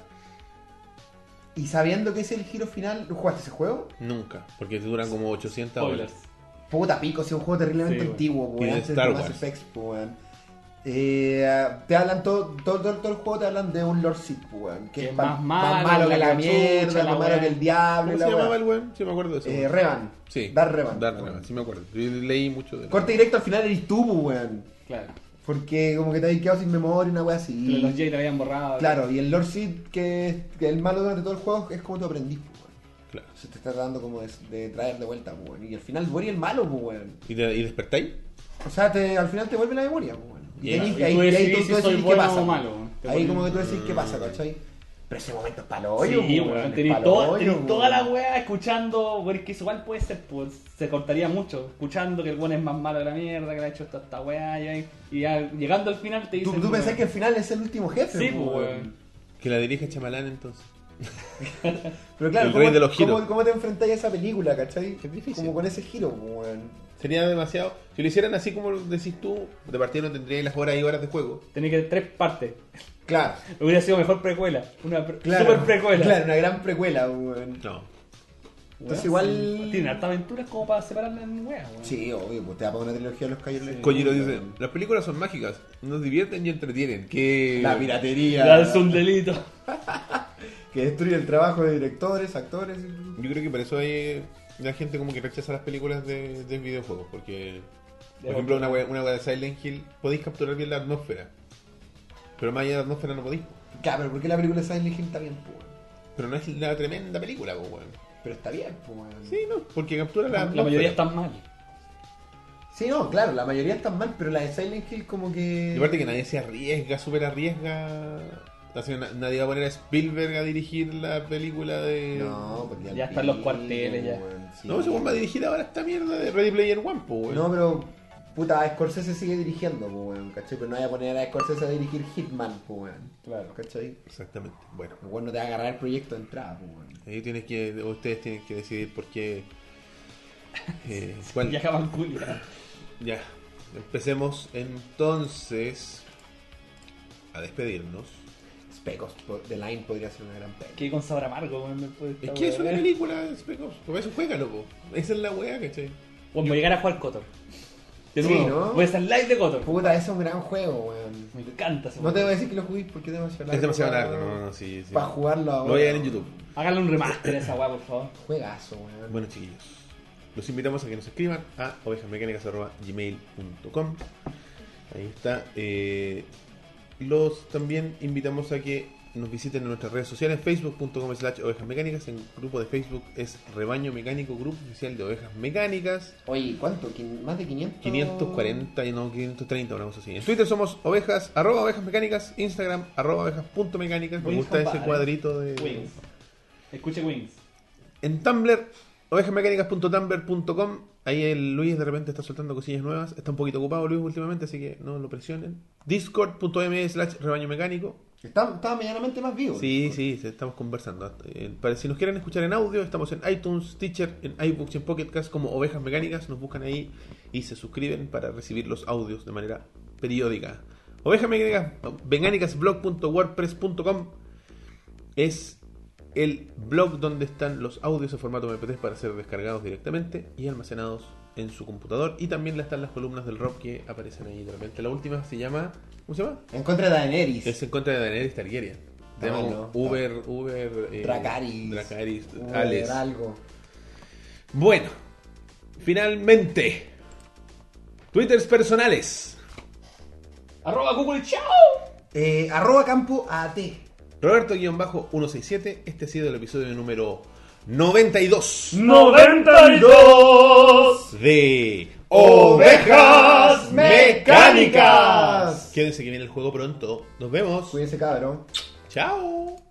Speaker 2: y sabiendo que ese es el giro final. ¿Lo jugaste ese juego?
Speaker 1: Nunca, porque duran como 800 horas.
Speaker 3: Spoilers.
Speaker 2: Puta pico, si es un juego terriblemente
Speaker 3: Sí, weón.
Speaker 2: antiguo, weón.
Speaker 1: Y de
Speaker 2: antes de
Speaker 1: Star
Speaker 2: Mass
Speaker 1: Wars.
Speaker 2: Effect, weón. Eh, te hablan todo, todo, todo, todo el juego te hablan de un Lord Sith, weón. Que,
Speaker 3: Que
Speaker 2: es
Speaker 3: es
Speaker 2: más,
Speaker 3: más
Speaker 2: más
Speaker 3: malo
Speaker 2: malo que
Speaker 3: que
Speaker 2: la
Speaker 3: la
Speaker 2: mierda,
Speaker 3: chucha, la
Speaker 2: más malo
Speaker 3: weá.
Speaker 2: que el diablo.
Speaker 1: ¿Cómo
Speaker 2: y la
Speaker 1: se
Speaker 2: weá.
Speaker 1: llamaba el weón? Sí, me acuerdo de eso.
Speaker 2: Eh, Revan.
Speaker 1: sí.
Speaker 2: Dar Revan.
Speaker 1: Dar
Speaker 2: weón.
Speaker 1: Revan, sí me acuerdo. Yo leí mucho de él.
Speaker 2: Corte directo al final eres tú, weón.
Speaker 3: Claro.
Speaker 2: Porque como que te habéis quedado sin memoria, una wea
Speaker 3: Pero Los
Speaker 2: así.
Speaker 3: Jay la habían borrado.
Speaker 2: Mm. Claro, y el Lord Seed, que es que el malo durante todo el juego, es como tu aprendiz, pues, weón.
Speaker 1: Claro.
Speaker 2: Se te está tratando como de, de traer de vuelta, pues, weón. Y al final Bori el malo, pues, weón.
Speaker 1: ¿Y, de- y despertáis?
Speaker 2: O sea, te- al final te vuelve la memoria, pues, weón. Y,
Speaker 1: Claro.
Speaker 2: tenés-
Speaker 3: Y
Speaker 2: ahí,
Speaker 3: tú
Speaker 2: y ahí
Speaker 3: decidís si
Speaker 2: tú, tú
Speaker 3: soy
Speaker 2: decidís qué
Speaker 3: bueno
Speaker 2: pasa.
Speaker 3: o
Speaker 2: pues.
Speaker 3: malo, weón. Te
Speaker 2: Ahí
Speaker 3: ponen-
Speaker 2: como que tú decidís qué pasa, ¿cachai? Pero ese momento es palo
Speaker 3: Oye,
Speaker 2: hoyo,
Speaker 3: sí,
Speaker 2: pues,
Speaker 3: weón,
Speaker 2: es
Speaker 3: tenés
Speaker 2: pa'l
Speaker 3: toda,
Speaker 2: hoyo,
Speaker 3: tenés
Speaker 2: pues,
Speaker 3: toda la
Speaker 2: weón.
Speaker 3: weá escuchando, porque eso igual puede ser, pues, se cortaría mucho, escuchando que el weón es más malo de la mierda, que le ha hecho esta, esta weá, y, ahí- y ya llegando al final te
Speaker 2: Tú,
Speaker 3: dicen...
Speaker 2: tú pensás que al final es el último jefe,
Speaker 3: Sí,
Speaker 2: pues,
Speaker 3: pues,
Speaker 2: weón.
Speaker 3: weón.
Speaker 1: Que la dirige Chamalán entonces.
Speaker 2: Pero claro,
Speaker 1: El
Speaker 2: ¿cómo,
Speaker 1: rey de los giros.
Speaker 2: ¿cómo, cómo te enfrentáis a esa película, cachai?
Speaker 1: Es difícil.
Speaker 2: Como con ese giro, pues, weón.
Speaker 1: Sería demasiado. Si lo hicieran así como lo decís tú, de partida no tendríais las horas y horas de juego.
Speaker 3: Tenía que tres partes.
Speaker 2: Claro,
Speaker 3: Hubiera sido mejor precuela. Una pre-
Speaker 2: claro.
Speaker 3: super precuela.
Speaker 2: Claro, una gran precuela, pues, weón.
Speaker 1: No.
Speaker 2: Entonces igual-
Speaker 3: Tienen harta aventuras como para separarlas en weas, weón.
Speaker 2: Sí, obvio, pues te va a poner una trilogía de los Caballeros del
Speaker 1: Kojiro
Speaker 2: Mundo,
Speaker 1: dice,
Speaker 2: weón.
Speaker 1: las películas son mágicas, nos divierten y entretienen. Que...
Speaker 2: La piratería.
Speaker 3: Ya es un delito.
Speaker 2: Que destruye el trabajo de directores, actores. y-
Speaker 1: Yo creo que por eso hay la gente como que rechaza las películas de, de videojuegos, porque por
Speaker 3: Ya,
Speaker 1: ejemplo
Speaker 3: ok.
Speaker 1: una wea, una wea de Silent Hill podéis capturar bien la atmósfera, pero más allá de la atmósfera no podéis.
Speaker 2: Claro, pero ¿por qué la película de Silent Hill está bien, pues? weón?
Speaker 1: Pero no es la tremenda película, po, weón.
Speaker 2: Pero está bien, pues. weón.
Speaker 1: Sí, no, porque captura la,
Speaker 3: La,
Speaker 1: atmósfera.
Speaker 3: mayoría están mal.
Speaker 2: Sí, no, claro, la mayoría están mal, pero la de Silent Hill como que...
Speaker 1: Y aparte que nadie se arriesga, súper arriesga. Así que na- nadie va a poner a Spielberg a dirigir la película de...
Speaker 2: No, pues
Speaker 3: Ya
Speaker 2: al
Speaker 3: están los
Speaker 2: pico,
Speaker 3: cuarteles, ya.
Speaker 2: weón, sí.
Speaker 1: No, ese weón va a dirigir ahora esta mierda de Ready Player One, po, weón.
Speaker 2: No, pero puta, Scorsese sigue dirigiendo, pues, weón, ¿cachai? Pero no voy a poner a Scorsese a dirigir Hitman, pues, weón.
Speaker 3: Claro.
Speaker 2: ¿Cachai?
Speaker 1: Exactamente. Bueno,
Speaker 2: El weón no te va a agarrar el proyecto de entrada, pues, weón.
Speaker 1: ahí tienes que, ustedes tienen que decidir por qué... eh, cuál-
Speaker 3: Ya acaban culia.
Speaker 1: Ya, empecemos entonces a despedirnos.
Speaker 2: Spec Ops po- The Line podría ser una gran peli.
Speaker 3: Que con sabor amargo, weón. me puede
Speaker 1: Es
Speaker 3: esta
Speaker 1: que es
Speaker 3: wea,
Speaker 1: una
Speaker 3: eh.
Speaker 1: película, Spec Ops. Por eso juega, loco. Esa es la weá, ¿cachai?
Speaker 3: Bueno, voy a llegar a jugar Cotor. De
Speaker 2: Sí,
Speaker 3: nuevo.
Speaker 2: ¿no?
Speaker 3: Voy a estar live de Cotor.
Speaker 2: Puta, ese es un gran juego, weón.
Speaker 3: Me encanta ese
Speaker 2: No te
Speaker 3: juego.
Speaker 2: voy a decir que lo juguís porque es demasiado largo.
Speaker 1: Es demasiado
Speaker 2: weón.
Speaker 1: largo, no, no, sí, sí.
Speaker 2: Para jugarlo
Speaker 1: Lo
Speaker 2: ahora.
Speaker 1: voy a ver en YouTube.
Speaker 3: Hágale un remaster a esa weá, por favor.
Speaker 2: Juegazo, weón.
Speaker 1: Bueno, chiquillos, los invitamos a que nos escriban a ovejamecánicas.gmail.com. Ahí está. eh, los también invitamos a que nos visiten en nuestras redes sociales, facebook.com slash ovejasmecánicas, en el grupo de Facebook es Rebaño Mecánico, grupo oficial de ovejas mecánicas.
Speaker 2: Oye, ¿cuánto? ¿Quin- ¿Más de 500?
Speaker 1: 540 y no 530, una cosa así. En Twitter somos ovejas, arroba ovejas mecánicas, Instagram, arroba ovejas punto mecánicas. Me
Speaker 3: Wings
Speaker 1: gusta ese
Speaker 3: compadre.
Speaker 1: cuadrito de.
Speaker 3: Wings. Escuche Wings.
Speaker 1: En Tumblr, ovejasmecánicas.tumblr.com. Ahí el Luis de repente está soltando cosillas nuevas. Está un poquito ocupado Luis últimamente, así que no lo presionen. Discord.me slash rebaño mecánico.
Speaker 2: Estaba, estaba medianamente más vivo.
Speaker 1: Sí, sí, se- estamos conversando. Eh, Para si nos quieren escuchar en audio, estamos en iTunes, Teacher, en iBooks y en Pocketcast como Ovejas Mecánicas. Nos buscan ahí y se suscriben para recibir los audios de manera periódica. Ovejas Mecánicas, mecánicasblog.wordpress.com es el blog donde están los audios en formato MP3 para ser descargados directamente y almacenados en su computador. Y también están las columnas del rock que aparecen ahí de repente. La última se llama. ¿Cómo se llama?
Speaker 2: En contra de Daenerys.
Speaker 1: Es en contra de Daenerys Targaryen.
Speaker 2: Ah,
Speaker 1: Tenemos
Speaker 2: no.
Speaker 1: Uber, Uber... eh,
Speaker 2: Dracaris.
Speaker 1: Dracarys,
Speaker 2: Uy,
Speaker 1: Ales.
Speaker 2: era algo.
Speaker 1: Bueno, finalmente. Twitters personales.
Speaker 3: Arroba Google, chao.
Speaker 2: Eh, arroba campo AT.
Speaker 1: Roberto-167, este ha sido el episodio número 92
Speaker 3: 92.
Speaker 1: de
Speaker 2: Ovejas Mecánicas.
Speaker 1: Quédense que viene el juego pronto. Nos vemos.
Speaker 2: Cuídense, cabrón.
Speaker 1: Chao.